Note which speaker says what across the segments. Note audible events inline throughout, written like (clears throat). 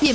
Speaker 1: Bien-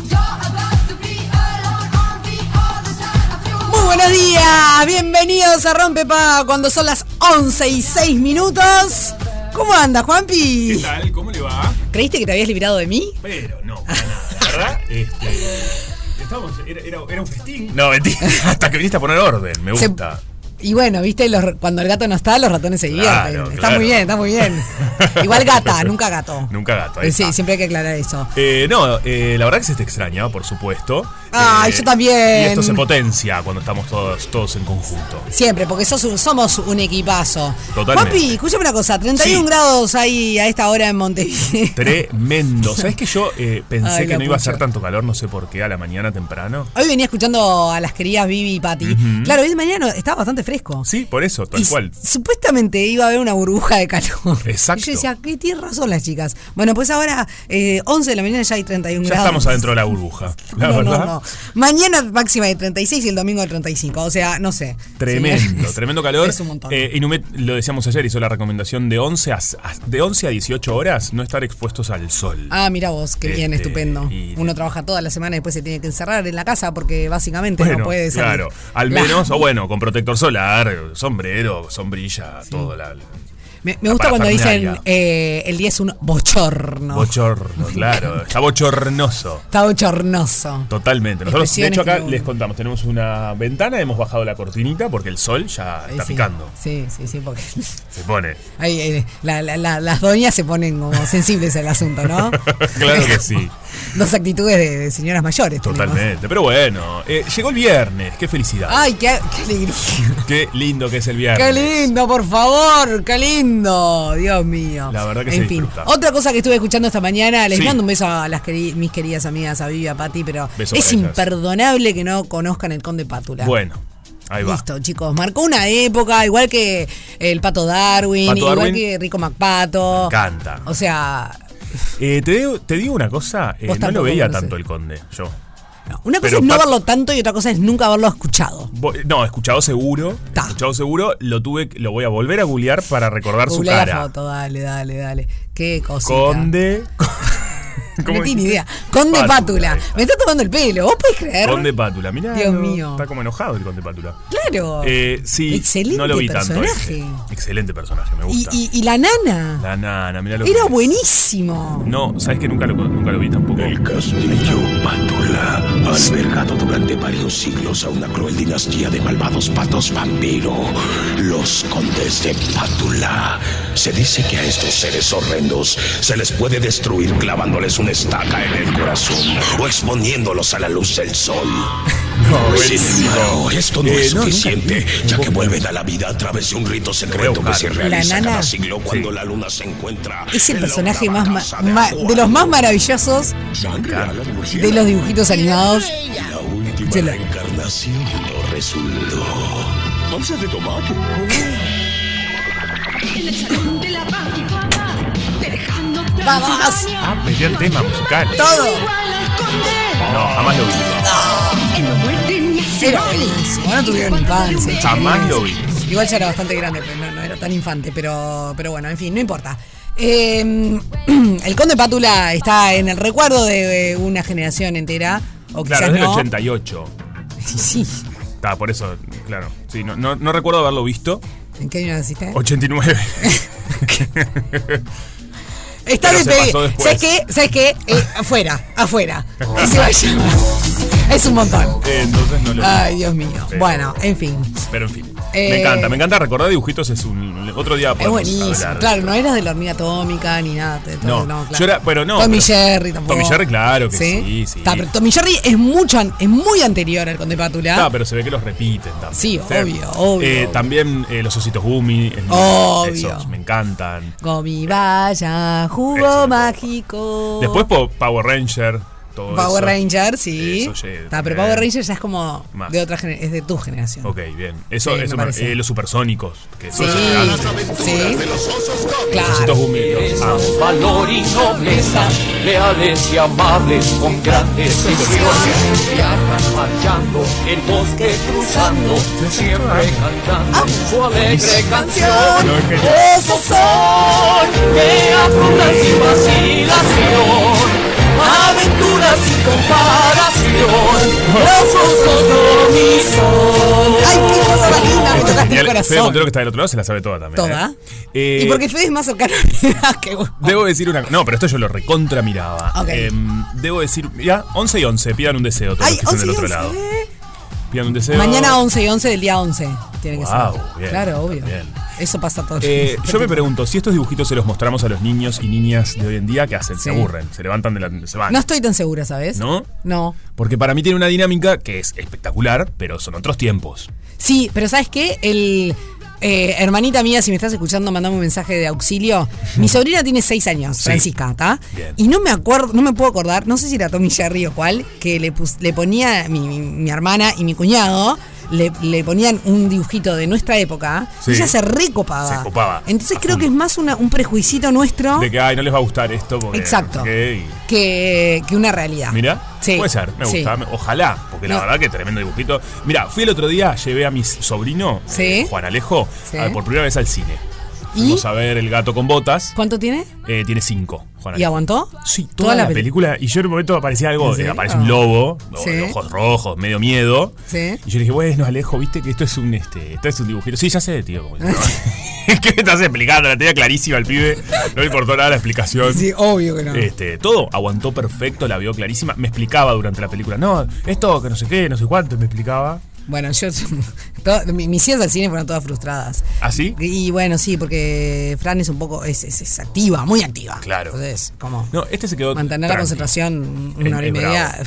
Speaker 2: You're about to be alone on the other side of your
Speaker 3: Muy
Speaker 2: wall.
Speaker 3: buenos días, bienvenidos a Rompe Paga cuando son las 11 y 6 minutos. ¿Cómo anda,
Speaker 4: ¿Qué
Speaker 3: Juanpi?
Speaker 4: tal? ¿Cómo le va?
Speaker 3: ¿Creíste que te habías librado de mí?
Speaker 4: Pero no, para nada,
Speaker 5: (laughs)
Speaker 4: ¿verdad? Este, estamos, era, era- era un festín.
Speaker 5: No,
Speaker 4: (laughs)
Speaker 5: mentira. Hasta que viniste a poner orden, me
Speaker 3: Se-
Speaker 5: gusta.
Speaker 3: Y bueno, viste, Los- cuando el gato no está, los ratones se divierten.
Speaker 5: Claro,
Speaker 3: está
Speaker 5: claro.
Speaker 3: muy bien, está muy
Speaker 5: (laughs)
Speaker 3: bien. Igual gata, nunca gato.
Speaker 5: Nunca gato,
Speaker 4: Eh,
Speaker 5: ahí
Speaker 3: Sí,
Speaker 5: está.
Speaker 3: siempre hay que aclarar eso.
Speaker 5: Eh, no, eh, la verdad que se te extraña, por supuesto.
Speaker 3: Ay,
Speaker 5: Eh,
Speaker 3: yo también.
Speaker 5: Y esto se potencia cuando estamos todos, todos en conjunto.
Speaker 3: Siempre, porque sos- somos un equipazo.
Speaker 5: Totalmente.
Speaker 3: Juanpi, escúchame una cosa, 31
Speaker 5: Sí.
Speaker 3: grados ahí a esta hora en Montevideo.
Speaker 5: Tremendo. ¿Sabes que yo eh, pensé
Speaker 3: Ay, la
Speaker 5: que no iba a
Speaker 3: pucha.
Speaker 5: hacer tanto calor, no sé por qué, a la mañana temprano?
Speaker 3: Hoy venía escuchando a las queridas Vivi y Patti. Claro, hoy de mañana no- estaba bastante fresco.
Speaker 5: Sí, por eso, tal
Speaker 3: Y
Speaker 5: cual.
Speaker 3: s- Supuestamente iba a haber una burbuja de calor.
Speaker 5: Exacto.
Speaker 3: Y yo decía, ¿qué tienen razón las chicas? Bueno, pues ahora, eh, 11 de la mañana ya hay 31
Speaker 5: Ya
Speaker 3: grados.
Speaker 5: estamos
Speaker 3: (laughs)
Speaker 5: adentro de la burbuja, la
Speaker 3: No, no,
Speaker 5: verdad.
Speaker 3: no. Mañana máxima de 36 y el domingo de 35. O sea, no sé.
Speaker 5: Tremendo,
Speaker 3: Sí.
Speaker 5: (laughs) tremendo calor.
Speaker 3: Es un montón.
Speaker 5: Eh, Inumet, lo decíamos ayer, hizo la recomendación de 11 a, a- de 11 a 18 horas no estar expuestos al sol.
Speaker 3: Ah, mira vos, qué bien,
Speaker 5: Este,
Speaker 3: estupendo.
Speaker 5: y-
Speaker 3: Uno trabaja toda la semana y después se tiene que encerrar en la casa porque básicamente no puede salir.
Speaker 5: Claro, al
Speaker 3: La-
Speaker 5: menos, o bueno, con protector solar, sombrero, sombrilla, todo la.
Speaker 3: Me, me gusta
Speaker 5: la
Speaker 3: cuando dicen
Speaker 5: parafernalia.
Speaker 3: eh, el día es un bochorno. (laughs)
Speaker 5: Bochorno, claro. Está bochornoso.
Speaker 3: Está bochornoso.
Speaker 5: Totalmente. Nosotros, de
Speaker 3: Expresiones
Speaker 5: hecho, acá
Speaker 3: que no-
Speaker 5: les contamos, tenemos una ventana, hemos bajado la cortinita porque el sol ya
Speaker 3: Eh,
Speaker 5: está
Speaker 3: sí.
Speaker 5: picando.
Speaker 3: Sí, sí, sí, porque (laughs)
Speaker 5: Se pone.
Speaker 3: ahí, eh, la- la- la- las doñas se ponen como sensibles al
Speaker 5: (laughs)
Speaker 3: asunto, ¿no?
Speaker 5: Claro que
Speaker 3: (laughs)
Speaker 5: sí.
Speaker 3: Dos actitudes de, de señoras mayores. tenemos.
Speaker 5: Totalmente. Pero bueno, eh, llegó el viernes. Qué felicidad.
Speaker 3: Ay, qué, qué alegría.
Speaker 5: Qué lindo que es el viernes.
Speaker 3: Ah. Qué lindo, por favor, qué lindo, Dios mío.
Speaker 5: La verdad que
Speaker 3: en
Speaker 5: se
Speaker 3: fin.
Speaker 5: disfruta.
Speaker 3: Otra cosa que estuve escuchando esta mañana, les
Speaker 5: Sí.
Speaker 3: mando un beso a las queri- mis queridas amigas, a Vivi, a Pati, pero
Speaker 5: Beso
Speaker 3: es
Speaker 5: para ellas.
Speaker 3: imperdonable que no conozcan el Conde Pátula.
Speaker 5: Bueno, ahí va.
Speaker 3: Listo, chicos. Marcó una época, igual que el Pato Darwin,
Speaker 5: Pato
Speaker 3: igual
Speaker 5: Darwin.
Speaker 3: que Rico MacPato.
Speaker 5: Me encanta.
Speaker 3: O sea,
Speaker 5: Eh, te, digo, te digo una cosa, eh,
Speaker 3: Vos
Speaker 5: no
Speaker 3: tampoco
Speaker 5: lo veía
Speaker 3: conocés.
Speaker 5: tanto el conde, yo.
Speaker 3: no, una cosa
Speaker 5: Pero
Speaker 3: es no
Speaker 5: Pat-
Speaker 3: verlo tanto y otra cosa es nunca haberlo escuchado.
Speaker 5: Vo- No, escuchado seguro.
Speaker 3: Ta.
Speaker 5: Escuchado seguro, lo tuve, lo voy a volver a googlear para recordar
Speaker 3: Google
Speaker 5: su
Speaker 3: la
Speaker 5: cara.
Speaker 3: foto, dale, dale, dale. Qué cosita. (laughs)
Speaker 5: Conde.
Speaker 3: No tiene idea. Conde Pátula.
Speaker 5: ahí está.
Speaker 3: Me está tomando el pelo, ¿vos podés creer?
Speaker 5: Conde Pátula, mirá.
Speaker 3: Dios
Speaker 5: no,
Speaker 3: mío.
Speaker 5: Está como enojado el Conde Pátula.
Speaker 3: Claro.
Speaker 5: Eh, sí,
Speaker 3: Excelente
Speaker 5: no lo vi
Speaker 3: personaje.
Speaker 5: tanto. ese. Excelente personaje, me
Speaker 3: y,
Speaker 5: gusta.
Speaker 3: y- y la nana.
Speaker 5: La nana, mirá lo que
Speaker 3: Era
Speaker 5: es.
Speaker 3: buenísimo.
Speaker 5: No, sabes que nunca lo, nunca lo vi tampoco.
Speaker 6: El castillo Pátula ha albergado durante varios siglos a una cruel dinastía de malvados patos vampiro, los condes de Pátula. Se dice que a estos seres horrendos se les puede destruir clavándoles una estaca en el corazón o exponiéndolos a la luz del
Speaker 5: (laughs)
Speaker 6: sol. Sin embargo, esto no
Speaker 5: Eh,
Speaker 6: es
Speaker 5: no, nunca
Speaker 6: suficiente,
Speaker 5: vi.
Speaker 6: ya que vuelven a la vida a través de un
Speaker 5: Voy
Speaker 6: rito
Speaker 5: a
Speaker 6: secreto que
Speaker 5: buscar.
Speaker 6: se
Speaker 5: La
Speaker 6: realiza
Speaker 3: nana.
Speaker 6: cada siglo cuando
Speaker 5: Sí.
Speaker 6: la luna se encuentra.
Speaker 3: Es el
Speaker 6: en la
Speaker 3: personaje
Speaker 6: octava
Speaker 3: más ma-
Speaker 6: casa
Speaker 3: ma- de los más
Speaker 6: Acuario.
Speaker 3: maravillosos de los dibujitos animados.
Speaker 6: La última
Speaker 3: Se la-
Speaker 6: reencarnación no resultó. Once de tomate.
Speaker 3: ¡Vamos!
Speaker 5: Ah, metían tema musical.
Speaker 3: Todo.
Speaker 5: No, jamás lo vi.
Speaker 3: Era buenísimo. No tuvieron infancia.
Speaker 5: Jamás lo
Speaker 3: chiquilines.
Speaker 5: vi.
Speaker 3: Igual ya era bastante grande, pero no, no era tan infante, pero, pero bueno, en fin, no importa. Eh, (clears throat) el Conde Pátula está en el recuerdo de eh, una generación entera, o quizás
Speaker 5: Claro, es del
Speaker 3: no.
Speaker 5: 88.
Speaker 3: Sí,
Speaker 5: Está, por eso, claro. Sí, no, no, no
Speaker 3: ¿Eh? (laughs)
Speaker 5: recuerdo haberlo visto.
Speaker 3: ¿en qué año naciste?
Speaker 5: 89.
Speaker 3: Está
Speaker 5: Pero se pasó
Speaker 3: despedido.
Speaker 5: después.
Speaker 3: ¿Sabes qué? ¿Sabes qué?
Speaker 5: (laughs)
Speaker 3: Eh, afuera, afuera. Que se vaya. Es un montón.
Speaker 5: Eh, entonces no lo
Speaker 3: Ay, Dios mío.
Speaker 5: Pero-
Speaker 3: Bueno, en fin.
Speaker 5: Pero en fin.
Speaker 3: Eh,
Speaker 5: me encanta, me encanta recordar dibujitos. Es un otro día
Speaker 3: Es
Speaker 5: podemos
Speaker 3: buenísimo.
Speaker 5: hablar.
Speaker 3: Claro, no eras de la hormiga atómica ni nada. de todo,
Speaker 5: No,
Speaker 3: claro.
Speaker 5: yo era- bueno, no,
Speaker 3: Tommy
Speaker 5: pero-
Speaker 3: Jerry tampoco.
Speaker 5: Tommy Jerry, claro que sí, sí.
Speaker 3: Ta, pero Tommy Jerry es, mucho, an- es muy anterior al Conde Pátula.
Speaker 5: Ah, pero se ve que los repiten también.
Speaker 3: Sí,
Speaker 5: ¿viste?
Speaker 3: obvio, obvio,
Speaker 5: Eh,
Speaker 3: obvio.
Speaker 5: También eh, los ositos gumi. el-
Speaker 3: Obvio.
Speaker 5: Esos me encantan.
Speaker 3: Gomi vaya,
Speaker 5: Eso,
Speaker 3: jugo mágico.
Speaker 5: Después po- Power Ranger. Todo
Speaker 3: Power
Speaker 5: eso.
Speaker 3: Ranger, sí.
Speaker 5: Eso, oye,
Speaker 3: Ta, pero
Speaker 5: también.
Speaker 3: Power Ranger ya es como
Speaker 5: Más.
Speaker 3: de otra gener- es de tu generación. Este
Speaker 5: Ok,
Speaker 3: (laughs)
Speaker 5: bien. Eso,
Speaker 3: Sí, me
Speaker 5: eso me-
Speaker 3: parece.
Speaker 5: eh, los supersónicos. Que
Speaker 3: Sí,
Speaker 5: son gigantes.
Speaker 3: sí.
Speaker 5: Los
Speaker 3: Claro.
Speaker 5: ositos gumi. Los amo.
Speaker 7: valor y nobleza, leales y amables con grandes excepciones. Viajan marchando, el bosque cruzando, siempre cantando su alegre canción.
Speaker 5: No, es que-
Speaker 7: Esos son de apuras y vacilación, aventuras y comparación. Los ojos no mi son.
Speaker 3: Ay, qué cosa más linda, me tocaste
Speaker 5: Y
Speaker 3: el
Speaker 5: el- Fede
Speaker 3: corazón.
Speaker 5: Montero que está del otro lado se la sabe toda también.
Speaker 3: Toda.
Speaker 5: ¿eh? Eh,
Speaker 3: y porque Fede es
Speaker 5: (laughs)
Speaker 3: más cercano a mi edad que vos.
Speaker 5: Debo decir una cosa. No, pero esto yo lo recontra miraba.
Speaker 3: Ok.
Speaker 5: Em, debo decir. Ya, 11 y 11. Pidan un deseo. Todos
Speaker 3: Ay,
Speaker 5: los que estén
Speaker 3: 11
Speaker 5: del
Speaker 3: y
Speaker 5: otro
Speaker 3: 11.
Speaker 5: lado. Pidan un deseo.
Speaker 3: Mañana 11 y 11 del día 11. Tiene que
Speaker 5: Guau,
Speaker 3: ser.
Speaker 5: bien,
Speaker 3: claro, obvio.
Speaker 5: bien.
Speaker 3: Eso pasa todo. (laughs)
Speaker 5: Eh, yo me pregunto, si estos dibujitos se los mostramos a los niños y niñas de hoy en día, ¿qué hacen? Se
Speaker 3: Sí.
Speaker 5: aburren, se levantan de la. se van.
Speaker 3: No estoy tan segura, ¿sabes?
Speaker 5: ¿No?
Speaker 3: No.
Speaker 5: Porque para mí tiene una dinámica que es espectacular, pero son otros tiempos.
Speaker 3: Sí, pero ¿sabes qué? El. eh, hermanita mía, si me estás escuchando, mandame un mensaje de auxilio. Mi sobrina tiene seis años,
Speaker 5: Sí.
Speaker 3: Francisca, ¿está?
Speaker 5: Bien.
Speaker 3: Y no me acuerdo, no me puedo acordar, no sé si era Tommy Jerry o cuál, que le, pus- le ponía mi, mi- mi hermana y mi cuñado, le, le ponían un dibujito de nuestra época.
Speaker 5: Sí.
Speaker 3: Y ella se recopaba.
Speaker 5: Se copaba.
Speaker 3: Entonces
Speaker 5: A
Speaker 3: creo que es más una- un prejuicito nuestro
Speaker 5: De que, ay, no les va a gustar esto porque.
Speaker 3: Exacto.
Speaker 5: porque- y-
Speaker 3: que, que una realidad.
Speaker 5: Mira,
Speaker 3: Sí.
Speaker 5: puede ser, me
Speaker 3: Sí.
Speaker 5: gusta, me- ojalá, porque la
Speaker 3: No.
Speaker 5: verdad que tremendo dibujito. Mira, fui el otro día, llevé a mi sobrino,
Speaker 3: Sí.
Speaker 5: eh, Juan Alejo,
Speaker 3: Sí.
Speaker 5: a- por primera vez al cine.
Speaker 3: ¿Y?
Speaker 5: Fuimos a ver El gato con botas,
Speaker 3: ¿Cuánto tiene?
Speaker 5: eh, tiene cinco, Juan
Speaker 3: ¿Y
Speaker 5: Alejo.
Speaker 3: aguantó?
Speaker 5: Sí, toda, la,
Speaker 3: peli-
Speaker 5: película. Y yo en un momento aparecía algo,
Speaker 3: ¿En serio?
Speaker 5: eh, aparece un lobo, o-
Speaker 3: Sí.
Speaker 5: de ojos rojos, medio miedo.
Speaker 3: ¿Eh? Sí.
Speaker 5: Y yo le dije, bueno, Alejo, viste que esto es un este, esto es un dibujito. Sí, ya sé, tío. como
Speaker 3: (laughs)
Speaker 5: que, ¿no? (laughs) ¿Qué me estás explicando? La tenía clarísima el pibe. No le importó nada la explicación.
Speaker 3: Sí, obvio que no.
Speaker 5: Este, todo aguantó perfecto, la vio clarísima. Me explicaba durante la película. No, esto que no sé qué, no sé cuánto, me explicaba.
Speaker 3: Bueno, yo. (laughs) todo- mi- mis idas al cine fueron todas frustradas.
Speaker 5: ¿Ah, sí?
Speaker 3: Y bueno, sí, porque Fran es un poco. Es, es, es activa, muy activa.
Speaker 5: Claro.
Speaker 3: Entonces, como.
Speaker 5: No, este se quedó.
Speaker 3: mantener la
Speaker 5: tranqui.
Speaker 3: concentración
Speaker 5: Es-
Speaker 3: una hora y
Speaker 5: es
Speaker 3: media.
Speaker 5: bravo.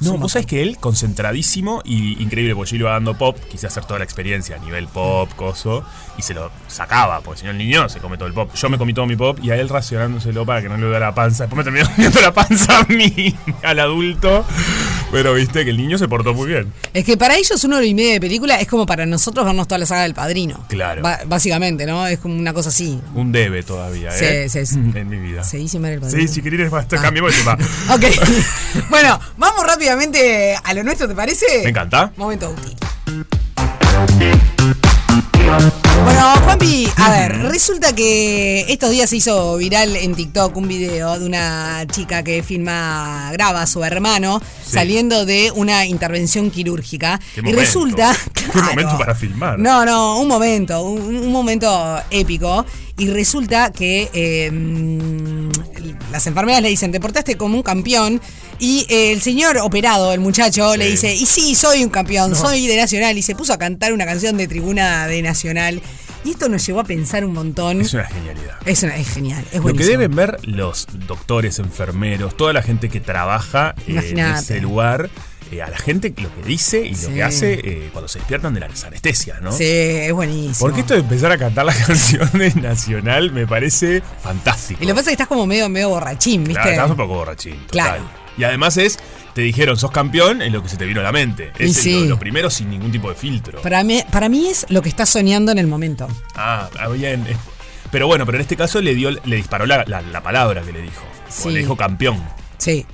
Speaker 5: No, vos sabés que él, concentradísimo y increíble, porque yo iba dando pop, quise hacer toda la experiencia a nivel pop, coso, y se lo sacaba, porque si no el niño se come todo el pop. Yo me comí todo mi pop y a él racionándoselo para que no le vea la panza. Después me terminó (laughs) viendo la panza a mí, al adulto. Pero viste que el niño se portó muy bien.
Speaker 3: Es que para ellos una hora y media de película es como para nosotros vernos toda la saga del padrino.
Speaker 5: Claro.
Speaker 3: Ba- básicamente, ¿no? Es como una cosa así.
Speaker 5: Un debe todavía,
Speaker 3: Sí,
Speaker 5: ¿eh?
Speaker 3: sí, sí.
Speaker 5: (laughs) En mi vida.
Speaker 3: Se dice mal el padrino.
Speaker 5: Sí, si querés, basta, cambiemos de
Speaker 3: (laughs)
Speaker 5: tema.
Speaker 3: Ok. bueno, vamos rápidamente a lo nuestro, ¿te parece?
Speaker 5: Me encanta.
Speaker 3: Momento útil. Bueno, Juanpi, a ver, resulta que estos días se hizo viral en TikTok un video de una chica que filma, graba a su hermano saliendo de una intervención quirúrgica.
Speaker 5: Qué
Speaker 3: y
Speaker 5: momento.
Speaker 3: resulta.
Speaker 5: Qué momento para filmar.
Speaker 3: No, no, un momento, un, un momento épico. Y resulta que eh, mm, las enfermeras le dicen, te portaste como un campeón. Y eh, el señor operado, el muchacho, le
Speaker 5: Sí.
Speaker 3: dice, y sí, soy un campeón, soy de Nacional. Y se puso a cantar una canción de tribuna de Nacional. Y esto nos llevó a pensar un montón.
Speaker 5: Es una genialidad.
Speaker 3: Es, una- es genial, es
Speaker 5: Lo que
Speaker 3: buenísimo.
Speaker 5: deben ver los doctores, enfermeros, toda la gente que trabaja eh, en
Speaker 3: Imagínate.
Speaker 5: ese lugar, eh, a la gente lo que dice y
Speaker 3: Sí.
Speaker 5: lo que hace eh, cuando se despiertan de las anestesias, ¿no?
Speaker 3: Sí, es buenísimo.
Speaker 5: Porque esto de empezar a cantar las (laughs) canciones nacional me parece fantástico.
Speaker 3: Y lo que pasa es que estás como medio, medio borrachín, ¿viste?
Speaker 5: Claro, estás un poco borrachín, total.
Speaker 3: Claro.
Speaker 5: Y además es, te dijeron sos campeón en lo que se te vino a la mente.
Speaker 3: Y
Speaker 5: Es
Speaker 3: sí.
Speaker 5: lo, lo primero sin ningún tipo de filtro.
Speaker 3: para, mí, para mí es lo que estás soñando en el momento.
Speaker 5: Ah, ah, bien. Es- Pero bueno, pero en este caso le dio, le disparó la, la- la palabra que le dijo.
Speaker 3: Sí.
Speaker 5: O Le dijo campeón.
Speaker 3: Sí.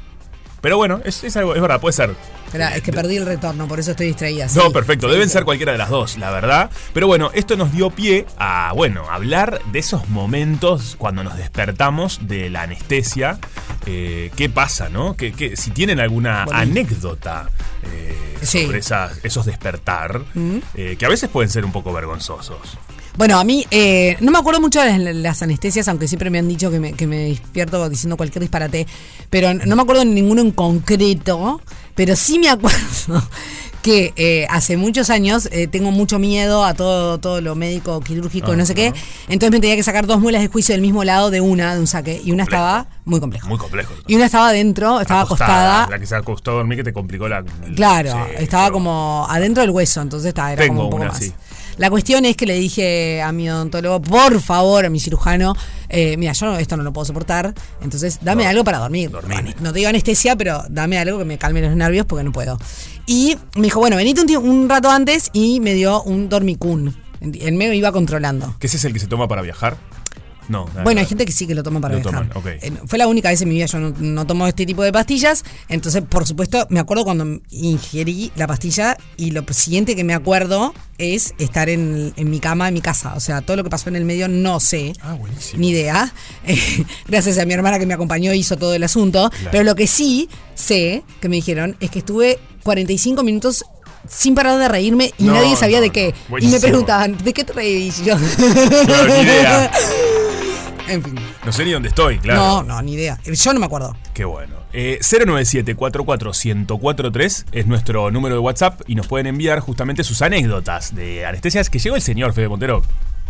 Speaker 5: Pero bueno, es, es algo, es verdad, puede ser.
Speaker 3: Espera, es que perdí el retorno, por eso estoy distraída.
Speaker 5: No,
Speaker 3: sí.
Speaker 5: perfecto, deben ser cualquiera de las dos, la verdad. Pero bueno, esto nos dio pie a, bueno, hablar de esos momentos cuando nos despertamos de la anestesia. Eh, ¿Qué pasa, no? ¿Qué, qué- si tienen alguna
Speaker 3: Bonito.
Speaker 5: anécdota eh,
Speaker 3: Sí.
Speaker 5: sobre esas, esos despertar, eh, que a veces pueden ser un poco vergonzosos.
Speaker 3: ¿Mm? Bueno, a mí eh, no me acuerdo mucho de las, las anestesias, aunque siempre me han dicho que me, que me despierto diciendo cualquier disparate, pero no me acuerdo de ninguno en concreto, pero sí me (laughs) acuerdo que eh, hace muchos años eh, tengo mucho miedo a todo, todo lo médico, quirúrgico,
Speaker 5: Ah,
Speaker 3: no sé qué,
Speaker 5: claro.
Speaker 3: entonces me tenía que sacar dos muelas de juicio del mismo lado de una, de un saque, y una
Speaker 5: Complejo.
Speaker 3: estaba muy compleja.
Speaker 5: Muy complejo.
Speaker 3: Y una estaba adentro, estaba acostada.
Speaker 5: La que se acostó a dormir que te complicó la.
Speaker 3: Claro,
Speaker 5: Sí,
Speaker 3: estaba
Speaker 5: pero-
Speaker 3: como adentro del hueso, entonces estaba, era
Speaker 5: Tengo
Speaker 3: como un poco
Speaker 5: una,
Speaker 3: más.
Speaker 5: sí.
Speaker 3: La cuestión es que le dije a mi odontólogo, por favor, a mi cirujano, eh, mira, yo no- esto no lo puedo soportar, entonces dame
Speaker 5: Dor-
Speaker 3: algo para dormir.
Speaker 5: dormime.
Speaker 3: No te digo anestesia, pero dame algo que me calme los nervios porque no puedo. Y me dijo, bueno, venite un, ti- un rato antes y me dio un dormicún. Él me iba controlando.
Speaker 5: ¿Que ese es el que se toma para viajar? No. nada que
Speaker 3: Bueno, hay
Speaker 5: ver.
Speaker 3: gente que sí que lo toma para
Speaker 5: Lo
Speaker 3: viajar.
Speaker 5: toman, ok.
Speaker 3: Eh, fue la única vez en mi vida yo no, no tomo este tipo de pastillas. Entonces, por supuesto, me acuerdo cuando ingerí la pastilla y lo siguiente que me acuerdo es estar en, en mi cama, en mi casa. O sea, todo lo que pasó en el medio no sé.
Speaker 5: Ah, buenísimo.
Speaker 3: Ni idea. (laughs) Eh, Gracias a mi hermana que me acompañó hizo todo el asunto. Pero lo que sí sé que me dijeron es que estuve 45 minutos sin parar de reírme y
Speaker 5: No,
Speaker 3: nadie sabía
Speaker 5: no,
Speaker 3: de
Speaker 5: no.
Speaker 3: qué. Y me
Speaker 5: Buenísimo.
Speaker 3: preguntaban, ¿de qué te reís?
Speaker 5: (laughs)
Speaker 3: Y yo,
Speaker 5: Claro, ni
Speaker 3: (laughs)
Speaker 5: idea.
Speaker 3: en fin.
Speaker 5: No sé ni dónde estoy, claro.
Speaker 3: No, no, ni idea. Yo no me acuerdo.
Speaker 5: Qué bueno. Eh, 097-44-1043 es nuestro número de WhatsApp y nos pueden enviar justamente sus anécdotas de anestesias. Que llegó el señor Fede Montero.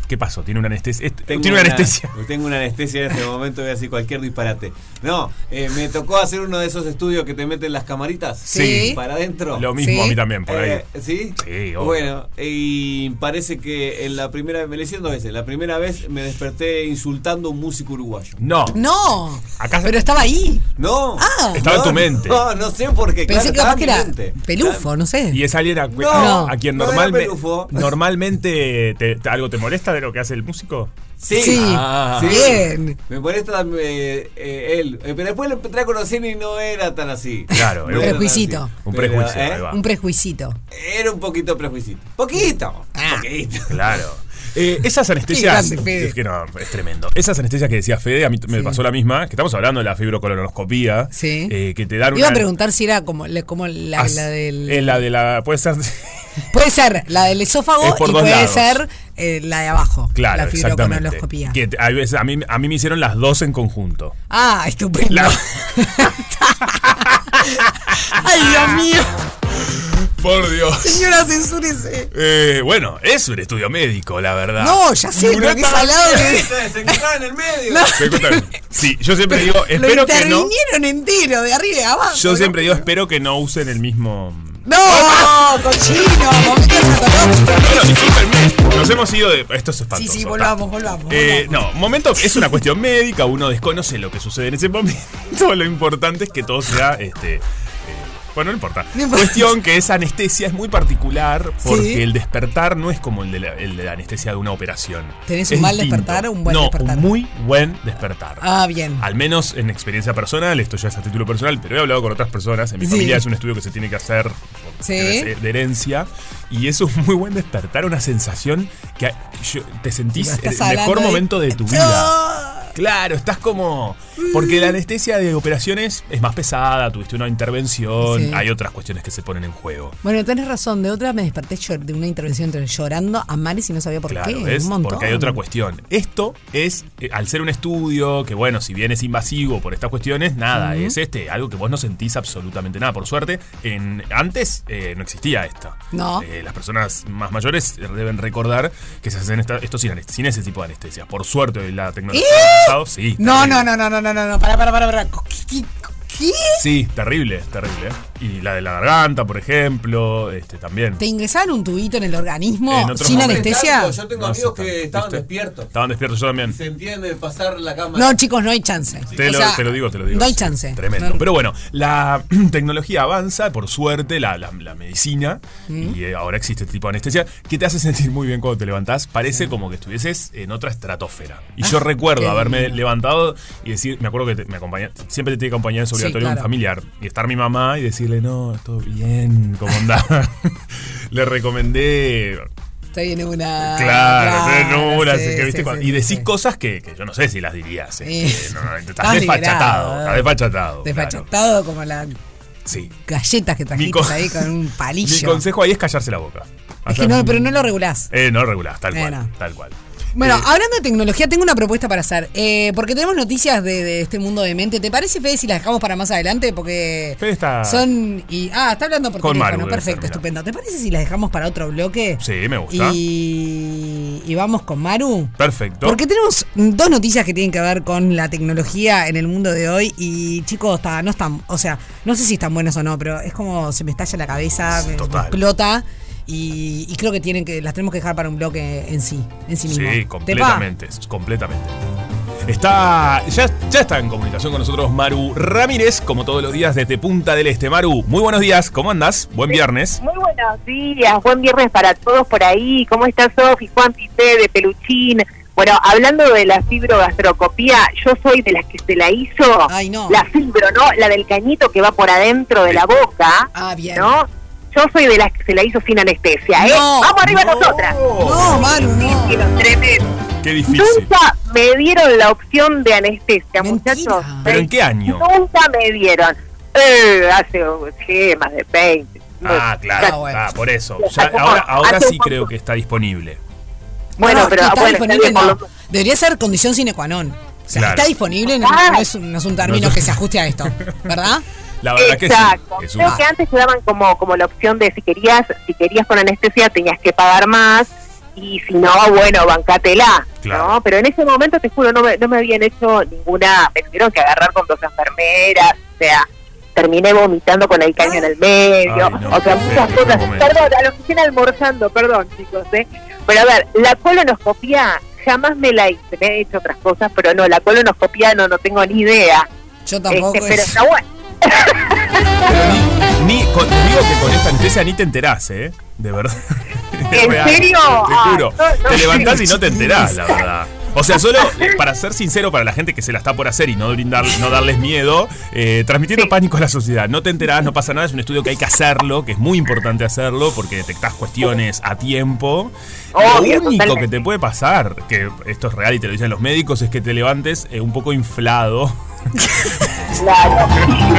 Speaker 5: ¿Qué pasó? Tiene una anestesia. Este-
Speaker 8: Tengo
Speaker 5: Tiene una, anestesia.
Speaker 8: (laughs) Tengo una anestesia en este momento, voy a decir cualquier disparate. No, eh, me tocó hacer uno de esos estudios que te meten las camaritas.
Speaker 3: Sí.
Speaker 8: Para adentro.
Speaker 5: Lo mismo
Speaker 3: Sí.
Speaker 5: a mí también, por ahí.
Speaker 8: Eh, ¿Sí?
Speaker 5: Sí, obvio.
Speaker 8: Bueno, y parece que en la primera me lo hicieron dos veces. La primera vez me desperté insultando a un músico uruguayo.
Speaker 5: No.
Speaker 3: No.
Speaker 5: Acá-
Speaker 3: pero estaba ahí.
Speaker 8: No.
Speaker 3: Ah.
Speaker 5: Estaba en
Speaker 8: No,
Speaker 5: tu mente.
Speaker 8: No, no sé por qué. claro,
Speaker 3: Pensé que capaz que
Speaker 8: estaba
Speaker 3: era
Speaker 8: en mi mente.
Speaker 3: pelufo, no sé.
Speaker 5: Y es alguien a, cu-
Speaker 8: No,
Speaker 5: a quien
Speaker 8: no era
Speaker 5: normalme-
Speaker 8: pelufo.
Speaker 5: normalmente te- te- algo te molesta de lo que hace el músico.
Speaker 8: Sí.
Speaker 3: Sí.
Speaker 8: Ah. Sí.
Speaker 3: Bien.
Speaker 8: Me molesta eh, eh, él. Eh, Pero después lo empecé a conocer y no era tan así.
Speaker 5: Claro,
Speaker 8: No
Speaker 5: era un
Speaker 8: era tan
Speaker 3: prejuicito.
Speaker 8: así.
Speaker 5: Un
Speaker 8: Pero,
Speaker 5: prejuicio,
Speaker 8: ¿eh?
Speaker 5: ahí va.
Speaker 3: Un prejuicito.
Speaker 8: Era un poquito prejuicito. Poquito.
Speaker 3: Ah.
Speaker 8: Poquito.
Speaker 5: Claro. Eh, esas
Speaker 3: Qué
Speaker 5: anestesias.
Speaker 3: grande, Fede.
Speaker 5: Es que no, es tremendo. Esas anestesias que decía Fede, a mí me pasó la misma, que estamos hablando de la fibrocolonoscopía.
Speaker 3: Sí.
Speaker 5: eh, que te dan
Speaker 3: Iba a
Speaker 5: una-
Speaker 3: preguntar si era como, la- como la,
Speaker 5: as-
Speaker 3: la del.
Speaker 5: eh, la de la. Puede ser.
Speaker 3: Puede ser la del esófago
Speaker 5: Es por
Speaker 3: y
Speaker 5: dos
Speaker 3: puede
Speaker 5: lados.
Speaker 3: ser eh, la de abajo.
Speaker 5: (laughs) Claro,
Speaker 3: La
Speaker 5: exactamente.
Speaker 3: fibroconoloscopía.
Speaker 5: Que te- a, veces, a, mí, a mí me hicieron las dos en conjunto.
Speaker 3: Ah, estupendo.
Speaker 5: La-
Speaker 3: Ay, Dios mío.
Speaker 5: Por Dios.
Speaker 3: Señora, censúrese.
Speaker 5: Eh, bueno, es un estudio médico, la verdad.
Speaker 3: No, ya sé,
Speaker 5: Una
Speaker 3: pero qué
Speaker 5: tabla-
Speaker 3: salado que-
Speaker 8: Se se encontraba en el medio.
Speaker 5: ¿Te cuentan? Sí, yo siempre digo,
Speaker 3: Lo
Speaker 5: espero que no.
Speaker 3: intervinieron entero, de arriba y de abajo.
Speaker 5: Yo siempre digo, espero que no usen el mismo.
Speaker 3: ¡No! ¡Cochino! momento escatológico.
Speaker 5: Bueno, discúlpenme, Nos hemos ido de. Esto es
Speaker 3: Sí,
Speaker 5: espantoso.
Speaker 3: sí,
Speaker 5: está.
Speaker 3: volvamos, volvamos.
Speaker 5: Eh,
Speaker 3: volvamos.
Speaker 5: no, momento, es una cuestión médica, uno desconoce lo que sucede en ese momento. (laughs) Lo importante es que todo sea este. eh, Bueno, no importa.
Speaker 3: No importa.
Speaker 5: Cuestión que esa anestesia es muy particular porque
Speaker 3: Sí.
Speaker 5: el despertar no es como el de la, el de la anestesia de una operación.
Speaker 3: ¿Tenés
Speaker 5: Es
Speaker 3: un mal
Speaker 5: distinto.
Speaker 3: despertar o un buen
Speaker 5: no,
Speaker 3: despertar?
Speaker 5: Un muy buen despertar.
Speaker 3: Ah, bien.
Speaker 5: Al menos en experiencia personal, esto ya es a título personal, pero he hablado con otras personas. En mi
Speaker 3: Sí.
Speaker 5: familia es un estudio que se tiene que hacer por
Speaker 3: Sí.
Speaker 5: temas de herencia. Y eso es muy buen despertar, una sensación que a- yo- te
Speaker 3: Lo
Speaker 5: sentís
Speaker 3: estás
Speaker 5: en el mejor
Speaker 3: hablando ahí.
Speaker 5: momento de tu vida. Claro, estás como. Porque la anestesia de operaciones es más pesada, tuviste una intervención,
Speaker 3: Sí.
Speaker 5: hay otras cuestiones que se ponen en juego.
Speaker 3: Bueno, tenés razón. De otra me desperté llor- de una intervención entre- llorando a mares y no sabía por qué.
Speaker 5: Claro, es
Speaker 3: un montón.
Speaker 5: porque hay otra cuestión. Esto es, eh, al ser un estudio, que bueno, si bien es invasivo por estas cuestiones, nada, es este, algo que vos no sentís absolutamente nada. Por suerte, en, antes eh, no existía esto.
Speaker 3: No.
Speaker 5: Eh, las personas más mayores eh, deben recordar que se hacen esta- esto sin, anest- sin ese tipo de anestesia. Por suerte, la tecnología ha avanzado. Sí.
Speaker 3: No,
Speaker 5: terrible.
Speaker 3: no, no, no, no, no, no, no. Para, para, para, para. ¿Qué? ¿Qué?
Speaker 5: Sí, terrible, terrible. Y la de la garganta, por ejemplo, este también.
Speaker 3: ¿Te ingresaban un tubito en el organismo
Speaker 5: En otros
Speaker 3: sin
Speaker 5: momentos.
Speaker 3: anestesia?
Speaker 8: Tanto, Yo tengo
Speaker 5: No hace
Speaker 8: amigos
Speaker 5: tanto,
Speaker 8: que estaban
Speaker 5: ¿viste?
Speaker 8: despiertos.
Speaker 5: Estaban despiertos yo también.
Speaker 8: Sentían el pasar la cámara.
Speaker 3: No, chicos, no hay chance.
Speaker 5: Te,
Speaker 3: O
Speaker 5: lo,
Speaker 3: sea,
Speaker 5: te lo digo, te lo digo.
Speaker 3: No hay chance.
Speaker 5: Tremendo.
Speaker 3: No-
Speaker 5: Pero bueno, la (clears throat) tecnología avanza, por suerte, la, la- la medicina,
Speaker 3: Mm.
Speaker 5: y eh, ahora existe este tipo de anestesia, que te hace (laughs) sentir muy bien cuando te levantás. Parece como que estuvieses en otra estratosfera. Y
Speaker 3: Ah,
Speaker 5: yo
Speaker 3: qué
Speaker 5: recuerdo haberme
Speaker 3: lindo.
Speaker 5: levantado y decir, me acuerdo que te- me acompaña, siempre te tiene que acompañar en su
Speaker 3: Sí,
Speaker 5: obligatorio un
Speaker 3: claro.
Speaker 5: familiar, y estar mi mamá y decirle, no, todo bien, ¿cómo andás? (laughs) Le recomendé
Speaker 3: Estoy en una.
Speaker 5: Claro, no, no,
Speaker 3: Ah, sí,
Speaker 5: así que,
Speaker 3: sí,
Speaker 5: ¿viste?
Speaker 3: sí,
Speaker 5: Cuando-
Speaker 3: sí,
Speaker 5: y decís
Speaker 3: sí.
Speaker 5: cosas que, que yo no sé si las dirías. este, (laughs)
Speaker 3: Sí.
Speaker 5: no, estás,
Speaker 3: Estás
Speaker 5: desfachatado, estás
Speaker 3: liberado, eh.
Speaker 5: desfachatado. claro.
Speaker 3: Desfachatado como las
Speaker 5: Sí.
Speaker 3: galletas que
Speaker 5: Mi
Speaker 3: trajiste
Speaker 5: con- (laughs)
Speaker 3: ahí con un palillo.
Speaker 5: Mi consejo ahí es callarse la boca.
Speaker 3: Es que no, pero no lo regulás.
Speaker 5: Eh, no lo regulás, tal
Speaker 3: Eh,
Speaker 5: cual.
Speaker 3: no.
Speaker 5: Tal cual.
Speaker 3: Bueno,
Speaker 5: Eh,
Speaker 3: hablando de tecnología, tengo una propuesta para hacer. Eh, porque tenemos noticias de, de este mundo de mente. ¿Te parece, Fede, si las dejamos para más adelante? Porque
Speaker 5: Fede está-
Speaker 3: son. Y, ah, está hablando por
Speaker 5: Con
Speaker 3: teléfono.
Speaker 5: Maru debe
Speaker 3: Perfecto,
Speaker 5: estar,
Speaker 3: estupendo. ¿Te parece si las dejamos para otro bloque?
Speaker 5: Sí, me gusta.
Speaker 3: Y, y vamos con Maru.
Speaker 5: Perfecto.
Speaker 3: Porque tenemos dos noticias que tienen que ver con la tecnología en el mundo de hoy y chicos, está, no están, o sea, no sé si están buenos o no, pero es como se me estalla la cabeza, me, me
Speaker 5: Total.
Speaker 3: explota y, y creo que tienen que las tenemos que dejar para un bloque en sí, en sí mismo.
Speaker 5: Sí,
Speaker 3: ¿Te
Speaker 5: completamente, completamente. Está, ya, ya está en comunicación con nosotros Maru Ramírez, como todos los días desde Punta del Este. Maru, muy buenos días, ¿cómo andás? Buen viernes.
Speaker 9: Muy buenos días, buen viernes para todos por ahí. ¿Cómo estás, Sofi, Juan Pité, de Peluchín? Bueno, hablando de la fibrogastrocopía, yo soy de las que se la hizo.
Speaker 3: pa? Ay, no.
Speaker 9: La fibro, ¿no? La del cañito que va por adentro de la boca,
Speaker 3: Ah, bien.
Speaker 9: ¿no? Yo soy de las que se la hizo sin anestesia, ¿eh?
Speaker 3: No,
Speaker 9: ¡Vamos arriba nosotras!
Speaker 3: No, Maru, no.
Speaker 9: Y los trenes.
Speaker 5: Qué difícil.
Speaker 9: Nunca me dieron la opción de anestesia,
Speaker 3: Mentira.
Speaker 9: muchachos.
Speaker 5: ¿Pero en qué año?
Speaker 9: Nunca me dieron. Eh, hace sí, más de 20.
Speaker 5: Ah,
Speaker 3: Ah,
Speaker 5: claro,
Speaker 3: bueno.
Speaker 5: ah, por eso. Ya, ahora ahora sí creo que está disponible.
Speaker 9: Bueno,
Speaker 3: No,
Speaker 9: pero
Speaker 3: que está
Speaker 9: bueno,
Speaker 3: disponible,
Speaker 9: está bien,
Speaker 3: no.
Speaker 9: por lo-
Speaker 3: Debería ser condición sine qua non. O sea,
Speaker 5: Claro.
Speaker 3: está disponible, no,
Speaker 9: Ah.
Speaker 3: no es un, no es un término
Speaker 5: No,
Speaker 3: que
Speaker 5: no.
Speaker 3: se ajuste a esto,
Speaker 5: (laughs)
Speaker 3: ¿verdad?
Speaker 5: La verdad
Speaker 9: Exacto.
Speaker 5: que sí. es un-
Speaker 9: Creo que antes te daban como, como la opción de si querías, si querías con anestesia tenías que pagar más y si no, bueno, bancatela.
Speaker 5: Claro.
Speaker 9: ¿no? Pero en ese momento, te juro, no me, no me habían hecho ninguna, me tuvieron que agarrar con dos enfermeras, o sea, terminé vomitando con el caño en el medio,
Speaker 5: Ay, no,
Speaker 9: o sea,
Speaker 5: qué feo,
Speaker 9: muchas
Speaker 5: qué
Speaker 9: cosas.
Speaker 5: momento.
Speaker 9: Perdón, a los que estén almorzando, perdón chicos, ¿eh? Pero a ver, la colonoscopía jamás me la hice, me he hecho otras cosas, pero no, la colonoscopía no, no tengo ni idea.
Speaker 3: Yo tampoco.
Speaker 9: Este, pero
Speaker 3: es-
Speaker 9: está bueno.
Speaker 5: Pero ni, ni- con- digo que con esta anestesia ni te enterás, ¿eh? De verdad. (laughs) Es
Speaker 9: ¿En
Speaker 5: real,
Speaker 9: serio?
Speaker 5: Te juro.
Speaker 9: Ah, no, no,
Speaker 5: te
Speaker 9: sí.
Speaker 5: levantás y no te enterás, la verdad. O sea, solo eh, para ser sincero, para la gente que se la está por hacer y no brindar, no darles miedo, eh, transmitiendo pánico a la sociedad. No te enterás, no pasa nada, es un estudio que hay que hacerlo, que es muy importante hacerlo, porque detectás cuestiones a tiempo.
Speaker 9: Obvio,
Speaker 5: Lo único
Speaker 9: totalmente.
Speaker 5: que te puede pasar, que esto es real y te lo dicen los médicos, es que te levantes eh, un poco inflado.
Speaker 9: Claro.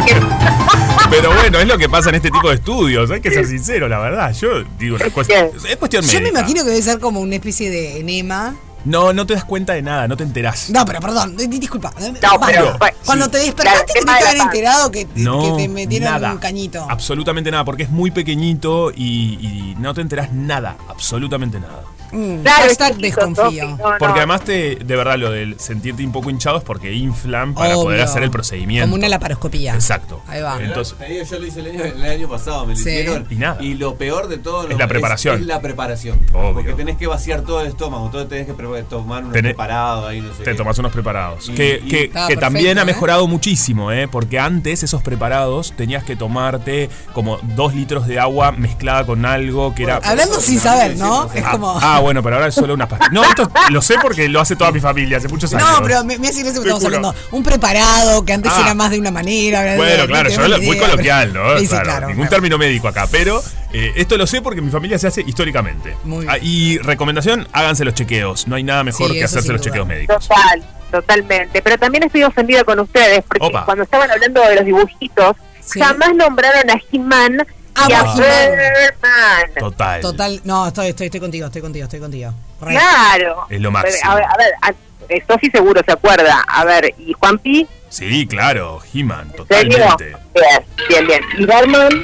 Speaker 5: (laughs) Pero bueno, es lo que pasa en este tipo de estudios. Hay que ser sincero, la verdad. Yo digo una cuestión. Es cuestión
Speaker 3: Yo me
Speaker 5: médica.
Speaker 3: imagino que debe ser como una especie de enema.
Speaker 5: No, no te das cuenta de nada, no te enterás.
Speaker 3: No, pero perdón, di- di- disculpa.
Speaker 9: No,
Speaker 3: Cuando-
Speaker 9: pero, bueno,
Speaker 3: cuando
Speaker 9: sí.
Speaker 3: te
Speaker 9: Claro,
Speaker 3: despertaste
Speaker 9: el tema
Speaker 3: tenés que
Speaker 9: de la
Speaker 3: haber
Speaker 9: panza.
Speaker 3: enterado que, te-
Speaker 5: No,
Speaker 3: que te metieron
Speaker 5: nada. Ah.
Speaker 3: un cañito.
Speaker 5: Absolutamente nada, porque es muy pequeñito y, y no te enterás nada, absolutamente nada.
Speaker 3: Mm,
Speaker 9: Claro, es
Speaker 3: hashtag
Speaker 9: chiquito,
Speaker 3: desconfío.
Speaker 9: Sofi, no, no.
Speaker 5: Porque además te, de verdad, lo del sentirte un poco hinchado es porque inflan para
Speaker 3: Obvio.
Speaker 5: poder hacer el procedimiento.
Speaker 3: Como una laparoscopía.
Speaker 5: Exacto.
Speaker 3: Ahí va.
Speaker 5: Entonces,
Speaker 8: Te digo, yo lo hice el año, el año pasado, me lo
Speaker 3: Sí.
Speaker 8: hicieron.
Speaker 5: Y nada.
Speaker 8: lo peor de todo no,
Speaker 5: Es la preparación.
Speaker 8: Es, la preparación.
Speaker 5: Obvio.
Speaker 8: Porque tenés que vaciar todo el estómago, todo tenés que pre- tomar un
Speaker 5: Tenés-
Speaker 8: preparado ahí, no sé.
Speaker 5: Te
Speaker 8: qué.
Speaker 5: tomas unos preparados.
Speaker 8: Y-
Speaker 5: que
Speaker 8: y-
Speaker 5: que-
Speaker 3: Está
Speaker 5: que también
Speaker 3: perfecto,
Speaker 5: ha
Speaker 3: ¿eh?
Speaker 5: mejorado muchísimo, ¿eh? Porque antes esos preparados tenías que tomarte como dos litros de agua mezclada con algo que era.
Speaker 3: Hablando sin saber, ¿no? Es
Speaker 5: Ah,
Speaker 3: como.
Speaker 5: ah, bueno, pero ahora es solo unas pastillas. No, esto lo sé porque lo hace toda mi familia hace muchos años.
Speaker 3: No, pero me, me hace gracia porque
Speaker 5: Te
Speaker 3: estamos
Speaker 5: juro.
Speaker 3: hablando. Un preparado que antes
Speaker 5: Ah.
Speaker 3: era más de una manera. bla, bla,
Speaker 5: Bueno,
Speaker 3: bla,
Speaker 5: claro,
Speaker 3: no
Speaker 5: yo
Speaker 3: tenemos
Speaker 5: lo-
Speaker 3: ni
Speaker 5: muy
Speaker 3: idea,
Speaker 5: coloquial,
Speaker 3: pero-
Speaker 5: ¿no?
Speaker 3: Sí, sí,
Speaker 5: Claro,
Speaker 3: claro,
Speaker 5: ningún
Speaker 3: claro.
Speaker 5: término médico acá, pero eh, esto lo sé porque mi familia se hace históricamente.
Speaker 3: Muy bien.
Speaker 5: Ah, y recomendación, háganse los chequeos. No hay nada mejor
Speaker 3: Sí,
Speaker 5: que
Speaker 3: eso
Speaker 5: hacerse
Speaker 3: sin
Speaker 5: los
Speaker 3: duda.
Speaker 5: chequeos médicos.
Speaker 9: Total, totalmente. Pero también estoy ofendida con ustedes, porque
Speaker 5: Opa.
Speaker 9: cuando estaban hablando de los dibujitos,
Speaker 3: Sí.
Speaker 9: jamás nombraron a He-Man y
Speaker 3: Amo
Speaker 9: a
Speaker 3: a He-Man.
Speaker 9: Birdman.
Speaker 5: Total.
Speaker 3: Total, no, estoy, estoy, estoy contigo, estoy contigo, estoy contigo. Re-
Speaker 9: Claro.
Speaker 5: Es lo máximo.
Speaker 9: A ver, a ver, a- eh, Sofi seguro se acuerda. A ver, ¿y Juanpi?
Speaker 5: Sí, claro, He-Man,
Speaker 9: ¿Serio?
Speaker 5: totalmente.
Speaker 9: Bien, bien, bien. ¿Y Birdman?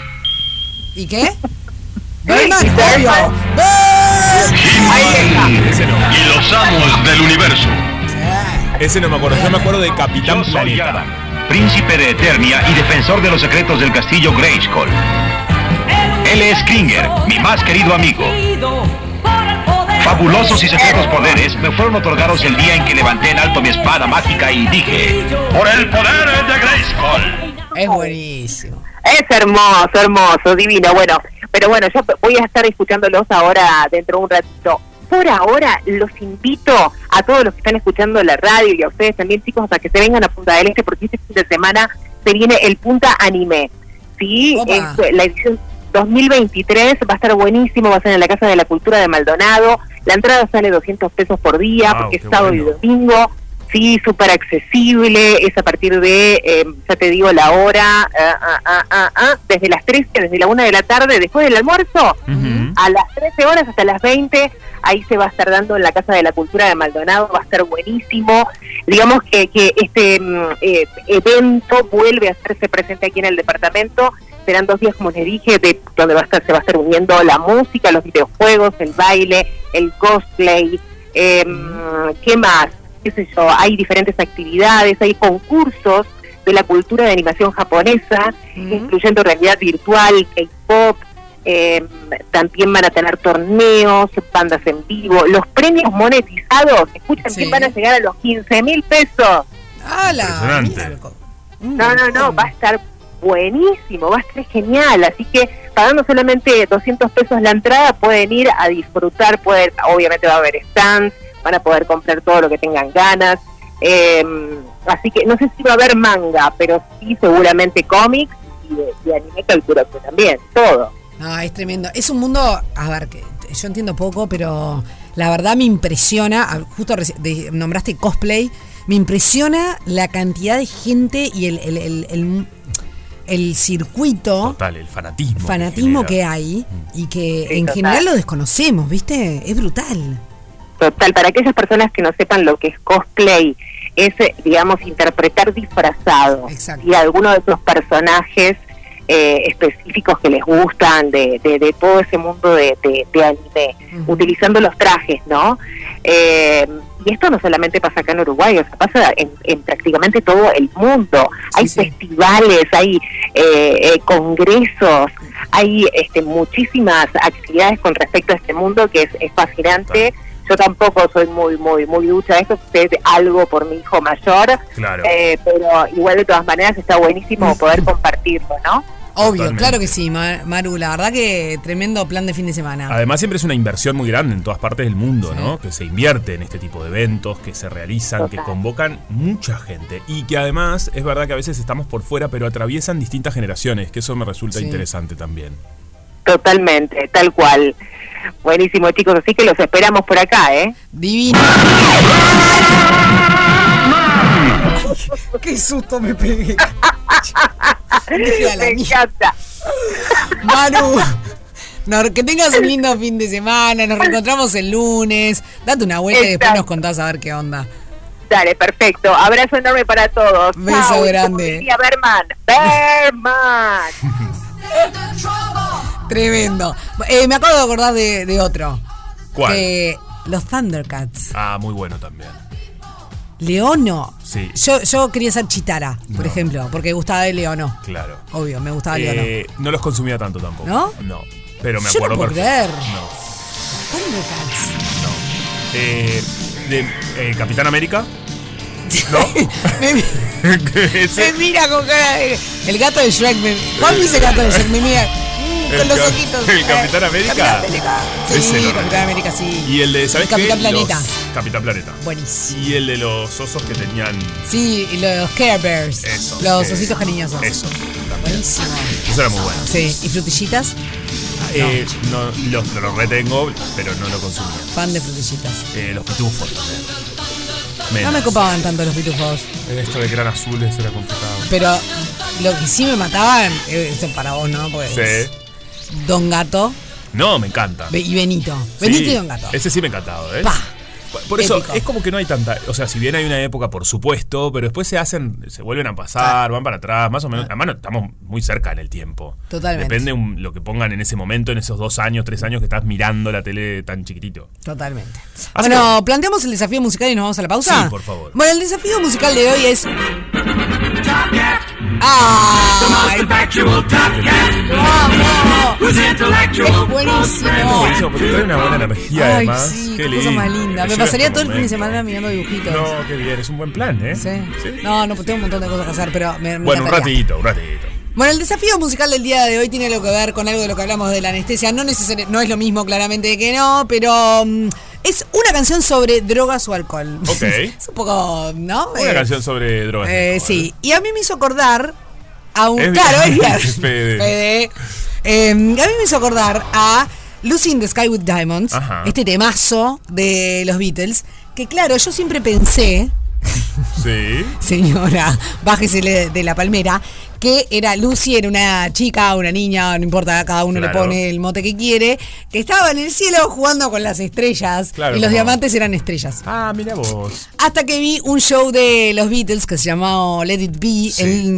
Speaker 3: ¿Y qué?
Speaker 9: (laughs) ¿Y
Speaker 3: Birdman, obvio.
Speaker 9: Birdman? Ahí está.
Speaker 5: Ese no,
Speaker 6: Y los amos del universo.
Speaker 5: ese no me acuerdo. Yo me acuerdo de Capitán Planeta.
Speaker 6: príncipe de Eternia y defensor de los secretos del castillo Grayskull. Él es Kringer, mi más querido amigo. Fabulosos y secretos poderes me fueron otorgados el día en que levanté en alto mi espada mágica y dije, por el poder de Grayskull.
Speaker 3: Es buenísimo.
Speaker 9: Es hermoso, hermoso, divino. Bueno, pero bueno, yo voy a estar escuchándolos ahora dentro de un ratito. Por ahora los invito a todos los que están escuchando la radio y a ustedes también, chicos, a que se vengan a Punta del Este porque este fin de semana se viene el Punta Anime. Sí,
Speaker 3: Opa.
Speaker 9: Es la edición 2023 va a estar buenísimo, va a ser en la Casa de la Cultura de Maldonado. La entrada sale 200 pesos por día
Speaker 5: Wow,
Speaker 9: porque es
Speaker 5: qué
Speaker 9: sábado
Speaker 5: bueno.
Speaker 9: y domingo. sí, súper accesible, es a partir de, eh, ya te digo, la hora, ah, ah, ah, ah, ah, desde las 13, desde la 1 de la tarde, después del almuerzo, a las 13 horas hasta las 20, ahí se va a estar dando en la Casa de la Cultura de Maldonado, va a estar buenísimo. Digamos que, que este mm, eh, evento vuelve a hacerse presente aquí en el departamento. Serán dos días, como les dije, de donde va a estar, se va a estar uniendo la música, los videojuegos, el baile, el cosplay, em, ¿qué más? ¿Qué sé yo? Hay diferentes actividades, hay concursos de la cultura de animación japonesa, incluyendo realidad virtual, K-pop, eh, también van a tener torneos, bandas en vivo, los premios monetizados, escuchen
Speaker 3: Sí.
Speaker 9: que van a llegar a los 15 mil pesos.
Speaker 5: Impresionante.
Speaker 9: No, no, no, va a estar buenísimo, va a estar genial, así que pagando solamente 200 pesos la entrada pueden ir a disfrutar, pueden, obviamente va a haber stands, van a poder comprar todo lo que tengan ganas, eh, así que no sé si va a haber manga, pero sí seguramente cómics y, y anime calculo que también, todo.
Speaker 3: No, es tremendo. Es un mundo, a ver, que yo entiendo poco, pero la verdad me impresiona, ah, justo reci- de- nombraste cosplay, me impresiona la cantidad de gente y el, el, el, el- el circuito,
Speaker 5: Total, el fanatismo. que
Speaker 3: fanatismo
Speaker 5: genera.
Speaker 3: que hay y que en
Speaker 9: total.
Speaker 3: general lo desconocemos, ¿viste? Es brutal.
Speaker 9: Total, para aquellas personas que no sepan lo que es cosplay, es, eh, digamos, interpretar disfrazado
Speaker 3: Exacto.
Speaker 9: y alguno de esos personajes eh, específicos que les gustan de, de- de todo ese mundo de, de- de anime, utilizando los trajes, ¿no? Eh, y esto no solamente pasa acá en Uruguay, o sea, pasa en, en prácticamente todo el mundo. hay festivales, hay eh, eh, congresos, hay este, muchísimas actividades con respecto a este mundo que es, es fascinante. Yo tampoco soy muy, muy, muy ducha de esto, sé algo por mi hijo mayor,
Speaker 5: Claro.
Speaker 9: eh, pero igual de todas maneras está buenísimo poder compartirlo, ¿no?
Speaker 3: Obvio,
Speaker 5: Totalmente.
Speaker 3: claro que sí, Ma- Maru, la verdad que tremendo plan de fin de semana.
Speaker 5: Además siempre es una inversión muy grande en todas partes del mundo, ¿no? Que se invierte en este tipo de eventos, que se realizan, que convocan mucha gente y que además es verdad que a veces estamos por fuera, pero atraviesan distintas generaciones, que eso me resulta
Speaker 3: Sí.
Speaker 5: interesante también.
Speaker 9: Totalmente, tal cual. Buenísimo, chicos, así que los esperamos por acá, ¿eh?
Speaker 3: Divino. (laughs) Qué susto
Speaker 9: (laughs)
Speaker 3: me pegué. Dije a la
Speaker 9: Me
Speaker 3: mierda.
Speaker 9: encanta.
Speaker 3: Manu, no, que tengas un lindo fin de semana. Nos reencontramos el lunes. Date una vuelta y después
Speaker 9: Exacto. Ah,
Speaker 3: nos contás a ver qué onda.
Speaker 9: Dale, perfecto. Abrazo enorme para todos.
Speaker 3: Beso
Speaker 9: Chau, y como
Speaker 3: grande.
Speaker 9: diría Berman. Berman.
Speaker 3: (laughs) Tremendo. Eh, me acabo de acordar de, de otro.
Speaker 5: ¿Cuál?
Speaker 3: Que los Thundercats.
Speaker 5: Ah, muy bueno también.
Speaker 3: Leono.
Speaker 5: Sí.
Speaker 3: Yo, yo quería ser Chitara, por
Speaker 5: No.
Speaker 3: ejemplo, porque gustaba de Leono.
Speaker 5: Claro.
Speaker 3: Obvio, me gustaba Leono.
Speaker 5: Eh, no los consumía tanto tampoco.
Speaker 3: ¿No?
Speaker 5: No. Pero me
Speaker 3: Yo no
Speaker 5: acuerdo
Speaker 3: puedo
Speaker 5: perfecto.
Speaker 3: creer.
Speaker 5: No.
Speaker 3: Thundercats.
Speaker 5: Eh, de eh, Capitán América.
Speaker 3: (laughs)
Speaker 5: ¿No?
Speaker 3: Me-
Speaker 5: (laughs) Ese-
Speaker 3: Se mira con cara de. El gato de Shrek. Me, Juan dice gato de Shrek. Me mira mm,
Speaker 5: El
Speaker 3: con los
Speaker 5: cap-
Speaker 3: ojitos.
Speaker 5: el Capitán
Speaker 3: Eh,
Speaker 5: América.
Speaker 3: Capitán América.
Speaker 5: Es
Speaker 3: Sí,
Speaker 5: enorme.
Speaker 3: Capitán América, sí.
Speaker 5: Y el de, ¿sabes qué?
Speaker 3: Capitán Planeta.
Speaker 5: Los- Capitán Planeta.
Speaker 3: Buenísimo.
Speaker 5: Y el de los osos que tenían
Speaker 3: Sí, y los Care Bears.
Speaker 5: esos.
Speaker 3: los
Speaker 5: eh,
Speaker 3: ositos cariñosos.
Speaker 5: Esos. también.
Speaker 3: Buenísimo.
Speaker 5: Eso era muy bueno.
Speaker 3: Sí, y frutillitas.
Speaker 5: Eh, no, los, los retengo, pero no lo consumía.
Speaker 3: Fan de frutillitas.
Speaker 5: Eh, los pitufos también.
Speaker 3: No
Speaker 5: Menos.
Speaker 3: me copaban tanto los pitufos.
Speaker 5: Esto de gran azul, eso era complicado.
Speaker 3: Pero lo que sí me mataban. eh, Esto es para vos, ¿no? Porque
Speaker 5: Sí.
Speaker 3: es Don Gato
Speaker 5: No, me encanta.
Speaker 3: Be- y Benito.
Speaker 5: Sí,
Speaker 3: Benito y Don Gato.
Speaker 5: Ese sí me ha encantado, ¿eh?
Speaker 3: Pa.
Speaker 5: Por- Por eso
Speaker 3: Épico.
Speaker 5: es como que no hay tanta, o sea, si bien hay una época, por supuesto, pero después se hacen, se vuelven a pasar, van para atrás, más o menos. Además, no- estamos muy cerca en el tiempo.
Speaker 3: Ah. Totalmente.
Speaker 5: Depende un- lo que pongan en ese momento, en esos dos años, tres años que estás mirando la tele tan chiquitito.
Speaker 3: Totalmente.
Speaker 5: Así
Speaker 3: bueno, planteamos el desafío musical y nos vamos a la pausa.
Speaker 5: Sí, por favor.
Speaker 3: Bueno, el desafío musical de hoy es. ¡Ah! ¡Vamos! Es buenísimo.
Speaker 5: Buenísimo, porque trae una buena energía
Speaker 3: Ay,
Speaker 5: además.
Speaker 3: sí,
Speaker 5: qué
Speaker 3: qué cosa
Speaker 5: lindo.
Speaker 3: más linda.
Speaker 5: Te
Speaker 3: Me
Speaker 5: lleva
Speaker 3: pasaría
Speaker 5: este
Speaker 3: todo el fin de
Speaker 5: momento.
Speaker 3: semana mirando dibujitos.
Speaker 5: No, qué bien, es un buen plan, ¿eh?
Speaker 3: Sí.
Speaker 5: Sí.
Speaker 3: No, no, tengo un montón de cosas que hacer, pero me, me
Speaker 5: Bueno, un
Speaker 3: encantaría.
Speaker 5: ratito, un ratito.
Speaker 3: Bueno, el desafío musical del día de hoy tiene algo que ver con algo de lo que hablamos de la anestesia. No, necesari- no es lo mismo, claramente que no, pero mm, es una canción sobre drogas o alcohol.
Speaker 5: Ok.
Speaker 3: (laughs) es un poco, ¿no?
Speaker 5: Una
Speaker 3: Eh,
Speaker 5: canción sobre drogas.
Speaker 3: eh, sí, y a mí me hizo acordar a un.
Speaker 5: Es
Speaker 3: claro, es
Speaker 5: bien, (laughs)
Speaker 3: bien.
Speaker 5: Fede.
Speaker 3: Fede. Eh, a mí me hizo acordar a Lucy in the Sky with Diamonds,
Speaker 5: Ajá.
Speaker 3: este temazo de los Beatles, que claro, yo siempre pensé
Speaker 5: Sí.
Speaker 3: señora, bájese de la palmera, que era Lucy, era una chica, una niña, no importa, cada uno le
Speaker 5: Claro.
Speaker 3: pone el mote que quiere, que estaba en el cielo jugando con las estrellas
Speaker 5: Claro,
Speaker 3: y los
Speaker 5: como-
Speaker 3: diamantes eran estrellas.
Speaker 5: Ah, mira vos.
Speaker 3: Hasta que vi un show de los Beatles que se llamó Let It Be, el-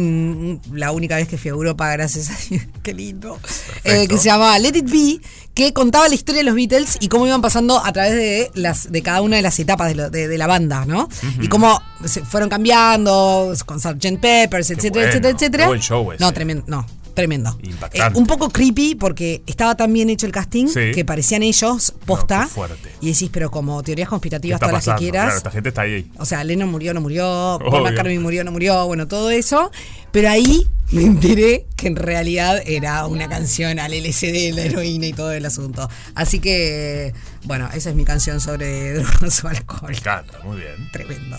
Speaker 3: mm, la única vez que fui a Europa, gracias a Dios, qué lindo,
Speaker 5: Perfecto.
Speaker 3: eh, que se llamaba Let It Be, que contaba la historia de los Beatles y cómo iban pasando a través de las de cada una de las etapas de, lo- de- de la banda, ¿no? Y cómo se fueron cambiando con Sgt. Peppers, etcétera,
Speaker 5: bueno,
Speaker 3: etcétera, etcétera.
Speaker 5: qué buen show ese.
Speaker 3: No, tremendo, no, tremendo.
Speaker 5: Impactante.
Speaker 3: Eh, un poco creepy porque estaba tan bien hecho el casting
Speaker 5: Sí.
Speaker 3: que parecían ellos posta.
Speaker 5: No, qué fuerte.
Speaker 3: Y decís, pero como teorías
Speaker 5: ¿Qué
Speaker 3: conspirativas
Speaker 5: está
Speaker 3: todas las que
Speaker 5: pasando?
Speaker 3: quieras.
Speaker 5: Claro, esta gente está ahí.
Speaker 3: O sea, Lennon murió, no murió, Paul
Speaker 5: Obvio.
Speaker 3: McCartney murió, no murió, bueno, todo eso. Pero ahí me enteré que en realidad era una canción al LCD, la heroína y todo el asunto. Así que, bueno, esa es mi canción sobre drogas o alcohol.
Speaker 5: Me encanta, muy bien.
Speaker 3: Tremendo.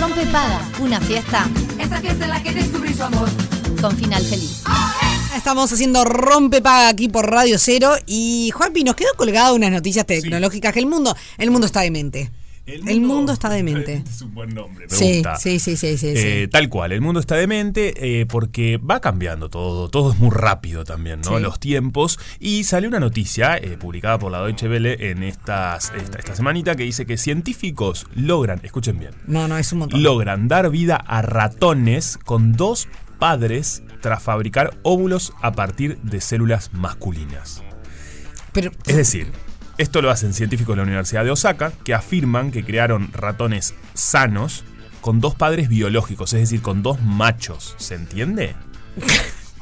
Speaker 1: Rompe Paga, una fiesta
Speaker 2: Esta fiesta en la que descubrí su amor.
Speaker 1: con final feliz.
Speaker 3: Estamos haciendo rompe paga aquí por Radio Cero y Juanpi nos quedó colgado unas noticias tecnológicas que el mundo, el mundo está demente. El mundo, está demente.
Speaker 5: (laughs) Es un buen nombre, me
Speaker 3: Sí,
Speaker 5: gusta.
Speaker 3: sí, sí, sí, sí, sí.
Speaker 5: Eh, Tal cual, el mundo está demente eh, porque va cambiando todo, todo es muy rápido también, ¿no?
Speaker 3: Sí.
Speaker 5: Los tiempos. Y salió una noticia eh, publicada por la Deutsche Welle en estas, esta, esta semanita que dice que científicos logran, escuchen bien,
Speaker 3: No, no, es un montón.
Speaker 5: logran dar vida a ratones con dos padres tras fabricar óvulos a partir de células masculinas.
Speaker 3: Pero,
Speaker 5: Es decir, esto lo hacen científicos de la Universidad de Osaka, que afirman que crearon ratones sanos con dos padres biológicos, es decir, con dos machos. ¿Se
Speaker 3: (laughs)
Speaker 5: entiende?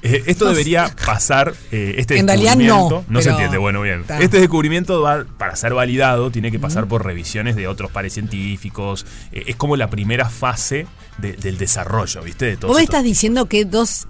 Speaker 5: Eh, esto debería pasar, eh, este
Speaker 3: En realidad
Speaker 5: descubrimiento...
Speaker 3: no,
Speaker 5: se
Speaker 3: pero-
Speaker 5: entiende, bueno, bien.
Speaker 3: Ta.
Speaker 5: Este descubrimiento, va, para ser validado, tiene que pasar por revisiones de otros pares científicos. Eh, es como la primera fase de- del desarrollo, ¿viste? De todo
Speaker 3: ¿Vos me estás diciendo que dos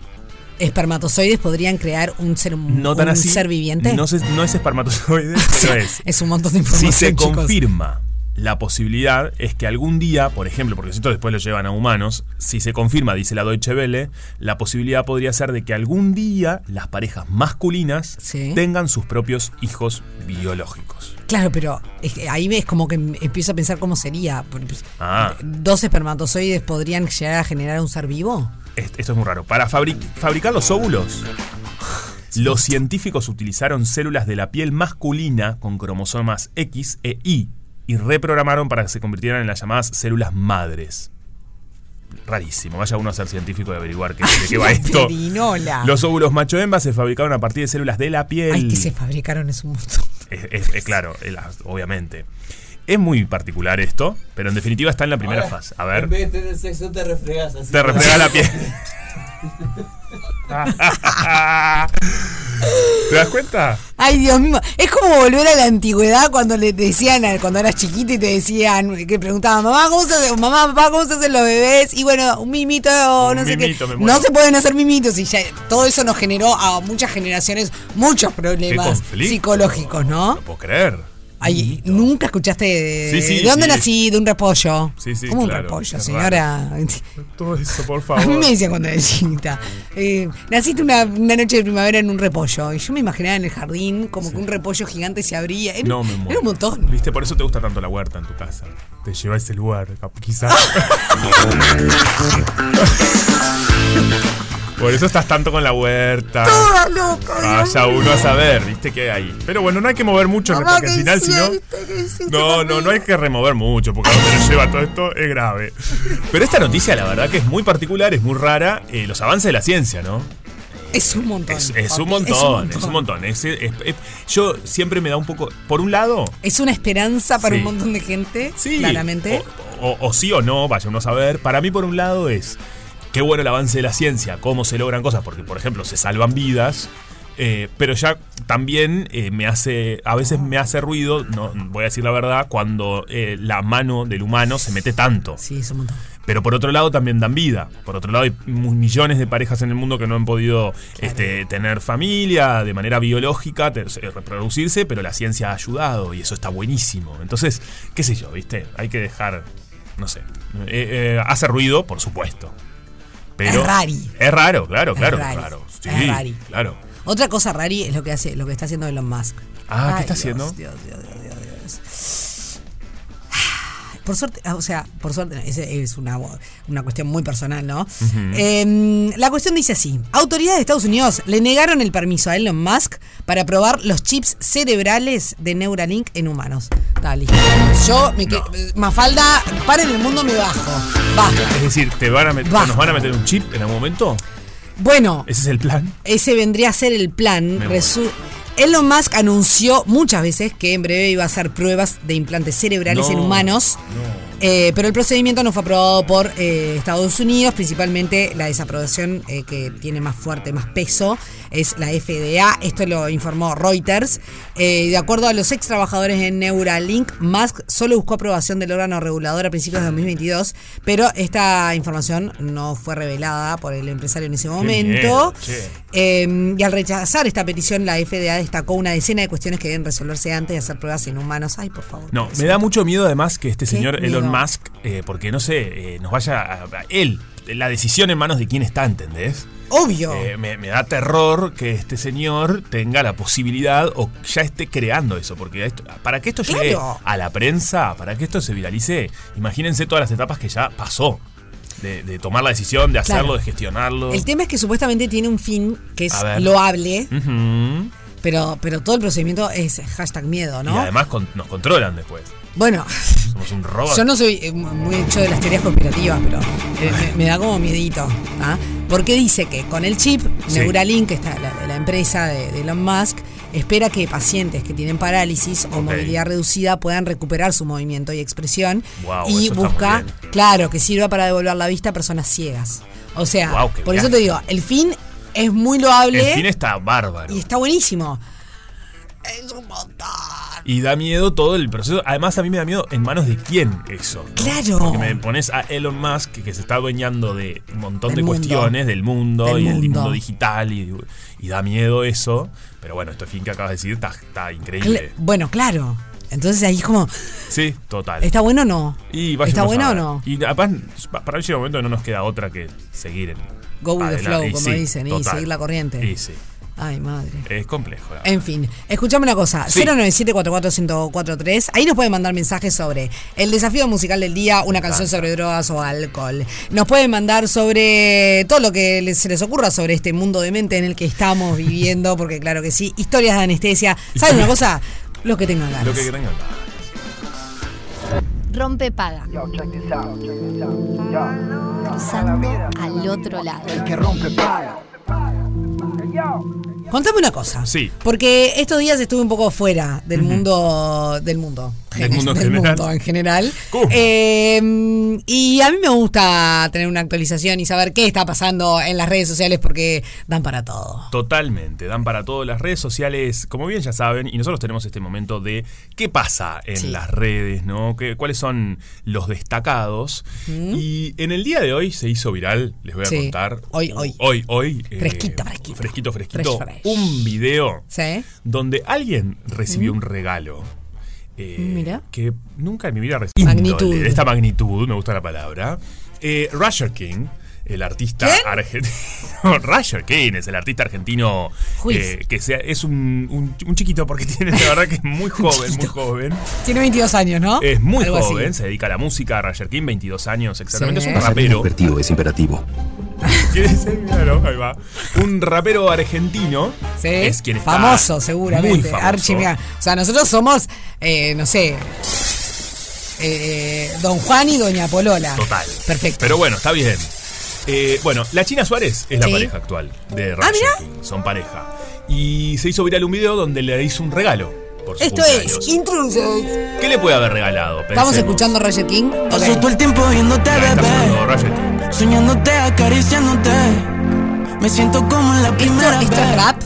Speaker 3: espermatozoides podrían crear un ser,
Speaker 5: no tan
Speaker 3: un
Speaker 5: así.
Speaker 3: ser viviente?
Speaker 5: No, se- no es
Speaker 3: (laughs)
Speaker 5: espermatozoide, pero es.
Speaker 3: es un montón de información.
Speaker 5: si se
Speaker 3: chicos.
Speaker 5: confirma la posibilidad es que algún día, por ejemplo, porque si esto después lo llevan a humanos, si se confirma, dice la Deutsche Welle, la posibilidad podría ser de que algún día las parejas masculinas
Speaker 3: Sí.
Speaker 5: tengan sus propios hijos biológicos.
Speaker 3: Claro, pero es que ahí ves como que em- empiezo a pensar cómo sería. porque, pues,
Speaker 5: Ah.
Speaker 3: ¿Dos espermatozoides podrían llegar a generar un ser vivo?
Speaker 5: Est- Esto es muy raro. Para fabric- fabricar los óvulos, los científicos utilizaron células de la piel masculina con cromosomas X e Y y reprogramaron para que se convirtieran en las llamadas células madres. Rarísimo. Vaya uno a ser científico y averiguar qué, de qué va esto.
Speaker 3: Perinola.
Speaker 5: Los óvulos macho-hembra se fabricaron a partir de células de la piel.
Speaker 3: Ay, que se fabricaron es un montón.
Speaker 5: Es- es- es claro, es la- obviamente. Es muy particular esto, pero en definitiva está en la primera fase. A ver. (laughs)
Speaker 8: En
Speaker 3: (laughs)
Speaker 8: vez de tener sexo, te refregas así.
Speaker 5: Te refrega la
Speaker 8: (laughs)
Speaker 5: piel. Ah. ¿Te das cuenta?
Speaker 3: Ay, Dios mío. Es como volver a la antigüedad cuando le decían, a- cuando eras chiquita y te decían, que preguntaban, mamá, ¿cómo se hace? o, Mamá, papá, ¿cómo se hacen los bebés? Y bueno, un mimito o
Speaker 5: Un
Speaker 3: no sé
Speaker 5: mimito,
Speaker 3: qué.
Speaker 5: me muero.
Speaker 3: No se pueden hacer mimitos. Y ya todo eso nos generó a muchas generaciones muchos problemas
Speaker 5: conflicto.
Speaker 3: psicológicos, ¿no?
Speaker 5: No puedo creer.
Speaker 3: Ay, nunca escuchaste de,
Speaker 5: Sí, sí,
Speaker 3: ¿de dónde
Speaker 5: sí.
Speaker 3: nací, de un repollo.
Speaker 5: Sí, sí,
Speaker 3: ¿Cómo un
Speaker 5: claro,
Speaker 3: repollo,
Speaker 5: es
Speaker 3: señora? (laughs)
Speaker 5: Todo eso, por
Speaker 3: A mí
Speaker 5: favor.
Speaker 3: me decían cuando era chiquita, eh, naciste una, una noche de primavera en un repollo. Y yo me imaginaba en el jardín como que un repollo gigante se abría. Era,
Speaker 5: No me muero.
Speaker 3: era un montón.
Speaker 5: Viste, por eso te gusta tanto la huerta en tu casa. Te lleva a ese lugar, cap-
Speaker 3: (laughs)
Speaker 5: quizás. por eso estás tanto con la huerta.
Speaker 3: Toda loca.
Speaker 5: Vaya uno a saber, viste que hay. Pero bueno, no hay que mover mucho,
Speaker 3: Mamá,
Speaker 5: porque al
Speaker 3: ¿qué
Speaker 5: final, si no.
Speaker 3: hiciste? ¿Qué hiciste
Speaker 5: No,
Speaker 3: conmigo?
Speaker 5: no, no hay que remover mucho, porque a donde nos lleva todo esto es grave. Pero esta noticia, la verdad, que es muy particular, es muy rara. eh, los avances de la ciencia, ¿no?
Speaker 3: Es un montón.
Speaker 5: Es,
Speaker 3: papi,
Speaker 5: es un montón, es un montón. Es- es- es- yo siempre me da un poco. Por un lado.
Speaker 3: Es una esperanza para
Speaker 5: Sí.
Speaker 3: un montón de gente,
Speaker 5: Sí. Oh,
Speaker 3: claramente.
Speaker 5: O, o- o sí o no, vaya uno a saber. Para mí, por un lado, es qué bueno el avance de la ciencia, cómo se logran cosas, porque, por ejemplo, se salvan vidas. eh, pero ya también eh, me hace, a veces me hace ruido, no, voy a decir la verdad, cuando eh, la mano del humano se mete tanto.
Speaker 3: Sí, es un montón.
Speaker 5: Pero por otro lado también dan vida. Por otro lado hay mu- millones de parejas en el mundo que no han podido este, tener familia de manera biológica, te- se- reproducirse, pero la ciencia ha ayudado y eso está buenísimo. Entonces, qué sé yo, ¿viste? Hay que dejar, no sé, Eh, eh, hace ruido, por supuesto. Pero
Speaker 3: Es rari.
Speaker 5: Es raro, claro,
Speaker 3: Es
Speaker 5: claro,
Speaker 3: rari.
Speaker 5: claro. Sí,
Speaker 3: Es rari.
Speaker 5: claro.
Speaker 3: Otra cosa rari es lo que hace, lo que está haciendo Elon Musk.
Speaker 5: Ah, ¿qué
Speaker 3: Ay,
Speaker 5: está
Speaker 3: Dios,
Speaker 5: haciendo?
Speaker 3: Dios, Dios, Dios, Dios, Dios. Por suerte, ah, o sea, por suerte, es, es una, una cuestión muy personal, ¿no?
Speaker 2: Ujú.
Speaker 3: Eh, la cuestión dice así: autoridades de Estados Unidos le negaron el permiso a Elon Musk para probar los chips cerebrales de Neuralink en humanos. Está listo. Yo, me que- Mafalda, paren el mundo, me bajo. Basta.
Speaker 5: Es decir, ¿te van a met-
Speaker 3: Basta.
Speaker 5: ¿nos van a meter un chip en algún momento?
Speaker 3: Bueno,
Speaker 5: ¿Ese es el plan?
Speaker 3: Ese vendría a ser el plan.
Speaker 5: Me muero.
Speaker 3: Resu- Elon Musk anunció muchas veces que en breve iba a hacer pruebas de implantes cerebrales
Speaker 5: No,
Speaker 3: en humanos. Eh, pero el procedimiento no fue aprobado por eh, Estados Unidos, principalmente la desaprobación eh, que tiene más fuerte, más peso, es la FDA. Esto lo informó Reuters. Eh, de acuerdo a los ex trabajadores de Neuralink, Musk solo buscó aprobación del órgano regulador a principios de 2022, pero esta información no fue revelada por el empresario en ese momento.
Speaker 2: miedo, che.
Speaker 3: Eh, y al rechazar esta petición, la FDA destacó una decena de cuestiones que deben resolverse antes de hacer pruebas en humanos. Ay, por favor.
Speaker 5: No, me da mucho miedo además que este señor Elon
Speaker 3: miedo.
Speaker 5: Musk, eh, porque no sé, eh, nos vaya a, a- él, la decisión en manos de quién está, ¿entendés?
Speaker 3: Obvio.
Speaker 5: Eh, me, me da terror que este señor tenga la posibilidad o ya esté creando eso, porque esto- para que esto llegue
Speaker 3: Claro.
Speaker 5: a la prensa, para que esto se viralice, imagínense todas las etapas que ya pasó. De, de tomar la decisión, de hacerlo,
Speaker 3: Claro.
Speaker 5: de gestionarlo.
Speaker 3: El tema es que supuestamente tiene un fin que es
Speaker 5: A ver.
Speaker 3: loable,
Speaker 5: Ujú.
Speaker 3: pero, pero todo el procedimiento es hashtag miedo,
Speaker 5: Y
Speaker 3: ¿no?
Speaker 5: además con- nos controlan después.
Speaker 3: Bueno,
Speaker 5: Somos un robot.
Speaker 3: yo no soy eh, muy hecho de las teorías conspirativas, pero eh, me, me da como miedito. ¿ah? Porque dice que con el chip,
Speaker 5: Sí.
Speaker 3: Neuralink, que está la, la empresa de, de Elon Musk, espera que pacientes que tienen parálisis o
Speaker 5: Ok.
Speaker 3: movilidad reducida puedan recuperar su movimiento y expresión.
Speaker 5: Guau,
Speaker 3: y
Speaker 5: Ah, eso está muy
Speaker 3: busca,
Speaker 5: bien.
Speaker 3: claro, que sirva para devolver la vista a personas ciegas. O sea,
Speaker 5: Guau, qué
Speaker 3: por eso
Speaker 5: viaje.
Speaker 3: te digo, el fin es muy loable.
Speaker 5: El fin está bárbaro.
Speaker 3: Y está buenísimo.
Speaker 5: Y da miedo todo el proceso. Además, a mí me da miedo en manos de quién eso. ¿no?
Speaker 3: Claro.
Speaker 5: Porque me pones a Elon Musk, que se está adueñando de un montón
Speaker 3: Del
Speaker 5: de
Speaker 3: mundo.
Speaker 5: cuestiones del mundo
Speaker 3: Del
Speaker 5: y del
Speaker 3: mundo.
Speaker 5: mundo digital. Y, y da miedo eso. Pero bueno, este fin que acabas de decir está, está
Speaker 3: Cla-
Speaker 5: increíble.
Speaker 3: bueno, claro. Entonces ahí es como,
Speaker 5: Sí, total.
Speaker 3: ¿está bueno o no?
Speaker 5: Y vaya
Speaker 3: ¿Está
Speaker 5: uno a
Speaker 3: bueno
Speaker 5: saber.
Speaker 3: o no?
Speaker 5: Y además, pa- para mí llega un momento que no nos queda otra que seguir en.
Speaker 3: Go with the
Speaker 5: adelante.
Speaker 3: flow,
Speaker 5: Y
Speaker 3: como dicen, y seguir la corriente.
Speaker 5: Y sí.
Speaker 3: Ay, madre.
Speaker 5: Es complejo. la
Speaker 3: En fin, escuchame una cosa,
Speaker 5: Sí.
Speaker 3: 097-44143, ahí nos pueden mandar mensajes sobre el desafío musical del día, una canción sobre drogas o alcohol. Nos pueden mandar sobre todo lo que les- se les ocurra sobre este mundo de mente en el que estamos viviendo, porque claro que sí, historias de anestesia. ¿Saben una cosa? Lo que tengan ganas.
Speaker 5: Lo que tengan ganas.
Speaker 1: Rompe paga. Cruzando al otro lado. El que rompe paga.
Speaker 3: Contame una cosa.
Speaker 5: Sí.
Speaker 3: Porque estos días estuve un poco fuera del
Speaker 5: Ujú.
Speaker 3: mundo. Del mundo.
Speaker 5: Del mundo en
Speaker 3: (laughs) Del
Speaker 5: general.
Speaker 3: mundo en general. Eh, y a mí me gusta tener una actualización y saber qué está pasando en las redes sociales porque dan para todo.
Speaker 5: Totalmente, dan para todo las redes sociales, como bien ya saben, y nosotros tenemos este momento de qué pasa en
Speaker 4: Sí.
Speaker 5: las redes, ¿no? ¿Qué- ¿Cuáles son los destacados? Y en el día de hoy se hizo viral, les voy a
Speaker 3: Mm. Sí.
Speaker 5: contar.
Speaker 3: Hoy, hoy.
Speaker 5: Hoy, hoy. eh,
Speaker 3: Fresquito, fresquito.
Speaker 5: Fresquito, fresquito.
Speaker 3: Fresh, fresh.
Speaker 5: Un video
Speaker 3: ¿Sí?
Speaker 5: donde alguien recibió
Speaker 3: Mm.
Speaker 5: un regalo. eh,
Speaker 3: Mira.
Speaker 5: Que nunca en mi vida recibí.
Speaker 3: Magnitud.
Speaker 5: Índole, De esta magnitud, me gusta la palabra. Eh, Rusher King, el artista argentino. (laughs) Rusher King es el artista argentino.
Speaker 3: Juiz.
Speaker 5: eh, que sea, es un, un- un chiquito porque (laughs) tiene, la verdad, que es muy joven, muy joven.
Speaker 3: Tiene 22 años, ¿no?
Speaker 5: Es muy
Speaker 3: Algo así.
Speaker 5: joven, se dedica a la música. Rusher King, 22 años exactamente.
Speaker 3: Sí.
Speaker 5: Es un rapero.
Speaker 6: es imperativo.
Speaker 5: ¿Quieres ser? Claro, ahí va. Un rapero argentino
Speaker 3: Sí.
Speaker 5: es quien está
Speaker 3: Famoso, seguramente.
Speaker 5: muy famoso.
Speaker 3: Archi, mirá. O sea, nosotros somos, eh, no sé, eh, eh, Don Juan y Doña Polola.
Speaker 5: Total.
Speaker 3: Perfecto.
Speaker 5: Pero bueno, está bien. Eh, bueno, la China Suárez es la
Speaker 3: Sí. Ah,
Speaker 5: pareja actual de Ryan King. Son pareja. Y se hizo viral un video donde le hizo un regalo. Por su
Speaker 3: Esto
Speaker 5: cumpleaños.
Speaker 3: es Intrusos.
Speaker 5: ¿Qué le puede haber regalado?
Speaker 3: Estamos
Speaker 5: Pensemos.
Speaker 3: escuchando a Roger King.
Speaker 10: Paso todo el tiempo viéndote,
Speaker 5: Ahí está
Speaker 10: bebé.
Speaker 5: sonando Ryan King.
Speaker 10: Soñándote, acariciándote. Me siento como en la primera
Speaker 3: esto es
Speaker 10: vez.
Speaker 3: rap?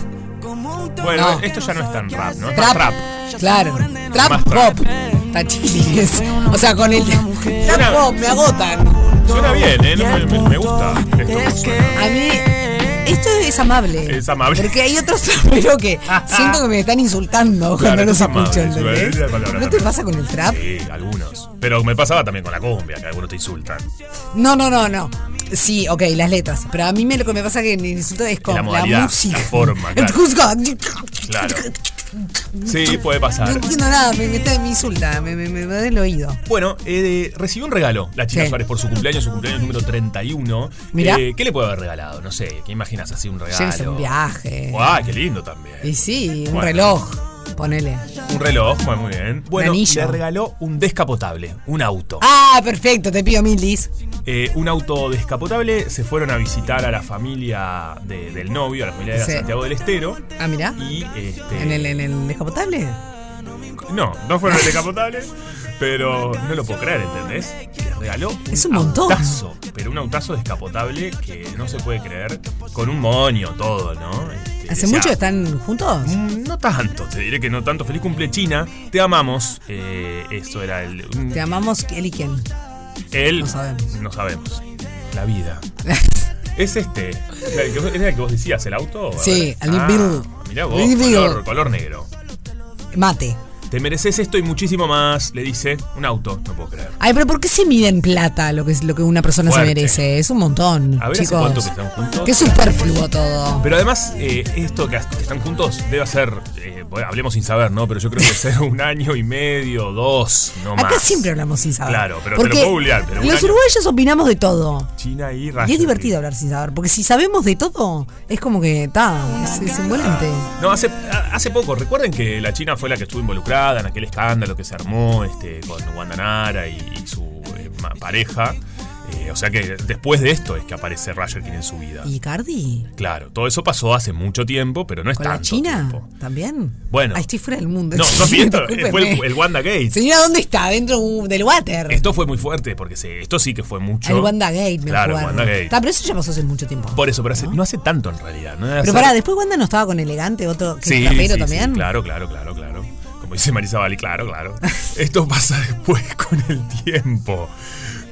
Speaker 5: Bueno,
Speaker 3: No.
Speaker 5: esto ya no es tan rap, ¿no? Es
Speaker 3: Trap.
Speaker 5: más trap.
Speaker 3: Claro. Trap
Speaker 5: Más
Speaker 3: pop. Está chiquilines. O sea, con el trap pop me agotan.
Speaker 5: Suena bien, ¿eh? No, me, me- me gusta. Esto
Speaker 3: A mí esto es amable.
Speaker 5: es amable.
Speaker 3: Porque hay otros (laughs) traperos que siento que me están
Speaker 5: (laughs)
Speaker 3: insultando cuando
Speaker 5: Claro,
Speaker 3: los
Speaker 5: es amable,
Speaker 3: escucho,
Speaker 5: es una- es una
Speaker 3: ¿entendés?
Speaker 5: palabra
Speaker 3: ¿No te
Speaker 5: también.
Speaker 3: pasa con el trap?
Speaker 5: Sí, algunos. Pero me pasaba también con la cumbia, que algunos te insultan.
Speaker 3: No, no, no, no. Sí, ok, las letras. Pero a mí me, lo que me pasa que el insulto es con
Speaker 5: la
Speaker 3: (laughs) la,
Speaker 5: modalidad, la
Speaker 3: música.
Speaker 5: forma, claro.
Speaker 3: Entonces,
Speaker 5: Claro. Sí, puede
Speaker 3: No
Speaker 5: pasar.
Speaker 3: entiendo nada, me, me, está- me insulta, me, me, me da el oído.
Speaker 5: Bueno, eh, recibió un regalo la China
Speaker 3: Sí.
Speaker 5: Suárez por su cumpleaños, su cumpleaños número 31.
Speaker 3: Mirá.
Speaker 5: Eh, ¿Qué le puede haber regalado? No sé, ¿qué imaginas así un regalo?
Speaker 3: Llévese un viaje.
Speaker 5: ¡Guau, qué lindo también!
Speaker 3: Y sí, un
Speaker 5: Bueno.
Speaker 3: reloj, ponele.
Speaker 5: Un reloj, bueno, muy bien. Bueno,
Speaker 3: anillo.
Speaker 5: le regaló un descapotable, un auto.
Speaker 3: Ah, perfecto, te pido mil dis.
Speaker 5: Eh, un auto descapotable, se fueron a visitar a la familia de- del novio, a la familia de
Speaker 3: Sí.
Speaker 5: Santiago del Estero.
Speaker 3: Ah, mirá.
Speaker 5: Y este,
Speaker 3: ¿En el, en el descapotable?
Speaker 5: No, no fueron el descapotable, pero no lo puedo creer, ¿entendés? Les regaló
Speaker 3: Es un montón.
Speaker 5: autazo, pero un autazo descapotable que no se puede creer, con un moño todo, ¿no? Este,
Speaker 3: ¿Hace
Speaker 5: o sea,
Speaker 3: mucho que están juntos?
Speaker 5: Mm, No tanto, te diré que no tanto. Feliz cumple China, te amamos. Eh, eso era el... un-
Speaker 3: Te amamos, él y quién.
Speaker 5: él, no sabemos. La
Speaker 3: (laughs)
Speaker 5: vida. es este. ¿Era el, que, era el que vos decías, el auto?
Speaker 3: Sí,
Speaker 5: al
Speaker 3: al Bill.
Speaker 5: Mirá vos,
Speaker 3: Bill.
Speaker 5: color, color negro.
Speaker 3: Mate.
Speaker 5: Te mereces esto y muchísimo más, le dice. Un auto, no puedo creer.
Speaker 3: Ay, pero ¿por qué se mide en plata lo que, lo que una persona
Speaker 5: Fuerte.
Speaker 3: se merece? Es un montón,
Speaker 5: A ver hace
Speaker 3: chicos.
Speaker 5: cuánto que están juntos.
Speaker 3: Qué superfluo todo.
Speaker 5: Pero además, eh, esto que hasta- que están juntos debe ser, eh, bueno, hablemos sin saber, ¿no? Pero yo creo que ser un año y medio, dos, no más.
Speaker 3: Acá siempre hablamos sin saber.
Speaker 5: Claro, pero te
Speaker 3: Porque
Speaker 5: lo puedo googlear, pero un
Speaker 3: los
Speaker 5: año-
Speaker 3: uruguayos opinamos de todo.
Speaker 5: China y
Speaker 3: Y
Speaker 5: rayos.
Speaker 3: es divertido hablar sin saber, porque si sabemos de todo, es como que, ta, es, es envolvente.
Speaker 5: No, hace, a- hace poco, recuerden que la China fue la que estuvo involucrada en aquel escándalo que se armó este, con Guandanara y, y su eh, ma- pareja. Eh, o sea que después de esto es que aparece Roger King en su vida.
Speaker 3: ¿Y Cardi?
Speaker 5: Claro, todo eso pasó hace mucho tiempo, pero no es
Speaker 3: ¿Con la
Speaker 5: tanto.
Speaker 3: China? ¿También?
Speaker 5: Bueno.
Speaker 3: Ahí estoy fuera del mundo. (laughs)
Speaker 5: No, no miento, eh,
Speaker 3: Discúlpenme.
Speaker 5: fue el, el Wanda Gate.
Speaker 3: (laughs) Señora, ¿dónde está? Dentro uh, del water.
Speaker 5: Esto fue muy fuerte, porque se- esto sí que fue mucho.
Speaker 3: El Wanda Gate, me
Speaker 5: Claro,
Speaker 3: acuerdo.
Speaker 5: Wanda Gate.
Speaker 3: Ta, pero eso ya pasó hace mucho tiempo.
Speaker 5: Por eso, pero hace- no hace tanto en realidad. ¿no? Hace-
Speaker 3: Pero pará, después Wanda no estaba con Elegante, otro que
Speaker 5: Sí,
Speaker 3: es rapero
Speaker 5: sí,
Speaker 3: también.
Speaker 5: sí, claro, claro, claro, claro. Como dice Marisa Bali, claro,
Speaker 3: (laughs)
Speaker 5: claro. Esto pasa después con el tiempo.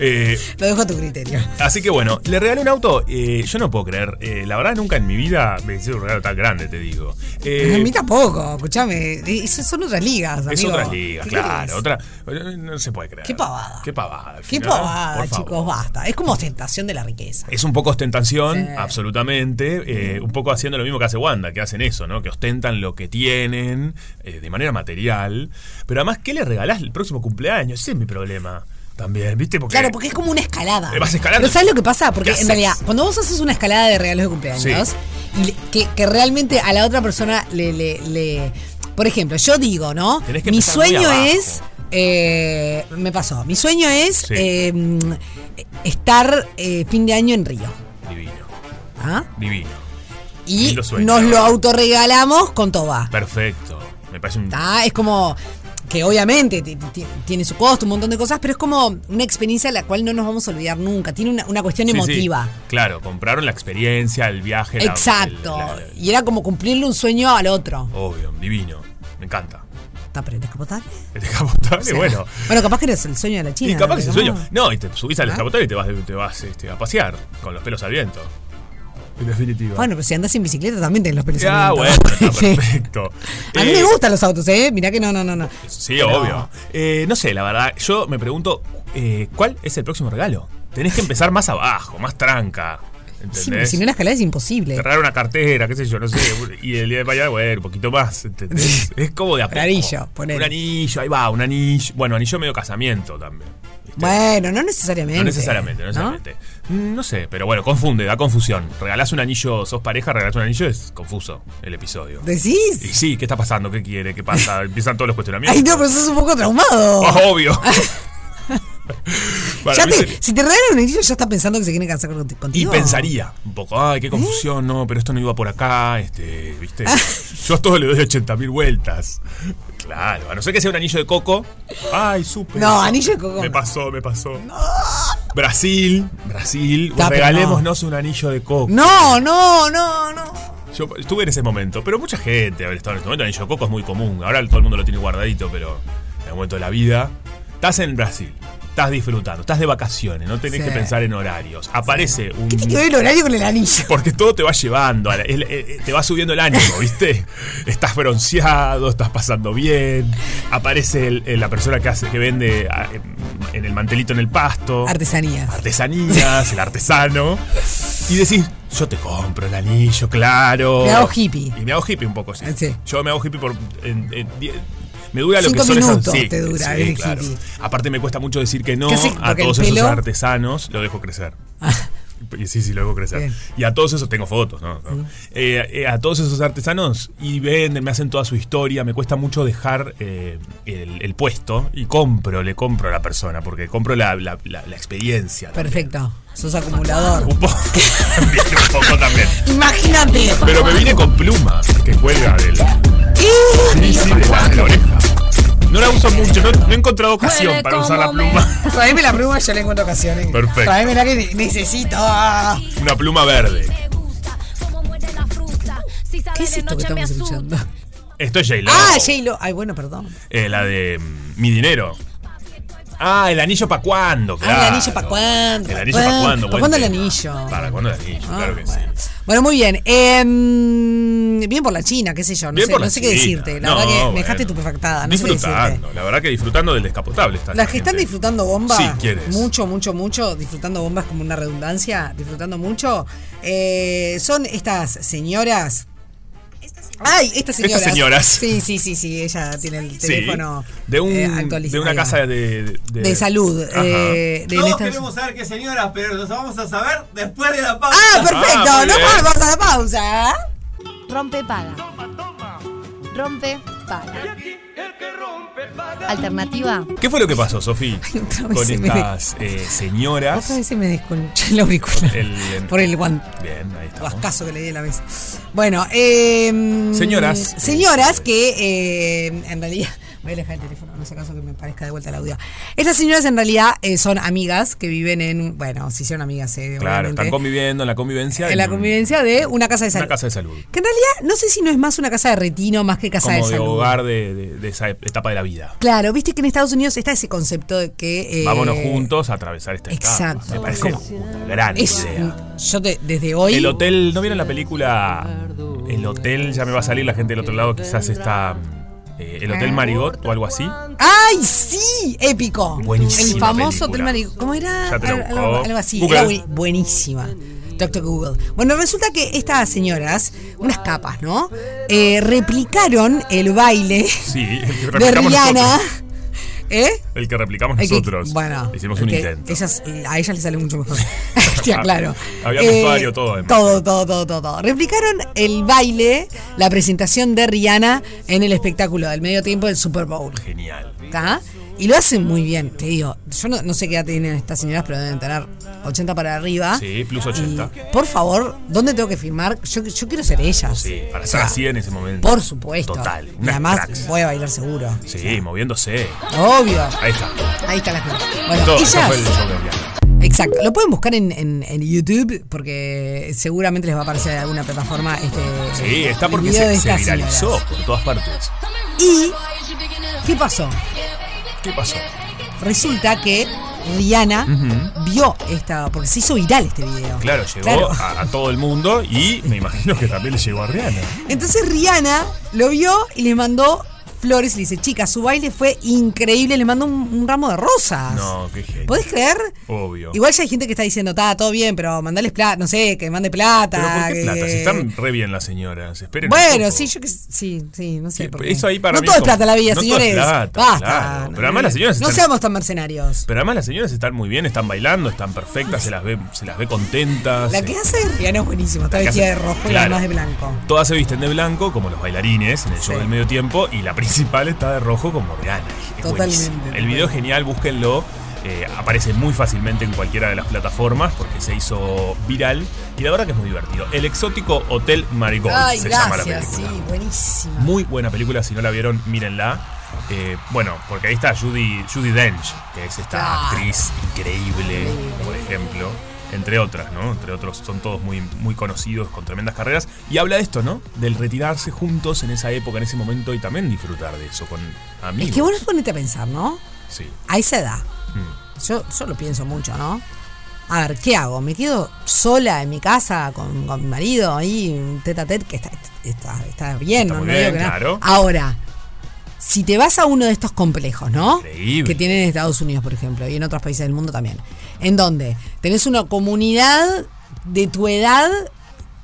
Speaker 5: Eh,
Speaker 3: Lo dejo a tu criterio.
Speaker 5: así que bueno, le regalé un auto. eh, yo no puedo creer. eh, la verdad, nunca en mi vida me hicieron un regalo tan grande, te digo. Eh,
Speaker 3: a mí tampoco, escuchame. Eso son otras ligas, amigo.
Speaker 5: es otras ligas,
Speaker 3: ¿Qué
Speaker 5: claro.
Speaker 3: querés?
Speaker 5: Otra, no se puede creer.
Speaker 3: Qué pavada.
Speaker 5: Qué pavada. al
Speaker 3: Qué
Speaker 5: final, ¿eh?
Speaker 3: pavada,
Speaker 5: por favor.
Speaker 3: chicos, basta. Es como ostentación de la riqueza.
Speaker 5: Es un poco ostentación,
Speaker 3: Sí.
Speaker 5: absolutamente. eh, un poco haciendo lo mismo que hace Wanda, que hacen eso, ¿no? Que ostentan lo que tienen eh, de manera material. Pero además, ¿qué le regalás el próximo cumpleaños? Ese es mi problema también, ¿viste? Porque,
Speaker 3: Claro, porque es como una escalada.
Speaker 5: Eh, vas escalando.
Speaker 3: Pero ¿sabes lo que pasa?
Speaker 5: ¿Qué
Speaker 3: Porque en
Speaker 5: haces?
Speaker 3: realidad, cuando vos haces una escalada de regalos de cumpleaños,
Speaker 5: Sí.
Speaker 3: y le- que, que realmente a la otra persona le, le- le- Por ejemplo, yo digo, ¿no?
Speaker 5: Tenés que
Speaker 3: Mi
Speaker 5: empezar muy
Speaker 3: sueño
Speaker 5: abajo.
Speaker 3: es. eh, me pasó. Mi sueño es
Speaker 5: Sí.
Speaker 3: eh, mm, estar eh, fin de año en Río.
Speaker 5: Divino,
Speaker 3: ¿ah?
Speaker 5: divino.
Speaker 3: Y
Speaker 5: Lindo sueño.
Speaker 3: nos lo autorregalamos con Toba.
Speaker 5: Perfecto. Me parece un.
Speaker 3: ¿tá? Es como que obviamente ti- ti- tiene su costo, un montón de cosas, pero es como una experiencia de la cual no nos vamos a olvidar nunca. Tiene una, una cuestión
Speaker 5: Sí, sí.
Speaker 3: emotiva.
Speaker 5: Claro, compraron la experiencia, el viaje. la-
Speaker 3: Exacto.
Speaker 5: el- la-
Speaker 3: Y era como cumplirle un sueño al otro.
Speaker 5: obvio, divino. Me encanta. (laughs)
Speaker 3: ¿Está pero el descapotable?
Speaker 5: El descapotable,
Speaker 3: O sea,
Speaker 5: bueno.
Speaker 3: Bueno, capaz que eres el sueño de la China.
Speaker 5: y capaz que es
Speaker 3: ¿no? Ah.
Speaker 5: un sueño. No, y te subís al descapotable y te vas, te vas este, a pasear con los pelos al viento. En definitiva.
Speaker 3: Bueno, pero si andás en bicicleta también tenés los pelos al
Speaker 5: Ah, bueno,
Speaker 3: viento. (laughs)
Speaker 5: está perfecto.
Speaker 3: A mí
Speaker 5: Eh,
Speaker 3: me gustan los autos, ¿eh? Mirá que no, no, no. no.
Speaker 5: Sí,
Speaker 3: Pero-
Speaker 5: obvio. Eh, no sé, la verdad, yo me pregunto, eh, ¿cuál es el próximo regalo? Tenés que empezar más abajo, más tranca.
Speaker 3: Sí,
Speaker 5: ¿Entendés?
Speaker 3: si no, la escalada es imposible.
Speaker 5: Cerrar una cartera, qué sé yo, no sé. Y el día de mañana, bueno, un poquito más. ¿entendés? Es como de a poco.
Speaker 3: Un anillo, ponele.
Speaker 5: Un anillo, ahí va, un anillo. Bueno, anillo medio casamiento también.
Speaker 3: Bueno, no necesariamente.
Speaker 5: No necesariamente, no necesariamente. Mm, No sé, pero bueno, confunde, da confusión. Regalás un anillo, sos pareja, regalás un anillo, es confuso el episodio.
Speaker 3: ¿Decís?
Speaker 5: Y sí, ¿qué está pasando? ¿Qué quiere? ¿Qué
Speaker 3: (laughs)
Speaker 5: pasa? Empiezan todos los cuestionamientos.
Speaker 3: Ay, no, pero sos un poco traumado.
Speaker 5: Ah, (laughs)
Speaker 3: (laughs)
Speaker 5: obvio. (laughs) Para
Speaker 3: Ya
Speaker 5: mí
Speaker 3: te-
Speaker 5: sería-
Speaker 3: si te regalan un anillo, ya está pensando que se quieren casar cont-
Speaker 5: Y
Speaker 3: contigo.
Speaker 5: pensaría un poco, ay,
Speaker 3: ¿Eh?
Speaker 5: qué confusión, no, pero esto no iba por acá, este, viste. (laughs) Yo a todo le doy 80 mil vueltas. Claro, a no ser que sea un anillo de coco. Ay, súper.
Speaker 3: No, anillo de coco
Speaker 5: Me
Speaker 3: no.
Speaker 5: pasó, me pasó. Brasil, Brasil,
Speaker 3: Ta, pero
Speaker 5: regalémonos un anillo de coco.
Speaker 3: No, no, no, no.
Speaker 5: Yo estuve en ese momento, pero mucha gente haber estado en este momento. El anillo de coco es muy común. Ahora todo el mundo lo tiene guardadito, pero en el momento de la vida. Estás en Brasil, estás disfrutando, estás de vacaciones, no tenés
Speaker 3: Sí.
Speaker 5: que pensar en horarios. Aparece un. ¿Qué
Speaker 3: tiene que ver el horario con el anillo?
Speaker 5: Porque todo te va llevando, a la- el- el- el- te va subiendo el
Speaker 3: (laughs)
Speaker 5: ánimo, ¿viste? estás bronceado, estás pasando bien. Aparece el- el- la persona que hace, que vende ah, en, en el mantelito en el pasto.
Speaker 3: Artesanías.
Speaker 5: Artesanías, el artesano. Y decís, yo te compro el anillo, claro.
Speaker 3: Me hago hippie.
Speaker 5: Y me hago hippie un poco, sí.
Speaker 3: Sí.
Speaker 5: Yo me hago hippie por. en- en die- me dura lo
Speaker 3: Cinco
Speaker 5: que son esas-
Speaker 3: minutos
Speaker 5: sí,
Speaker 3: te dura
Speaker 5: sí,
Speaker 3: el
Speaker 5: claro.
Speaker 3: hippie.
Speaker 5: Aparte, me cuesta mucho decir que no
Speaker 3: ¿Qué haces?
Speaker 5: a
Speaker 3: Porque el
Speaker 5: todos esos
Speaker 3: pelo- Ah.
Speaker 5: artesanos. Lo dejo crecer. (laughs) Y Sí, sí, lo dejo crecer.
Speaker 3: Bien.
Speaker 5: Y a todos esos, tengo fotos, ¿no? No. Eh, eh, a todos esos artesanos y venden, me hacen toda su historia. Me cuesta mucho dejar eh, el, el puesto y compro, le compro a la persona, porque compro la, la- la- la experiencia.
Speaker 3: (laughs) Perfecto. Sos acumulador.
Speaker 5: Un poco, también, un poco también.
Speaker 3: Imagínate.
Speaker 5: Pero me vine con plumas que cuelga del. Sí, sí, de la, de la oreja. No la uso mucho, no, no he encontrado ocasión para usar la pluma.
Speaker 3: Traeme la pluma, yo la encuentro ocasiones.
Speaker 5: Perfecto.
Speaker 3: Traeme la que ne- necesito. Ah.
Speaker 5: Una pluma verde.
Speaker 3: ¿Qué es esto que estamos escuchando?
Speaker 5: Esto es J-Lo.
Speaker 3: Ah, J-Lo. Ay, bueno, perdón.
Speaker 5: Eh, la de mm, Mi Dinero. Ah, el anillo para cuándo,
Speaker 3: Ah,
Speaker 5: claro.
Speaker 3: ¿El anillo para cuándo?
Speaker 5: El anillo para cuándo,
Speaker 3: ¿Para
Speaker 5: buen
Speaker 3: cuándo el
Speaker 5: tema.
Speaker 3: anillo? Ah,
Speaker 5: Para cuándo el anillo, claro que sí.
Speaker 3: Bueno, muy bien. Eh, bien por la China, qué sé yo. No
Speaker 5: Bien
Speaker 3: sé,
Speaker 5: por la
Speaker 3: no sé qué
Speaker 5: China.
Speaker 3: decirte. La
Speaker 5: No,
Speaker 3: verdad que me
Speaker 5: bueno.
Speaker 3: dejaste estupefactada. No sé qué decirte.
Speaker 5: disfrutando, la verdad que disfrutando del descapotable. está
Speaker 3: Las
Speaker 5: esta
Speaker 3: que están
Speaker 5: gente.
Speaker 3: disfrutando bombas,
Speaker 5: Sí, ¿quiénes?
Speaker 3: mucho, mucho, mucho, disfrutando bombas como una redundancia, disfrutando mucho, eh, son estas señoras. Ay, estas señoras.
Speaker 5: Estas señoras.
Speaker 3: Sí, sí, sí, sí, ella tiene el
Speaker 5: Sí,
Speaker 3: teléfono
Speaker 5: de, un,
Speaker 3: eh, actualiz-
Speaker 5: de una
Speaker 3: ahí va.
Speaker 5: casa de, de,
Speaker 3: De salud,
Speaker 5: Ajá.
Speaker 3: eh, de- en
Speaker 8: Todos
Speaker 3: esta-
Speaker 8: queremos saber qué señoras, pero los vamos a saber después de la pausa.
Speaker 3: Ah, perfecto,
Speaker 8: Ah, muy
Speaker 3: no
Speaker 8: bien.
Speaker 3: vamos a la pausa.
Speaker 1: ¿eh? Rompe paga. Rompe paga. Alternativa.
Speaker 5: ¿Qué fue lo que pasó,
Speaker 3: (laughs)
Speaker 5: Sofía?
Speaker 3: vez
Speaker 5: Con
Speaker 3: se me-
Speaker 5: estas eh, señoras.
Speaker 3: Otra vez se me desconchó el auricular
Speaker 5: El-
Speaker 3: por el guante.
Speaker 5: Bien, ahí estamos.
Speaker 3: Vascazo que le di a la mesa. Bueno, eh,
Speaker 5: Señoras.
Speaker 3: Señoras que eh, en realidad. (laughs) Voy a alejar el teléfono, no sé acaso que me parezca de vuelta el audio. Estas señoras en realidad eh, son amigas que viven en. Bueno, si hicieron amigas, eh,
Speaker 5: Claro,
Speaker 3: obviamente,
Speaker 5: están conviviendo en la convivencia.
Speaker 3: En la convivencia de una casa de
Speaker 5: Una
Speaker 3: salud.
Speaker 5: casa de salud.
Speaker 3: Que en realidad no sé si no es más una casa de retino más que casa
Speaker 5: como
Speaker 3: de
Speaker 5: de,
Speaker 3: salud.
Speaker 5: hogar de, de- de esa e-, etapa de la vida.
Speaker 3: Claro, viste que en Estados Unidos está ese concepto de que. eh,
Speaker 5: Vámonos juntos a atravesar esta etapa.
Speaker 3: Exacto.
Speaker 5: Me parece una gran
Speaker 3: Es-
Speaker 5: idea.
Speaker 3: Yo te- desde hoy.
Speaker 5: El hotel, ¿no vieron la película? El hotel, ya me va a salir la gente del otro lado, quizás está. eh, el Hotel Marigot o algo así.
Speaker 3: ¡Ay, sí! Épico.
Speaker 5: Buenísima
Speaker 3: El
Speaker 5: película.
Speaker 3: famoso Hotel Marigot. ¿Cómo era?
Speaker 5: Ya te la
Speaker 3: Al-
Speaker 5: busco.
Speaker 3: algo, algo así.
Speaker 5: Google.
Speaker 3: Era bu- buenísima. Doctor Google. Bueno, resulta que estas señoras, unas capas, ¿no? Eh, replicaron el baile
Speaker 5: Sí, el que
Speaker 3: de
Speaker 5: replicamos
Speaker 3: Rihanna.
Speaker 5: nosotros.
Speaker 3: ¿Eh?
Speaker 5: El que replicamos
Speaker 3: El que-
Speaker 5: nosotros.
Speaker 3: bueno,
Speaker 5: Hicimos
Speaker 3: el
Speaker 5: un
Speaker 3: que
Speaker 5: intento.
Speaker 3: ellas- a ellas les sale mucho mejor. (laughs) Te aclaro.
Speaker 5: (laughs)
Speaker 3: Eh,
Speaker 5: Había vestuario, todo, además.
Speaker 3: Todo, todo, todo, todo, todo. Replicaron el baile, la presentación de Rihanna en el espectáculo del medio tiempo del Super Bowl.
Speaker 5: Genial.
Speaker 3: acá, Y lo hacen muy bien, te digo. Yo no, no sé qué edad tienen estas señoras, pero deben tener 80 para arriba.
Speaker 5: Sí, plus 80.
Speaker 3: Por favor, ¿dónde tengo que firmar? Yo, yo quiero ser ellas.
Speaker 5: Sí, para estar
Speaker 3: O sea,
Speaker 5: así en ese momento.
Speaker 3: Por supuesto.
Speaker 5: Total.
Speaker 3: Y
Speaker 5: unas
Speaker 3: además
Speaker 5: cracks.
Speaker 3: voy a bailar seguro.
Speaker 5: Sí, moviéndose.
Speaker 3: Obvio.
Speaker 5: Ahí está.
Speaker 3: Ahí está la cosa. Bueno,
Speaker 5: Todo,
Speaker 3: ellas.
Speaker 5: eso fue el show de Rihanna.
Speaker 3: Exacto. Lo pueden buscar en, en- en YouTube porque seguramente les va a aparecer en alguna plataforma este.
Speaker 5: Sí, está
Speaker 3: el
Speaker 5: porque
Speaker 3: video de
Speaker 5: se, se
Speaker 3: estas
Speaker 5: viralizó
Speaker 3: señoras.
Speaker 5: por todas partes.
Speaker 3: ¿Y qué pasó?
Speaker 5: ¿Qué pasó?
Speaker 3: Resulta que Rihanna
Speaker 5: Ujú.
Speaker 3: vio esta. porque se hizo viral este video.
Speaker 5: Claro, llegó
Speaker 3: Claro.
Speaker 5: A, a todo el mundo y me imagino que también le llegó a Rihanna.
Speaker 3: Entonces Rihanna lo vio y le mandó flores. Le dice, chica, su baile fue increíble. Le mandó un, un ramo de rosas.
Speaker 5: No, qué genio.
Speaker 3: ¿Podés creer?
Speaker 5: Obvio.
Speaker 3: Igual ya hay gente que está diciendo, está todo bien, pero mandales plata, no sé, que mande plata.
Speaker 5: Pero ¿por qué
Speaker 3: que-
Speaker 5: plata? Si están re bien las señoras. Esperen. un
Speaker 3: Bueno,
Speaker 5: poco.
Speaker 3: sí, yo que sí, sí, no sé. por qué.
Speaker 5: pues, Eso ahí para
Speaker 3: no
Speaker 5: mí
Speaker 3: todo es
Speaker 5: como-
Speaker 3: plata en la vida,
Speaker 5: no todo es
Speaker 3: señores.
Speaker 5: plata,
Speaker 3: Basta.
Speaker 5: claro.
Speaker 3: no,
Speaker 5: Pero además las señoras
Speaker 3: No
Speaker 5: están-
Speaker 3: seamos tan mercenarios.
Speaker 5: Pero además las señoras están muy bien, están bailando, están perfectas, se las ve, se las ve contentas.
Speaker 3: La
Speaker 5: eh,
Speaker 3: que hace Rihanna es buenísima, está
Speaker 5: La que
Speaker 3: vestida de
Speaker 5: hace-
Speaker 3: rojo y
Speaker 5: claro.
Speaker 3: además de blanco.
Speaker 5: Todas se visten de blanco, como los bailarines en el show
Speaker 3: Sí.
Speaker 5: del medio tiempo, y la principal está de rojo como Rihanna. Es buenísimo.
Speaker 3: Totalmente.
Speaker 5: El video es genial, búsquenlo. eh, aparece muy fácilmente en cualquiera de las plataformas porque se hizo viral y la verdad que es muy divertido. El exótico Hotel Marigold
Speaker 3: Ay,
Speaker 5: se llama la
Speaker 3: gracias, sí,
Speaker 5: película.
Speaker 3: buenísima.
Speaker 5: Muy buena película, si no la vieron, mírenla. Eh, bueno, porque ahí está Judy, Judy Dench, que es esta
Speaker 3: Claro.
Speaker 5: actriz increíble, por ejemplo, entre otras, ¿no? Entre otros, son todos muy, muy conocidos, con tremendas carreras. Y habla de esto, ¿no? Del retirarse juntos en esa época, en ese momento, y también disfrutar de eso con amigos.
Speaker 3: Es que vos ponete a pensar, ¿no?
Speaker 5: Sí.
Speaker 3: A esa edad,
Speaker 5: Mm.
Speaker 3: yo, yo lo pienso mucho, ¿no? A ver, ¿qué hago? ¿Me quedo sola en mi casa con, con mi marido ahí, tete a tete, que está, está, está bien,
Speaker 5: Está
Speaker 3: ¿no?
Speaker 5: muy
Speaker 3: No digo
Speaker 5: bien,
Speaker 3: que no.
Speaker 5: claro.
Speaker 3: Ahora, si te vas a uno de estos complejos, ¿no?
Speaker 5: Increíble.
Speaker 3: Que tienen en Estados Unidos, por ejemplo, y en otros países del mundo también. En donde tenés una comunidad de tu edad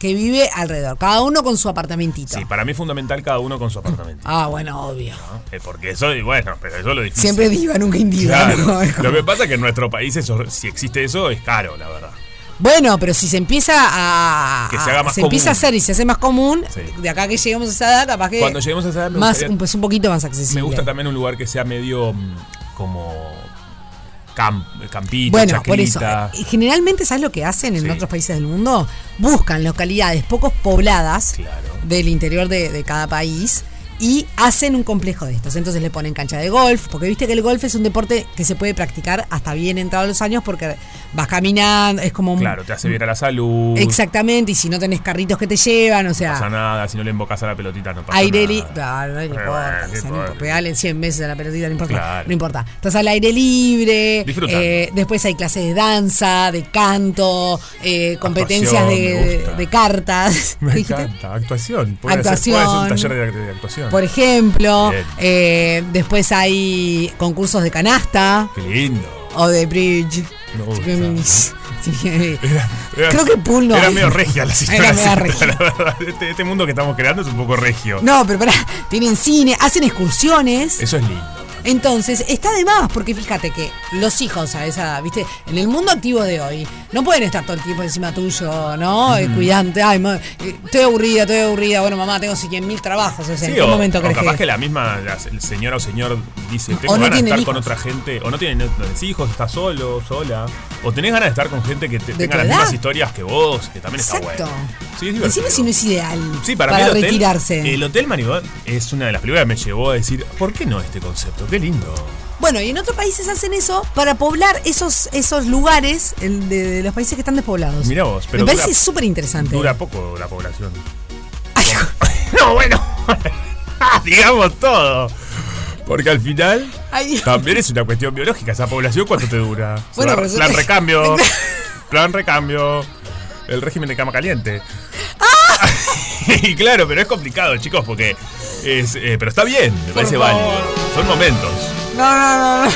Speaker 3: que vive alrededor, cada uno con su apartamentito.
Speaker 5: Sí, para mí es fundamental cada uno con su apartamento.
Speaker 3: Ah, bueno, (laughs) obvio.
Speaker 5: ¿no? Eh, Porque eso, y bueno, pero eso es lo difícil.
Speaker 3: Siempre (laughs) diva, nunca indiva.
Speaker 5: Claro.
Speaker 3: ¿no?
Speaker 5: Lo que pasa es que en nuestro país, eso, si existe eso, es caro, la verdad.
Speaker 3: Bueno, pero si se empieza a.
Speaker 5: Que se haga más
Speaker 3: empieza a
Speaker 5: común.
Speaker 3: hacer y se hace más común,
Speaker 5: Sí.
Speaker 3: de acá que lleguemos a esa edad, capaz que.
Speaker 5: Cuando lleguemos a esa edad, me
Speaker 3: más,
Speaker 5: gustaría-
Speaker 3: un, pues un poquito más accesible.
Speaker 5: Me gusta también un lugar que sea medio mm, como camp, campito,
Speaker 3: Bueno,
Speaker 5: chacrita.
Speaker 3: por eso. eh, Generalmente, ¿sabes lo que hacen en otros países del mundo? Buscan localidades poco pobladas del interior de, de cada país y hacen un complejo de estos. Entonces le ponen cancha de golf, porque viste que el golf es un deporte que se puede practicar hasta bien entrados los años porque vas caminando, es como un.
Speaker 5: Claro, te hace bien a la salud.
Speaker 3: Exactamente, y si no tenés carritos que te llevan, o
Speaker 5: No
Speaker 3: sea.
Speaker 5: pasa nada, si no le embocas a la pelotita no pasa
Speaker 3: aire libre.
Speaker 5: nada.
Speaker 3: Claro, no le
Speaker 5: Eh,
Speaker 3: importa.
Speaker 5: bueno,
Speaker 3: o sea,
Speaker 5: sí,
Speaker 3: no importa.
Speaker 5: bueno.
Speaker 3: Pegale 100 veces a la pelotita, no importa.
Speaker 5: Claro.
Speaker 3: No importa. Estás al aire libre.
Speaker 5: Disfrutando.
Speaker 3: eh, después hay clases de danza, de canto, eh, competencias
Speaker 5: Actuación, me
Speaker 3: de,
Speaker 5: gusta.
Speaker 3: de cartas.
Speaker 5: (laughs) Me
Speaker 3: ¿Qué dijiste?
Speaker 5: encanta, actuación. Puede
Speaker 3: Actuación.
Speaker 5: Ser, puede ser un taller de, de actuación.
Speaker 3: Por ejemplo,
Speaker 5: Bien.
Speaker 3: eh, después hay concursos de canasta
Speaker 5: Qué lindo.
Speaker 3: o de bridge.
Speaker 5: Me gusta. (laughs)
Speaker 3: Creo que pool no
Speaker 5: Era
Speaker 3: hay.
Speaker 5: medio regia la
Speaker 3: (laughs) Era
Speaker 5: situación. (laughs)
Speaker 3: medio regia.
Speaker 5: La verdad, este, este mundo que estamos creando es un poco regio.
Speaker 3: No, pero pará, tienen cine, hacen excursiones.
Speaker 5: Eso es lindo.
Speaker 3: Entonces, está de más, porque fíjate que los hijos a esa edad, ¿viste? En el mundo activo de hoy, no pueden estar todo el tiempo encima tuyo, ¿no? Eh,
Speaker 5: Ujú.
Speaker 3: cuidante, ay, ma- eh, estoy aburrida, estoy aburrida, bueno, mamá, tengo 100 mil trabajos, o sea, ¿en
Speaker 5: Sí,
Speaker 3: qué
Speaker 5: o,
Speaker 3: momento
Speaker 5: o
Speaker 3: crees
Speaker 5: capaz
Speaker 3: que-
Speaker 5: que la misma la se- señora o señor dice, tengo
Speaker 3: no
Speaker 5: ganas de
Speaker 3: tienen
Speaker 5: estar con
Speaker 3: hijos.
Speaker 5: otra gente, o no tienen no tenés hijos, estás solo, sola, o tenés ganas de estar con gente que te-
Speaker 3: De
Speaker 5: tenga
Speaker 3: tu
Speaker 5: las
Speaker 3: edad.
Speaker 5: mismas historias que vos, que también está
Speaker 3: Exacto.
Speaker 5: bueno. Sí, es divertido.
Speaker 3: Encima si no es ideal
Speaker 5: Sí, para, mí el hotel-
Speaker 3: retirarse.
Speaker 5: el Hotel Maribor es una de las películas que me llevó a decir, ¿por qué no este concepto? Qué lindo.
Speaker 3: Bueno, y en otros países hacen eso para poblar esos, esos lugares el de, de los países que están despoblados.
Speaker 5: Mirá vos, pero
Speaker 3: Me
Speaker 5: dura-
Speaker 3: parece eh. súper interesante.
Speaker 5: Dura poco la población. (laughs) no, bueno. Digamos todo. Porque al final
Speaker 3: Ay,
Speaker 5: también es una cuestión biológica. Esa población, ¿cuánto te dura? Se
Speaker 3: (laughs) Bueno,
Speaker 5: va-
Speaker 3: pero eso-
Speaker 5: plan
Speaker 3: (laughs)
Speaker 5: recambio. plan recambio. El régimen de cama caliente.
Speaker 3: ¡Ah!
Speaker 5: (laughs) y claro, pero es complicado, chicos, porque es, eh, pero está bien, me parece válido. Son momentos.
Speaker 3: No, no, no, no.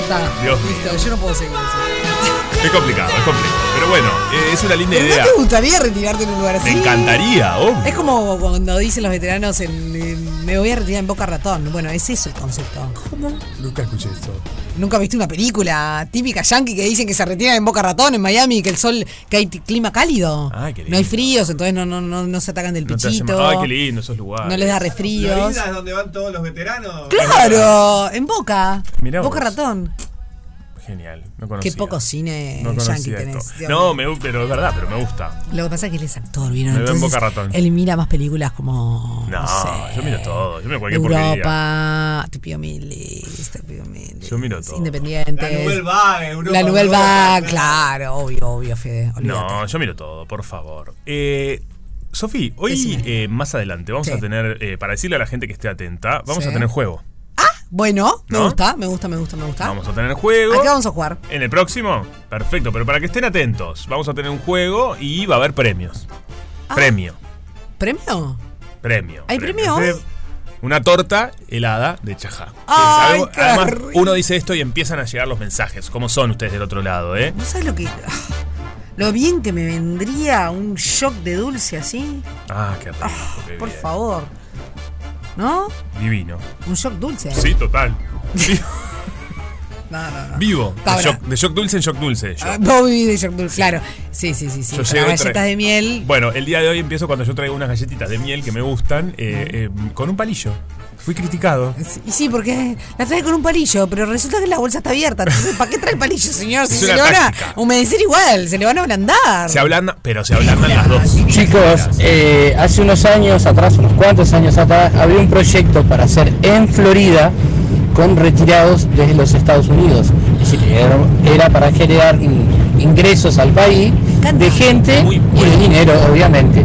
Speaker 3: Está,
Speaker 5: Dios mío.
Speaker 3: listo, yo no puedo seguir. así.
Speaker 5: Es complicado, es complicado. Pero bueno, eh, es una linda
Speaker 3: ¿Pero
Speaker 5: idea.
Speaker 3: ¿No te gustaría retirarte en un lugar así?
Speaker 5: Me encantaría, oh.
Speaker 3: Es como cuando dicen los veteranos, en, en- me voy a retirar en Boca Ratón. Bueno, es eso el concepto. ¿Cómo?
Speaker 5: Nunca escuché eso.
Speaker 3: ¿Nunca viste una película típica yankee que dicen que se retiran en Boca Ratón en Miami, que el sol, que hay t- clima cálido? no hay fríos, entonces no, no, no, no se atacan del
Speaker 5: No te hace
Speaker 3: pichito.
Speaker 5: mal. Ay, qué lindo esos lugares.
Speaker 3: No les da resfríos.
Speaker 8: Florida es donde van todos los veteranos.
Speaker 3: ¡Claro! En Boca.
Speaker 5: Mirá
Speaker 3: Boca
Speaker 5: vos.
Speaker 3: Ratón.
Speaker 5: Genial, no conocía.
Speaker 3: Qué poco cine
Speaker 5: no
Speaker 3: yankee
Speaker 5: conocía esto.
Speaker 3: tenés. Dios
Speaker 5: No, me, gu- pero es verdad, pero me gusta.
Speaker 3: Lo que pasa es que él es actor, ¿vieron?
Speaker 5: Me veo en
Speaker 3: Entonces,
Speaker 5: Boca Ratón.
Speaker 3: Él mira más películas como.
Speaker 5: No, yo miro todo, yo miro cualquier porquería.
Speaker 3: Europa, te pido mil listas, te pido mil
Speaker 5: Yo miro todo.
Speaker 3: independientes.
Speaker 8: La Nouvelle Vague,
Speaker 5: eh,
Speaker 8: Europa,
Speaker 3: La Nouvelle
Speaker 8: Europa,
Speaker 3: Vague,
Speaker 8: claro.
Speaker 3: claro, obvio, obvio, Fede.
Speaker 5: No, yo miro todo, por favor. Eh, Sofi, hoy eh, más adelante vamos
Speaker 3: Sí.
Speaker 5: a tener, eh, para decirle a la gente que esté atenta, vamos
Speaker 3: Sí.
Speaker 5: a tener juego.
Speaker 3: Bueno, me
Speaker 5: ¿No?
Speaker 3: gusta, me gusta, me gusta, me gusta.
Speaker 5: Vamos a tener juego.
Speaker 3: Acá vamos a jugar.
Speaker 5: ¿En el próximo? Perfecto, pero para que estén atentos, vamos a tener un juego y va a haber premios.
Speaker 3: Ah.
Speaker 5: Premio,
Speaker 3: ¿Premio?
Speaker 5: premio.
Speaker 3: ¿Hay premio hoy?
Speaker 5: Eh, Una torta helada de chajá.
Speaker 3: Ay,
Speaker 5: Algo-
Speaker 3: qué
Speaker 5: además,
Speaker 3: rico.
Speaker 5: uno dice esto y empiezan a llegar los mensajes. ¿Cómo son ustedes del otro lado, eh?
Speaker 3: ¿No sabes lo que.? ah, Lo bien que me vendría un shock de dulce así.
Speaker 5: Ah, qué rico. qué
Speaker 3: Por
Speaker 5: bien.
Speaker 3: favor. ¿No?
Speaker 5: Divino.
Speaker 3: Un shock dulce. ¿eh?
Speaker 5: Sí, total.
Speaker 3: (laughs) No, no, no.
Speaker 5: Vivo.
Speaker 3: Está
Speaker 5: De
Speaker 3: bravo.
Speaker 5: shock, de shock dulce en shock dulce. yo.
Speaker 3: Ah, vos vivís de shock dulce, claro. Sí, sí, sí, sí.
Speaker 5: Yo
Speaker 3: Pero
Speaker 5: llego y
Speaker 3: galletas
Speaker 5: tra-
Speaker 3: de miel.
Speaker 5: Bueno, el día de hoy empiezo cuando yo traigo unas galletitas de miel que me gustan eh, eh, con un palillo. Fui criticado.
Speaker 3: Y Ah. sí, porque la trae con un palillo, pero resulta que la bolsa está abierta. Entonces, ¿para qué trae el palillo, señor? Si
Speaker 5: Es
Speaker 3: se
Speaker 5: una
Speaker 3: le van a
Speaker 5: táctica.
Speaker 3: humedecer igual, se le van a ablandar.
Speaker 5: Se ablandan, pero se ablandan las dos.
Speaker 11: Chicos, eh, hace unos años atrás, unos cuantos años atrás, había un proyecto para hacer en Florida con retirados desde los Estados Unidos. Es decir, era, era para generar in- ingresos al país de gente y de dinero, obviamente.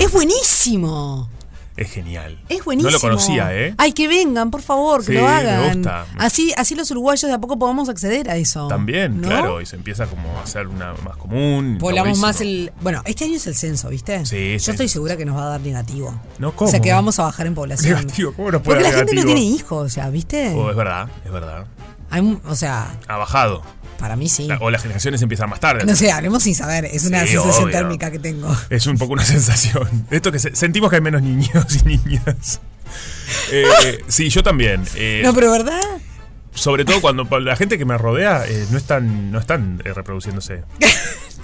Speaker 3: Es buenísimo.
Speaker 5: Es genial.
Speaker 3: Es buenísimo.
Speaker 5: No lo conocía, ¿eh?
Speaker 3: Ay, que vengan, por favor, que
Speaker 5: Sí,
Speaker 3: lo
Speaker 5: me
Speaker 3: hagan.
Speaker 5: gusta.
Speaker 3: Así, así los uruguayos de a poco podamos acceder a eso.
Speaker 5: También,
Speaker 3: ¿no?
Speaker 5: claro, y se empieza como a hacer una más común.
Speaker 3: Volamos
Speaker 5: está
Speaker 3: más
Speaker 5: buenísimo.
Speaker 3: el. Bueno, este año es el censo, ¿viste?
Speaker 5: Sí,
Speaker 3: Yo
Speaker 5: sí.
Speaker 3: estoy segura que nos va a dar negativo.
Speaker 5: No,
Speaker 3: O sea
Speaker 5: ¿cómo?
Speaker 3: que vamos a bajar en población.
Speaker 5: Negativo, ¿cómo nos puede
Speaker 3: Porque la
Speaker 5: dar
Speaker 3: gente no
Speaker 5: negativo?
Speaker 3: tiene hijos, ya, ¿viste?
Speaker 5: Oh, es verdad, es verdad.
Speaker 3: Hay un- o sea,
Speaker 5: Ha bajado.
Speaker 3: Para mí sí.
Speaker 5: o las generaciones empiezan más tarde.
Speaker 3: no sé, hablemos sin saber. Es una
Speaker 5: Sí,
Speaker 3: sensación
Speaker 5: obvio.
Speaker 3: térmica que tengo.
Speaker 5: Es un poco una (laughs) sensación. Esto que se- sentimos que hay menos niños y niñas. Eh, sí, yo también. Eh,
Speaker 3: No, pero ¿verdad?
Speaker 5: Sobre todo cuando pa- la gente que me rodea eh, no están, no están eh,
Speaker 3: (laughs)
Speaker 5: reproduciéndose.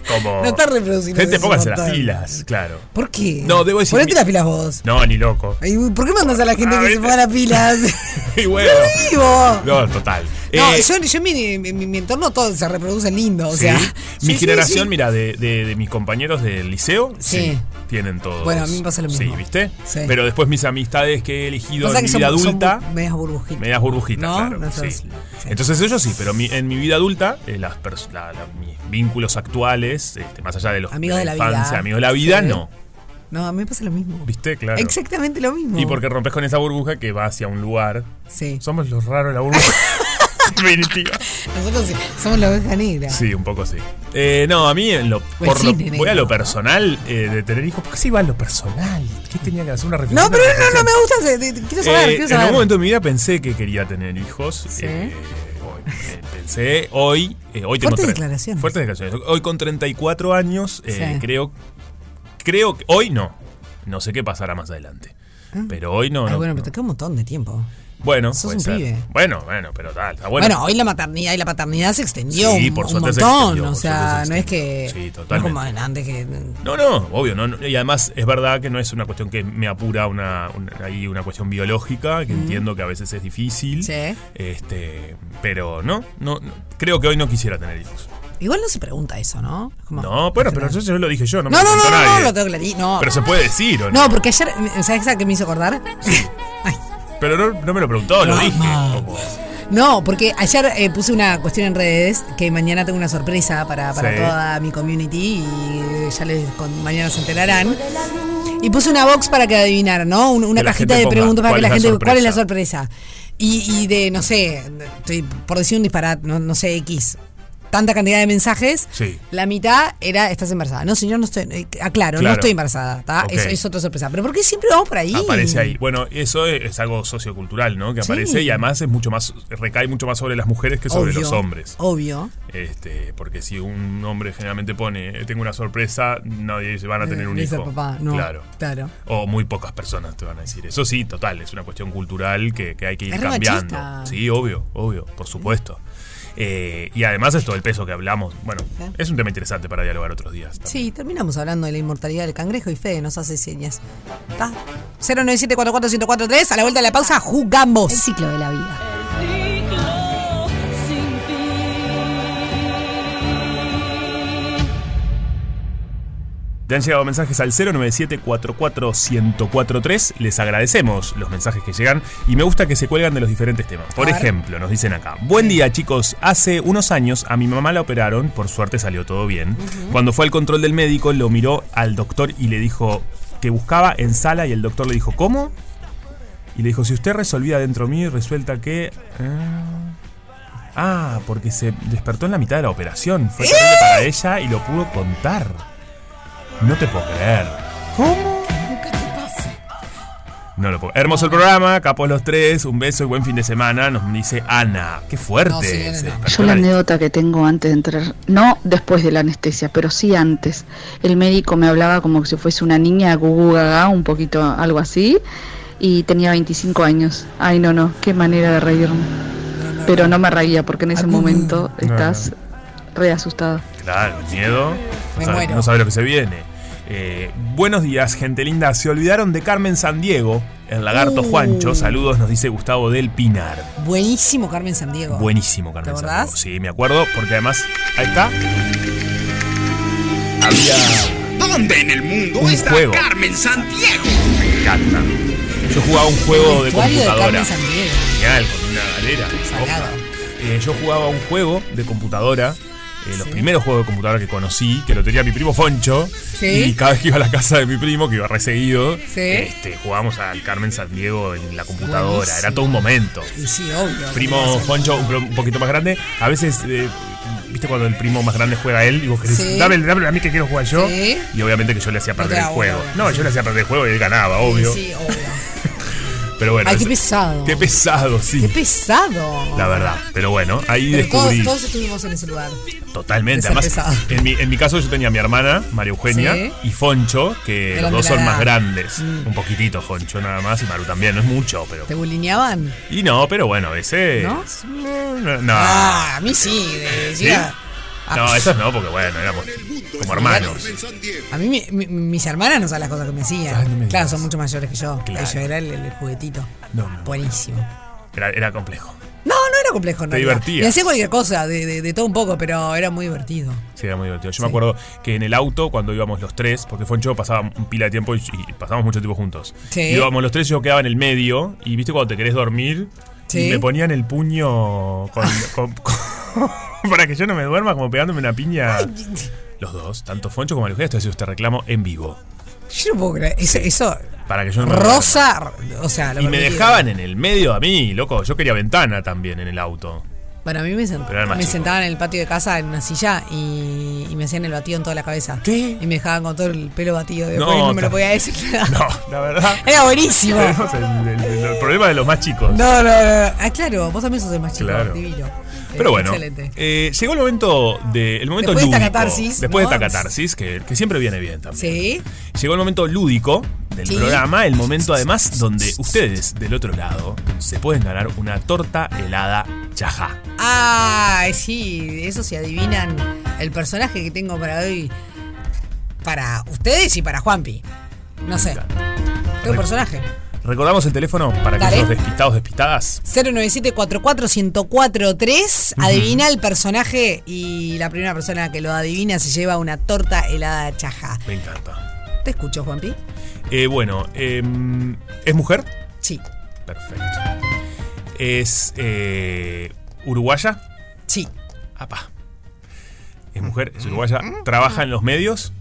Speaker 5: Como
Speaker 3: No están reproduciéndose,
Speaker 5: Gente,
Speaker 3: es
Speaker 5: pónganse
Speaker 3: un
Speaker 5: las
Speaker 3: montón.
Speaker 5: pilas, claro.
Speaker 3: ¿Por qué?
Speaker 5: No, debo decir.
Speaker 3: Ponete
Speaker 5: mi-
Speaker 3: las pilas vos.
Speaker 5: No, ni loco.
Speaker 3: Ay, uy, ¿Por qué mandas a la gente
Speaker 5: Ah,
Speaker 3: que se
Speaker 5: ¿viste?
Speaker 3: ponga las pilas?
Speaker 5: (laughs) Y bueno.
Speaker 3: Lo digo.
Speaker 5: No, total.
Speaker 3: No,
Speaker 5: Eh,
Speaker 3: yo, yo en mi, en mi- mi entorno todos se reproducen lindo, o
Speaker 5: sí.
Speaker 3: sea.
Speaker 5: Mi
Speaker 3: (laughs) Sí, sí,
Speaker 5: generación,
Speaker 3: sí.
Speaker 5: mira, de, de- de mis compañeros del liceo, sí.
Speaker 3: Sí.
Speaker 5: tienen todos.
Speaker 3: Bueno, a mí me pasa lo
Speaker 5: Sí,
Speaker 3: mismo.
Speaker 5: ¿viste?
Speaker 3: Sí.
Speaker 5: Pero después mis amistades que he elegido
Speaker 3: Pasa
Speaker 5: en
Speaker 3: que
Speaker 5: mi
Speaker 3: son,
Speaker 5: vida
Speaker 3: son
Speaker 5: adulta.
Speaker 3: bu- medias burbujitas.
Speaker 5: Medias burbujitas,
Speaker 3: ¿No?
Speaker 5: claro.
Speaker 3: No
Speaker 5: sí.
Speaker 3: sos-
Speaker 5: Entonces ellos sí, pero mi- en mi vida adulta, eh, las pers- la- la- mis vínculos actuales, este, más allá de los
Speaker 3: Amigos de la
Speaker 5: infancia,
Speaker 3: vida.
Speaker 5: amigos de la vida,
Speaker 3: Sí.
Speaker 5: no.
Speaker 3: No, a mí me pasa lo mismo.
Speaker 5: ¿Viste? Claro.
Speaker 3: Exactamente lo mismo.
Speaker 5: Y porque rompes con esa burbuja que va hacia un lugar.
Speaker 3: Sí.
Speaker 5: Somos los raros de la
Speaker 3: (laughs)
Speaker 5: burbuja. Definitiva.
Speaker 3: Nosotros sí, somos la oveja negra.
Speaker 5: Sí, un poco sí. Eh, no, a mí en lo,
Speaker 3: Pues
Speaker 5: por
Speaker 3: sí,
Speaker 5: lo-
Speaker 3: nene,
Speaker 5: voy a
Speaker 3: ¿no?
Speaker 5: lo personal eh, de tener hijos. ¿Por qué se iba a lo personal? ¿Qué tenía que hacer una reflexión?
Speaker 3: No, pero no, no, no, me gusta. se- te- te- Quiero saber,
Speaker 5: Eh,
Speaker 3: quiero
Speaker 5: en
Speaker 3: saber.
Speaker 5: algún momento de mi vida pensé que quería tener hijos.
Speaker 3: Sí.
Speaker 5: Eh, hoy, eh, pensé, hoy, eh, hoy tengo
Speaker 3: Fuertes
Speaker 5: tre-
Speaker 3: declaraciones.
Speaker 5: Fuertes declaraciones. Hoy con 34 años, eh,
Speaker 3: Sí.
Speaker 5: creo, creo que hoy no. No sé qué pasará más adelante.
Speaker 3: Ah.
Speaker 5: Pero hoy no.
Speaker 3: Ay,
Speaker 5: no-
Speaker 3: bueno, pero te queda un montón de tiempo.
Speaker 5: bueno,
Speaker 3: sos
Speaker 5: puede
Speaker 3: un
Speaker 5: ser.
Speaker 3: pibe.
Speaker 5: Bueno, bueno, pero tal. está
Speaker 3: Bueno,
Speaker 5: Ah, bueno.
Speaker 3: hoy la maternidad y la paternidad se extendió
Speaker 5: Sí,
Speaker 3: un,
Speaker 5: por
Speaker 3: un
Speaker 5: suerte se
Speaker 3: montón.
Speaker 5: extendió,
Speaker 3: o
Speaker 5: por
Speaker 3: sea,
Speaker 5: suerte se
Speaker 3: no es que. no es
Speaker 5: totalmente.
Speaker 3: como en antes que. mm,
Speaker 5: No, no, obvio. No, no. Y además es verdad que no es una cuestión que me apura una, una- ahí una cuestión biológica, que
Speaker 3: Mm.
Speaker 5: entiendo que a veces es difícil.
Speaker 3: Sí.
Speaker 5: Este, pero no, no, no. creo que hoy no quisiera tener hijos.
Speaker 3: Igual no se pregunta eso, ¿no? Como-
Speaker 5: No, bueno, pero yo, yo lo dije yo, no me
Speaker 3: No,
Speaker 5: lo
Speaker 3: no, no,
Speaker 5: contó
Speaker 3: no,
Speaker 5: nadie.
Speaker 3: no, lo tengo clarito, no.
Speaker 5: Pero se puede decir, ¿o no?
Speaker 3: No, porque ayer. ¿Sabes esa que me hizo acordar?
Speaker 5: Pero no, no me lo preguntó, lo dije. Como-
Speaker 3: No, porque ayer eh, puse una cuestión en redes que mañana tengo una sorpresa para, para
Speaker 5: Sí.
Speaker 3: toda mi community y eh, ya les con- mañana se enterarán. Y puse una box para que adivinaran, ¿no? Un- Una
Speaker 5: Que la gente
Speaker 3: cajita de
Speaker 5: ponga
Speaker 3: preguntas para
Speaker 5: cuál
Speaker 3: que la
Speaker 5: es la
Speaker 3: gente. ¿Cuál es la
Speaker 5: sorpresa.
Speaker 3: sorpresa? Y, y de, no sé, estoy por decir un disparate, no, no sé, X. Tanta cantidad de mensajes.
Speaker 5: Sí.
Speaker 3: La mitad era, estás embarazada. No, señor, no estoy. eh, aclaro, no
Speaker 5: Claro.
Speaker 3: estoy embarazada. ¿tá?
Speaker 5: Ok.
Speaker 3: Es, es otra sorpresa. Pero ¿por qué siempre vamos por ahí?
Speaker 5: Aparece ahí. Bueno, eso es, es algo sociocultural, ¿no? Que
Speaker 3: Sí.
Speaker 5: aparece y además es mucho más, recae mucho más sobre las mujeres que sobre
Speaker 3: Obvio,
Speaker 5: los hombres.
Speaker 3: Obvio.
Speaker 5: Este, porque si un hombre generalmente pone eh, tengo una sorpresa, nadie dice van a tener un
Speaker 3: Le Eh, dice
Speaker 5: hijo.
Speaker 3: al papá, no,
Speaker 5: Claro.
Speaker 3: claro.
Speaker 5: O muy pocas personas te van a decir. Eso sí, total, es una cuestión cultural que, que hay que ir
Speaker 3: Es re
Speaker 5: cambiando.
Speaker 3: machista.
Speaker 5: Sí, obvio, obvio, por supuesto. Eh, y además es todo el peso que hablamos. Bueno,
Speaker 3: Sí.
Speaker 5: es un tema interesante para dialogar otros días.
Speaker 3: Sí, terminamos hablando de la inmortalidad del cangrejo y Fede nos hace señas. ¿Está? 097441043, a la vuelta de la pausa, jugamos. El ciclo de la vida.
Speaker 5: Te han llegado mensajes al 097-44-1043. Les agradecemos los mensajes que llegan y me gusta que se cuelgan de los diferentes temas. Por
Speaker 12: A ver.
Speaker 5: ejemplo, nos dicen acá: Buen día, chicos. Hace unos años a mi mamá la operaron, por suerte salió todo bien. Cuando fue al control del médico, lo miró al doctor y le dijo que buscaba en sala y el doctor le dijo: ¿Cómo? Y le dijo: Si usted resolvía dentro mío y resuelta que. ah, Ah, porque se despertó en la mitad de la operación. Fue terrible para ella y lo pudo contar. No te puedo creer. ¿Cómo?
Speaker 3: Nunca te pasa.
Speaker 5: No lo puedo. Hermoso el programa, capos los tres, un beso y buen fin de semana, nos dice Ana. Qué fuerte. eh,
Speaker 3: No, sí,
Speaker 5: Se despertó
Speaker 13: Yo la
Speaker 5: la-
Speaker 13: anécdota que tengo antes de entrar, no después de la anestesia, pero sí antes. El médico me hablaba como si fuese una niña, gugu gaga, un poquito algo así, y tenía 25 años. Ay, no, no, qué manera de reírme. Pero no me reía porque en ese momento
Speaker 5: No,
Speaker 13: estás re asustada.
Speaker 5: Claro, miedo. No
Speaker 13: Me
Speaker 5: sabe,
Speaker 13: muero.
Speaker 5: no sabe lo que se viene. Eh, buenos días, gente linda. Se olvidaron de Carmen San Diego, el lagarto
Speaker 3: Uh.
Speaker 5: Juancho. Saludos, nos dice Gustavo del Pinar.
Speaker 3: Buenísimo, Carmen Sandiego.
Speaker 5: Buenísimo, Carmen
Speaker 3: ¿Te
Speaker 5: San
Speaker 3: acordás?
Speaker 5: Diego. Sí, me acuerdo, porque además, ahí está. Había
Speaker 14: ¿Dónde en el mundo
Speaker 5: Un
Speaker 14: está
Speaker 5: juego.
Speaker 14: Carmen Santiago?
Speaker 5: Me encanta. Yo jugaba un juego de
Speaker 3: Vestuario de
Speaker 5: computadora.
Speaker 3: Carmen Sandiego.
Speaker 5: Genial, con una galera.
Speaker 3: Salado.
Speaker 5: Ojo. Eh, yo jugaba un juego de computadora eh, los primeros juegos de computadora que conocí, que lo tenía mi primo Foncho.
Speaker 3: Sí.
Speaker 5: Y cada vez que iba a la casa de mi primo, que iba re seguido,
Speaker 3: Sí.
Speaker 5: este, jugábamos al Carmen San Diego en la computadora.
Speaker 3: Buenísimo.
Speaker 5: Era todo un momento.
Speaker 3: Y sí, obvio.
Speaker 5: Primo Foncho, un, pro- un poquito más grande. A veces, eh, viste cuando el primo más grande juega a él y vos querés,
Speaker 3: Sí.
Speaker 5: dame, dame a mí que quiero jugar yo.
Speaker 3: Sí.
Speaker 5: Y obviamente que yo le hacía perder el
Speaker 3: daba
Speaker 5: juego.
Speaker 3: bola,
Speaker 5: No, yo le hacía perder el juego y él ganaba, obvio.
Speaker 3: Sí, obvio.
Speaker 5: Pero bueno.
Speaker 3: Ay, qué
Speaker 5: es-
Speaker 3: pesado.
Speaker 5: Qué pesado, sí.
Speaker 3: Qué pesado.
Speaker 5: La verdad. Pero bueno, ahí
Speaker 3: Pero todos,
Speaker 5: descubrí.
Speaker 3: todos estuvimos en ese lugar.
Speaker 5: Totalmente.
Speaker 3: Debe
Speaker 5: Además,
Speaker 3: ser
Speaker 5: en mi, en mi caso yo tenía a mi hermana, María Eugenia,
Speaker 3: Sí.
Speaker 5: y Foncho, que los
Speaker 3: Eran de
Speaker 5: dos
Speaker 3: la
Speaker 5: son
Speaker 3: edad.
Speaker 5: más grandes.
Speaker 3: Mm.
Speaker 5: Un poquitito Foncho nada más, y Maru también, no es mucho, pero.
Speaker 3: ¿Te bulineaban?
Speaker 5: Y no, pero bueno, a veces.
Speaker 3: ¿No?
Speaker 5: No.
Speaker 3: Ah, a mí sí. de-
Speaker 5: ¿Sí?
Speaker 3: llega-
Speaker 5: No, esos no, porque bueno, éramos como hermanos.
Speaker 3: A mí mi- mi- mis hermanas no saben las cosas que me hacían. claro, son mucho mayores que yo.
Speaker 5: Claro.
Speaker 3: Yo era el, el juguetito.
Speaker 5: No, no.
Speaker 3: Buenísimo.
Speaker 5: Era, era complejo.
Speaker 3: No, no era complejo.
Speaker 5: Te divertías.
Speaker 3: Y hacía cualquier cosa, de, de- de todo un poco, pero era muy divertido.
Speaker 5: Sí, era muy divertido. Yo me acuerdo que en el auto, cuando íbamos los tres, porque Foncho pasaba un pila de tiempo y, y pasábamos mucho tiempo juntos.
Speaker 3: Sí.
Speaker 5: Íbamos los tres, yo quedaba en el medio, y viste cuando te querés dormir,
Speaker 3: Sí.
Speaker 5: y me ponían el puño
Speaker 3: (laughs)
Speaker 5: con- con- con- (laughs) para que yo no me duerma, como pegándome una piña. Los dos, tanto Foncho como Alujera, estoy haciendo este reclamo en vivo.
Speaker 3: Yo no puedo creer. Eso, eso
Speaker 5: Para que yo no me duerma.
Speaker 3: rosa, o sea, lo
Speaker 5: Y me
Speaker 3: permitido.
Speaker 5: dejaban en el medio a mí, loco. Yo quería ventana también en el auto.
Speaker 3: Bueno, a mí me, sent-
Speaker 5: Pero era más
Speaker 3: me
Speaker 5: chico.
Speaker 3: sentaban en el patio de casa en una silla y, y me hacían el batido en toda la cabeza. Y me dejaban con todo el pelo batido. Después no,
Speaker 5: No,
Speaker 3: me lo
Speaker 5: ta-
Speaker 3: podía decir.
Speaker 5: (laughs) No, la verdad. (laughs)
Speaker 3: Era buenísimo.
Speaker 5: Tenemos el, el- el problema de los más chicos.
Speaker 3: No, no, no. Ah, claro, vos también sos el más chico,
Speaker 5: Claro.
Speaker 3: divino. Eh,
Speaker 5: Pero bueno,
Speaker 3: Excelente.
Speaker 5: eh, llegó el momento de, el momento
Speaker 3: Después de esta
Speaker 5: lúdico.
Speaker 3: catarsis,
Speaker 5: después
Speaker 3: ¿no?
Speaker 5: de esta catarsis, que, que siempre viene bien también.
Speaker 3: Sí.
Speaker 5: Llegó el momento lúdico del
Speaker 3: Sí.
Speaker 5: programa, el momento además donde ustedes del otro lado se pueden ganar una torta helada chajá.
Speaker 3: Ay, sí, eso si adivinan el personaje que tengo para hoy. Para ustedes y para Juanpi. No sé. Tengo un personaje.
Speaker 5: Recordamos el teléfono para que
Speaker 3: Dale.
Speaker 5: los despistados, despistadas.
Speaker 3: 097 44 3
Speaker 5: Ujú.
Speaker 3: Adivina el personaje y la primera persona que lo adivina se lleva una torta helada chaja.
Speaker 5: Me encanta.
Speaker 3: Te escucho, Juanpi.
Speaker 5: Eh, bueno, em, ¿es mujer?
Speaker 3: Sí.
Speaker 5: Perfecto. ¿Es eh, uruguaya?
Speaker 3: Sí. Mm-hmm.
Speaker 5: Apa. Es mujer, es uruguaya. ¿Trabaja en los medios?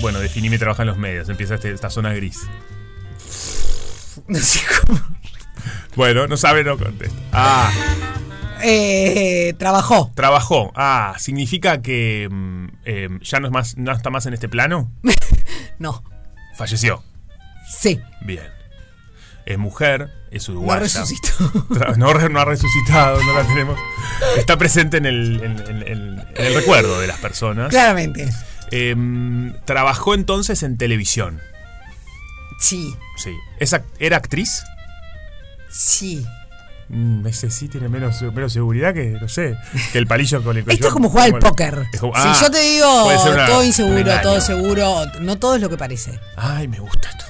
Speaker 5: Bueno, definime trabaja en los medios. Empieza este- esta zona gris.
Speaker 3: No sé cómo.
Speaker 5: Bueno, no sabe, no contesta. Ah,
Speaker 3: Eh, trabajó.
Speaker 5: trabajó. Ah, ¿significa que mm, em, ya no, es más, no está más en este plano?
Speaker 3: No.
Speaker 5: Falleció.
Speaker 3: Sí.
Speaker 5: Bien. Es mujer, es uruguaya.
Speaker 3: resucitó.
Speaker 5: (laughs) Tra- No, re- no ha resucitado, no la tenemos. Está presente en el, en- en- en- en el recuerdo de las personas.
Speaker 3: Claramente.
Speaker 5: Em, trabajó entonces en televisión.
Speaker 3: Sí.
Speaker 5: Sí. ¿Es act- ¿Era actriz?
Speaker 3: Sí.
Speaker 5: Mm, ese sí tiene menos, menos seguridad que, no sé, que el palillo con el que
Speaker 3: Esto
Speaker 5: yo-
Speaker 3: es como jugar al
Speaker 5: como el-
Speaker 3: póker.
Speaker 5: es como- ah,
Speaker 3: si yo te digo
Speaker 5: puede ser una-
Speaker 3: todo
Speaker 5: un
Speaker 3: inseguro,
Speaker 5: engaño.
Speaker 3: todo seguro, no todo es lo que parece.
Speaker 5: Ay, me gusta esto.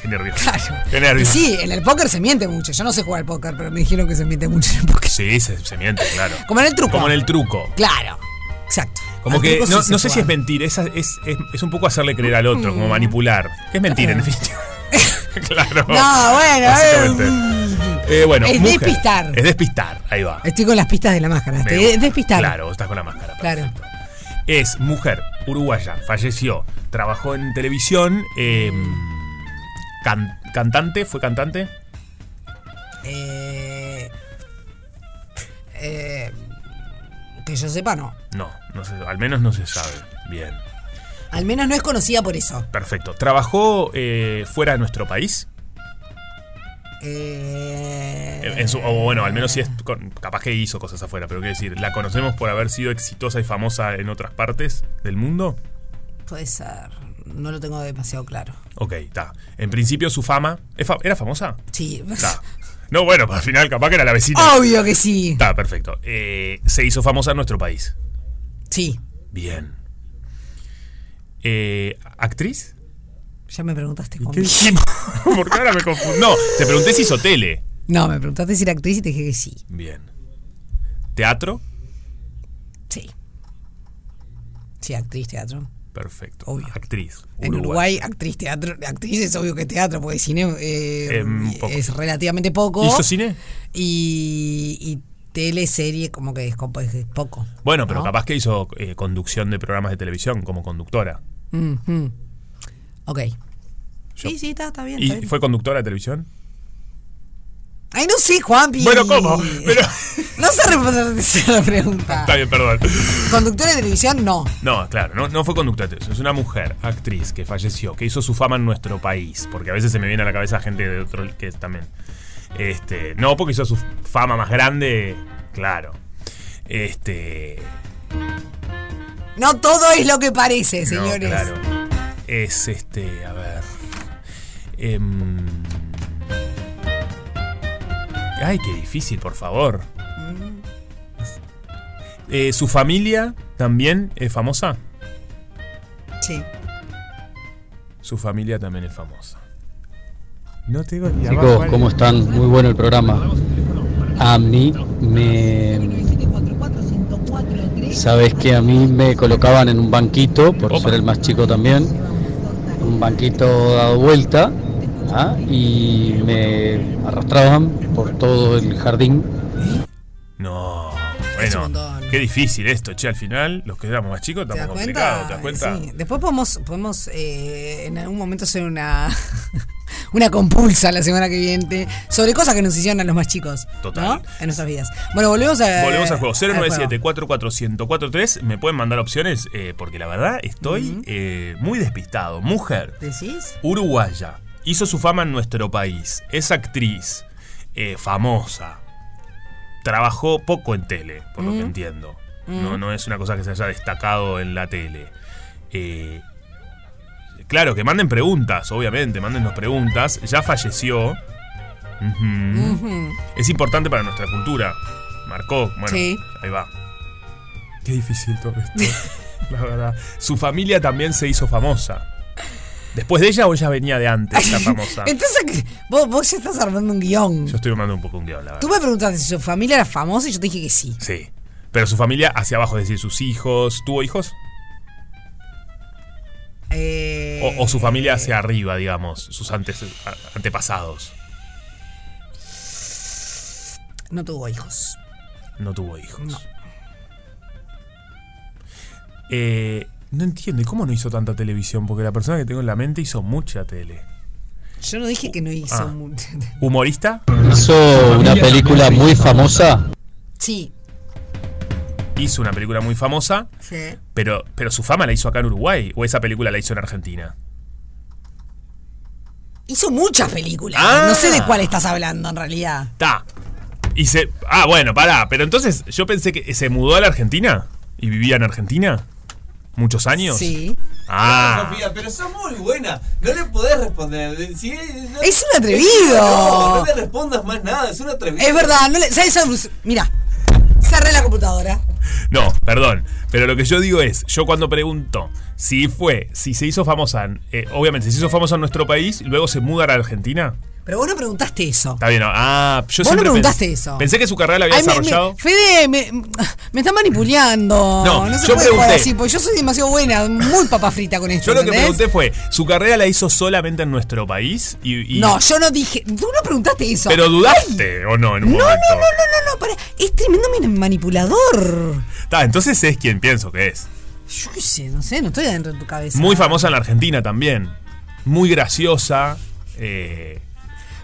Speaker 5: Qué nervioso. Qué
Speaker 3: Y
Speaker 5: nervioso.
Speaker 3: sí, en el póker se miente mucho. Yo no sé jugar al póker, pero me dijeron que se miente mucho en el póker.
Speaker 5: Sí, se, se miente, claro.
Speaker 3: Como en el truco.
Speaker 5: Como en el truco.
Speaker 3: Claro. Exacto.
Speaker 5: Como
Speaker 3: Al
Speaker 5: que
Speaker 3: truco
Speaker 5: no,
Speaker 3: sí
Speaker 5: no
Speaker 3: se
Speaker 5: sé si es mentir, es, es, es, es un poco hacerle creer al otro, como manipular. Que es mentir, en
Speaker 3: (laughs)
Speaker 5: definitiva. claro.
Speaker 3: No, bueno,
Speaker 5: básicamente. Eh, bueno,
Speaker 3: es
Speaker 5: mujer.
Speaker 3: despistar.
Speaker 5: Es despistar, ahí va.
Speaker 3: Estoy con las pistas de la máscara.
Speaker 5: Me
Speaker 3: Te-
Speaker 5: gusta.
Speaker 3: es despistar.
Speaker 5: Claro, vos estás con la máscara.
Speaker 3: Claro.
Speaker 5: Es mujer, uruguaya, falleció, trabajó en televisión, eh, can- cantante, fue cantante.
Speaker 3: Eh, eh, que yo sepa, no.
Speaker 5: No, no sé, al menos no se sabe. Bien,
Speaker 3: Al menos no es conocida por eso.
Speaker 5: perfecto. ¿Trabajó eh, fuera de nuestro país?
Speaker 3: Eh,
Speaker 5: En- en su- o bueno, al menos si es con- capaz que hizo cosas afuera, pero quiero decir, ¿la conocemos por haber sido exitosa y famosa en otras partes del mundo?
Speaker 3: Puede ser. No lo tengo demasiado claro.
Speaker 5: Ok, está. En principio su fama. ¿es fa- ¿Era famosa?
Speaker 3: Sí.
Speaker 5: Ta. No, bueno, pero al final capaz que era la vecina.
Speaker 3: Obvio que sí.
Speaker 5: Está, perfecto. Eh, se hizo famosa en nuestro país.
Speaker 3: Sí.
Speaker 5: Bien. Eh, ¿Actriz? (laughs)
Speaker 3: Ya me preguntaste cómo.
Speaker 5: Porque ahora me confundo. No, te pregunté si hizo tele.
Speaker 3: (laughs) No, me preguntaste si era actriz y te dije que sí.
Speaker 5: Bien. ¿Teatro?
Speaker 3: Sí. Sí, actriz, teatro.
Speaker 5: Perfecto. Actriz.
Speaker 3: En Uruguay, actriz, teatro. Actriz es obvio que teatro, porque cine eh,
Speaker 5: Em, poco.
Speaker 3: es relativamente poco.
Speaker 5: ¿Hizo cine?
Speaker 3: Y, y teleserie como que es, como- es poco.
Speaker 5: Bueno, pero
Speaker 3: ¿No?
Speaker 5: capaz que hizo eh, conducción de programas de televisión como conductora.
Speaker 3: Ujú. Ok. Mm, Sí, sí, está, está bien.
Speaker 5: ¿Y
Speaker 3: está bien.
Speaker 5: fue conductora de
Speaker 3: (laughs)
Speaker 5: televisión?
Speaker 3: Ay, no sé, Juanpi.
Speaker 5: Bueno, ¿cómo? Pero-
Speaker 3: (laughs) No sé responder la pregunta.
Speaker 5: Está bien, perdón.
Speaker 3: ¿Conductora de televisión? No.
Speaker 5: No, claro, no, no fue conductora de televisión. Es una mujer, actriz, que falleció, que hizo su fama en nuestro país. Porque a veces se me viene a la cabeza gente de otro que es también. Este. No, porque hizo su fama más grande. Claro. Este.
Speaker 3: No todo es lo que parece,
Speaker 5: no,
Speaker 3: Eh, señores.
Speaker 5: claro. Es este. A ver. Em, ay, qué difícil, por favor. Eh, ¿Su familia también es famosa?
Speaker 3: Sí.
Speaker 5: Su familia también es famosa. No te digo ni
Speaker 11: Chicos, ¿cómo están? Muy bueno el programa. A mí me... Sabes que a mí me colocaban en un banquito, por ser el más chico también, un banquito dado vuelta, ¿ah? y me arrastraban por todo el jardín.
Speaker 5: No. Oh, Bueno, qué difícil esto, che. Al final, los que éramos más chicos estamos complicados, ¿te das cuenta?
Speaker 3: Sí. Después podemos, podemos eh, en algún momento hacer una, (laughs) una compulsa la semana que viene sobre cosas que nos hicieron a los más chicos.
Speaker 5: Total.
Speaker 3: ¿no? En nuestras vidas. Bueno, volvemos a.
Speaker 5: Volvemos al juego.
Speaker 3: juego.
Speaker 5: 097 440 Me pueden mandar opciones eh, porque la verdad estoy eh, muy despistado. Mujer,
Speaker 3: ¿Decís? (laughs)
Speaker 5: uruguaya, hizo su fama en nuestro país. Es actriz, eh, famosa. Trabajó poco en tele, por lo que
Speaker 12: Mm.
Speaker 5: entiendo.
Speaker 12: Mm.
Speaker 5: No, no es una cosa que se haya destacado en la tele. Eh, claro, que manden preguntas, obviamente, mándennos preguntas. Ya falleció. Ujú.
Speaker 3: Ujú.
Speaker 5: Es importante para nuestra cultura. Marcó, bueno,
Speaker 3: Sí.
Speaker 5: ahí va. Qué difícil todo esto. (laughs) la verdad. Su familia también se hizo famosa. ¿Después de ella o ella venía de antes, la famosa?
Speaker 3: Entonces, ¿qué? vos, vos ya estás armando un guión.
Speaker 5: Yo estoy armando un poco un guión, la verdad.
Speaker 3: Tú me preguntaste si su familia era famosa y yo te dije que sí.
Speaker 5: Sí. Pero su familia hacia abajo, es decir, sus hijos. ¿Tuvo hijos?
Speaker 3: Eh,
Speaker 5: O, o su familia hacia arriba, digamos, sus antes- a- antepasados.
Speaker 3: No tuvo hijos.
Speaker 5: No tuvo hijos. No. Eh, no entiendo, ¿y cómo no hizo tanta televisión? Porque la persona que tengo en la mente hizo mucha tele.
Speaker 3: Pues Yo no dije que no hizo
Speaker 5: Ah. (laughs)
Speaker 3: mucho.
Speaker 5: ¿Humorista?
Speaker 11: Hizo una película muy famosa.
Speaker 3: Sí.
Speaker 5: Hizo una película muy famosa,
Speaker 3: Sí.
Speaker 5: pero, pero su fama la hizo acá en Uruguay, o esa película la hizo en Argentina.
Speaker 3: Hizo muchas películas.
Speaker 5: Ah.
Speaker 3: No sé de cuál estás hablando en realidad.
Speaker 5: Ta. Y se. Ah, bueno, pará. Pero entonces yo pensé que se mudó a la Argentina y vivía en Argentina. ¿Muchos años?
Speaker 3: Sí.
Speaker 5: Ah.
Speaker 8: Sofía, pero sos muy buena. No le podés responder. Si- no-
Speaker 3: Es un atrevido.
Speaker 8: No, no le respondas más nada. Es un atrevido.
Speaker 3: Es verdad, no le, ¿sabes? ¿sabes? Mira, cerré la computadora.
Speaker 5: No, perdón. Pero lo que yo digo es, yo cuando pregunto si fue, si se hizo famosa, en- eh, obviamente se hizo famosa en nuestro país, luego se muda a la Argentina.
Speaker 3: Pero vos no preguntaste eso.
Speaker 5: Está bien, ¿no? ah, yo
Speaker 3: Vos no
Speaker 5: siempre
Speaker 3: preguntaste
Speaker 5: pens-
Speaker 3: eso.
Speaker 5: Pensé que su carrera la había
Speaker 3: Ay, me- me-
Speaker 5: desarrollado.
Speaker 3: Fede, me, me está manipulando.
Speaker 5: No,
Speaker 3: No, se
Speaker 5: yo
Speaker 3: puede jugar
Speaker 5: pregunté.
Speaker 3: así, porque yo soy demasiado buena, muy papa frita con esto.
Speaker 5: yo lo que
Speaker 3: ¿entendés?
Speaker 5: pregunté fue, ¿su carrera la hizo solamente en nuestro país? Y, y-
Speaker 3: No, yo no dije. Tú no preguntaste eso.
Speaker 5: Pero dudaste o no en un
Speaker 3: No, no,
Speaker 5: momento.
Speaker 3: no, no, no, no, pará. Es tremendo men- manipulador.
Speaker 5: Ta, entonces es quien pienso que es.
Speaker 3: Yo qué sé, no sé, no estoy adentro de tu cabeza.
Speaker 5: Muy famosa en la Argentina también. Muy graciosa. Eh,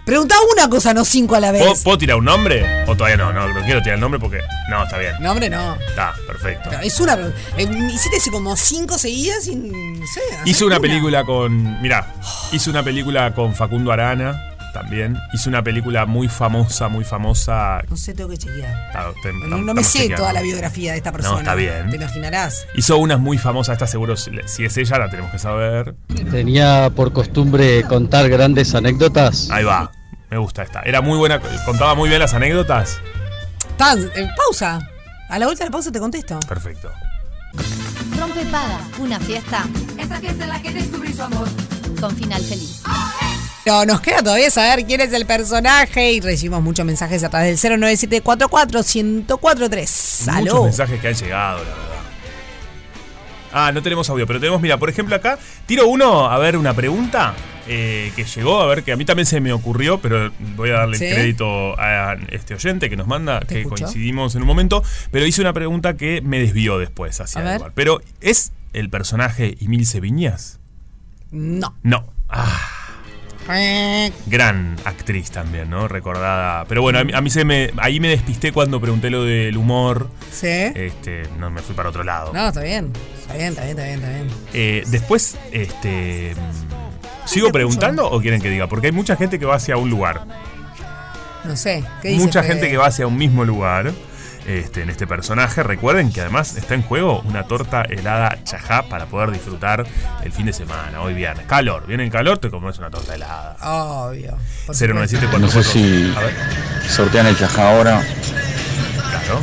Speaker 3: Preguntá una cosa, no cinco a la vez.
Speaker 5: ¿puedo, puedo tirar un nombre? O todavía no, no, no quiero tirar el nombre porque. No, está bien.
Speaker 3: No, hombre, no.
Speaker 5: Está, perfecto.
Speaker 3: Pero es una. pregunta. Eh, hiciste así como cinco seguidas y. No sé.
Speaker 5: Hizo una película con. Mirá, hizo una película con Facundo Arana también. Hizo una película muy famosa, muy famosa.
Speaker 3: No sé, tengo que chequear.
Speaker 5: Ah, te-
Speaker 3: No,
Speaker 5: estamos
Speaker 3: no me sé
Speaker 5: chequeando.
Speaker 3: toda la biografía de esta persona.
Speaker 5: No, está bien.
Speaker 3: Te imaginarás.
Speaker 5: Hizo unas muy famosas, está seguro. Si si es ella, la tenemos que saber.
Speaker 11: Tenía por costumbre contar grandes anécdotas.
Speaker 5: Ahí va. Me gusta esta. Era muy buena, contaba muy bien las anécdotas.
Speaker 3: Tan, eh, pausa. A la vuelta de la pausa te contesto.
Speaker 5: Perfecto.
Speaker 1: Rompe Paga, una fiesta. Esa fiesta en la que descubrí su amor. ¡Ah! Con final feliz.
Speaker 3: No, nos queda todavía saber quién es el personaje y recibimos muchos mensajes a través del 09744-1043.
Speaker 5: Muchos
Speaker 3: Aló.
Speaker 5: mensajes que han llegado, la verdad. Ah, no tenemos audio, pero tenemos, mira, por ejemplo acá, tiro uno, a ver, una pregunta. eh, que llegó, a ver, que a mí también se me ocurrió, pero voy a darle
Speaker 4: ¿Sí?
Speaker 5: el crédito a este oyente que nos manda, que
Speaker 4: escucho?
Speaker 5: coincidimos en un momento, pero hice una pregunta que me desvió después hacia
Speaker 3: A
Speaker 5: el
Speaker 3: ver.
Speaker 5: lugar. Pero, ¿es el personaje Emilce Viñas?
Speaker 3: No.
Speaker 5: No. Ah, gran actriz también, ¿no? Recordada. Pero bueno, a mí, a mí se me, ahí me despisté cuando pregunté lo del humor.
Speaker 3: Sí.
Speaker 5: Este, no, me fui para otro lado.
Speaker 3: No, está bien. Está bien, está bien, está bien, está bien.
Speaker 5: Eh, después, este. mm, ¿Sigo preguntando o quieren que diga? Porque hay mucha gente que va hacia un lugar.
Speaker 3: No sé. ¿Qué dice este?
Speaker 5: Mucha
Speaker 3: Fede?
Speaker 5: gente que va hacia un mismo lugar. Este, en este personaje, recuerden que además está en juego una torta helada chajá para poder disfrutar el fin de semana, hoy viernes. Calor, viene el calor, te comes una torta helada.
Speaker 3: Ah. Obvio. por supuesto.
Speaker 5: 097
Speaker 12: No sé si
Speaker 5: A ver.
Speaker 12: sortean el chajá ahora.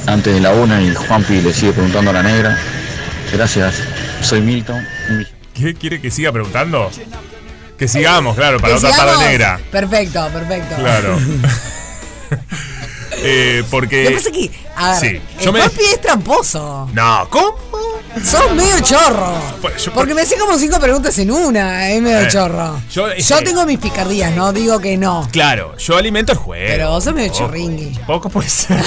Speaker 12: Antes de la una y Juanpi le sigue preguntando a la negra. Gracias, soy Milton.
Speaker 5: ¿Qué quiere que siga preguntando? Que sigamos, claro, para
Speaker 3: ¿Que
Speaker 5: otra tarde
Speaker 3: sigamos?
Speaker 5: negra.
Speaker 3: Perfecto, perfecto. (laughs)
Speaker 5: Claro. (laughs) Eh, porque.
Speaker 3: Lo que pasa es que, a ver,
Speaker 5: Sí.
Speaker 3: el
Speaker 5: Yo me-
Speaker 3: papi es tramposo.
Speaker 5: No, ¿cómo?
Speaker 3: Sos medio chorro.
Speaker 5: Pues yo-
Speaker 3: Porque me hacés como cinco preguntas en una, es medio
Speaker 5: Eh,
Speaker 3: chorro.
Speaker 5: yo-
Speaker 3: Yo tengo mis picardías, no digo que no.
Speaker 5: Claro, yo alimento el juego.
Speaker 3: Pero vos sos medio
Speaker 5: Ojo.
Speaker 3: chorringui.
Speaker 5: Poco puede ser.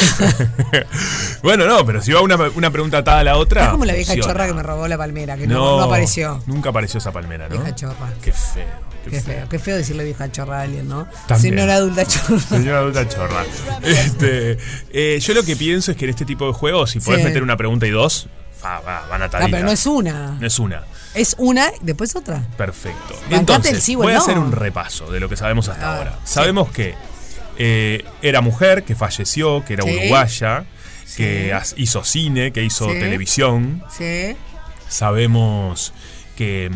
Speaker 5: (laughs) Bueno, no, pero si va una, una pregunta atada a la otra.
Speaker 3: Es como la vieja
Speaker 5: funciona.
Speaker 3: chorra que me robó la palmera, que no, no apareció.
Speaker 5: Nunca apareció esa palmera, ¿no?
Speaker 3: Vieja chorra.
Speaker 5: Qué feo. Qué,
Speaker 3: Qué feo, qué feo decirle vieja chorra a alguien, ¿no?
Speaker 5: También.
Speaker 3: Señora adulta chorra.
Speaker 5: Señora adulta chorra. Este, eh, yo lo que pienso es que en este tipo de juegos, si podés
Speaker 3: Sí.
Speaker 5: meter una pregunta y dos, fa, va, van
Speaker 3: Ah,
Speaker 5: ataditas.
Speaker 3: pero no es una.
Speaker 5: No es una.
Speaker 3: Es una, después otra.
Speaker 5: Perfecto.
Speaker 3: Bancate el
Speaker 5: Entonces,
Speaker 3: sí o el
Speaker 5: voy a
Speaker 3: no. Ah,
Speaker 5: hacer un repaso de lo que sabemos hasta ahora. Sabemos que eh, era mujer, que falleció, que era
Speaker 3: Sí.
Speaker 5: uruguaya, que as- hizo cine, que hizo
Speaker 3: Sí.
Speaker 5: televisión.
Speaker 3: Sí.
Speaker 5: Sabemos que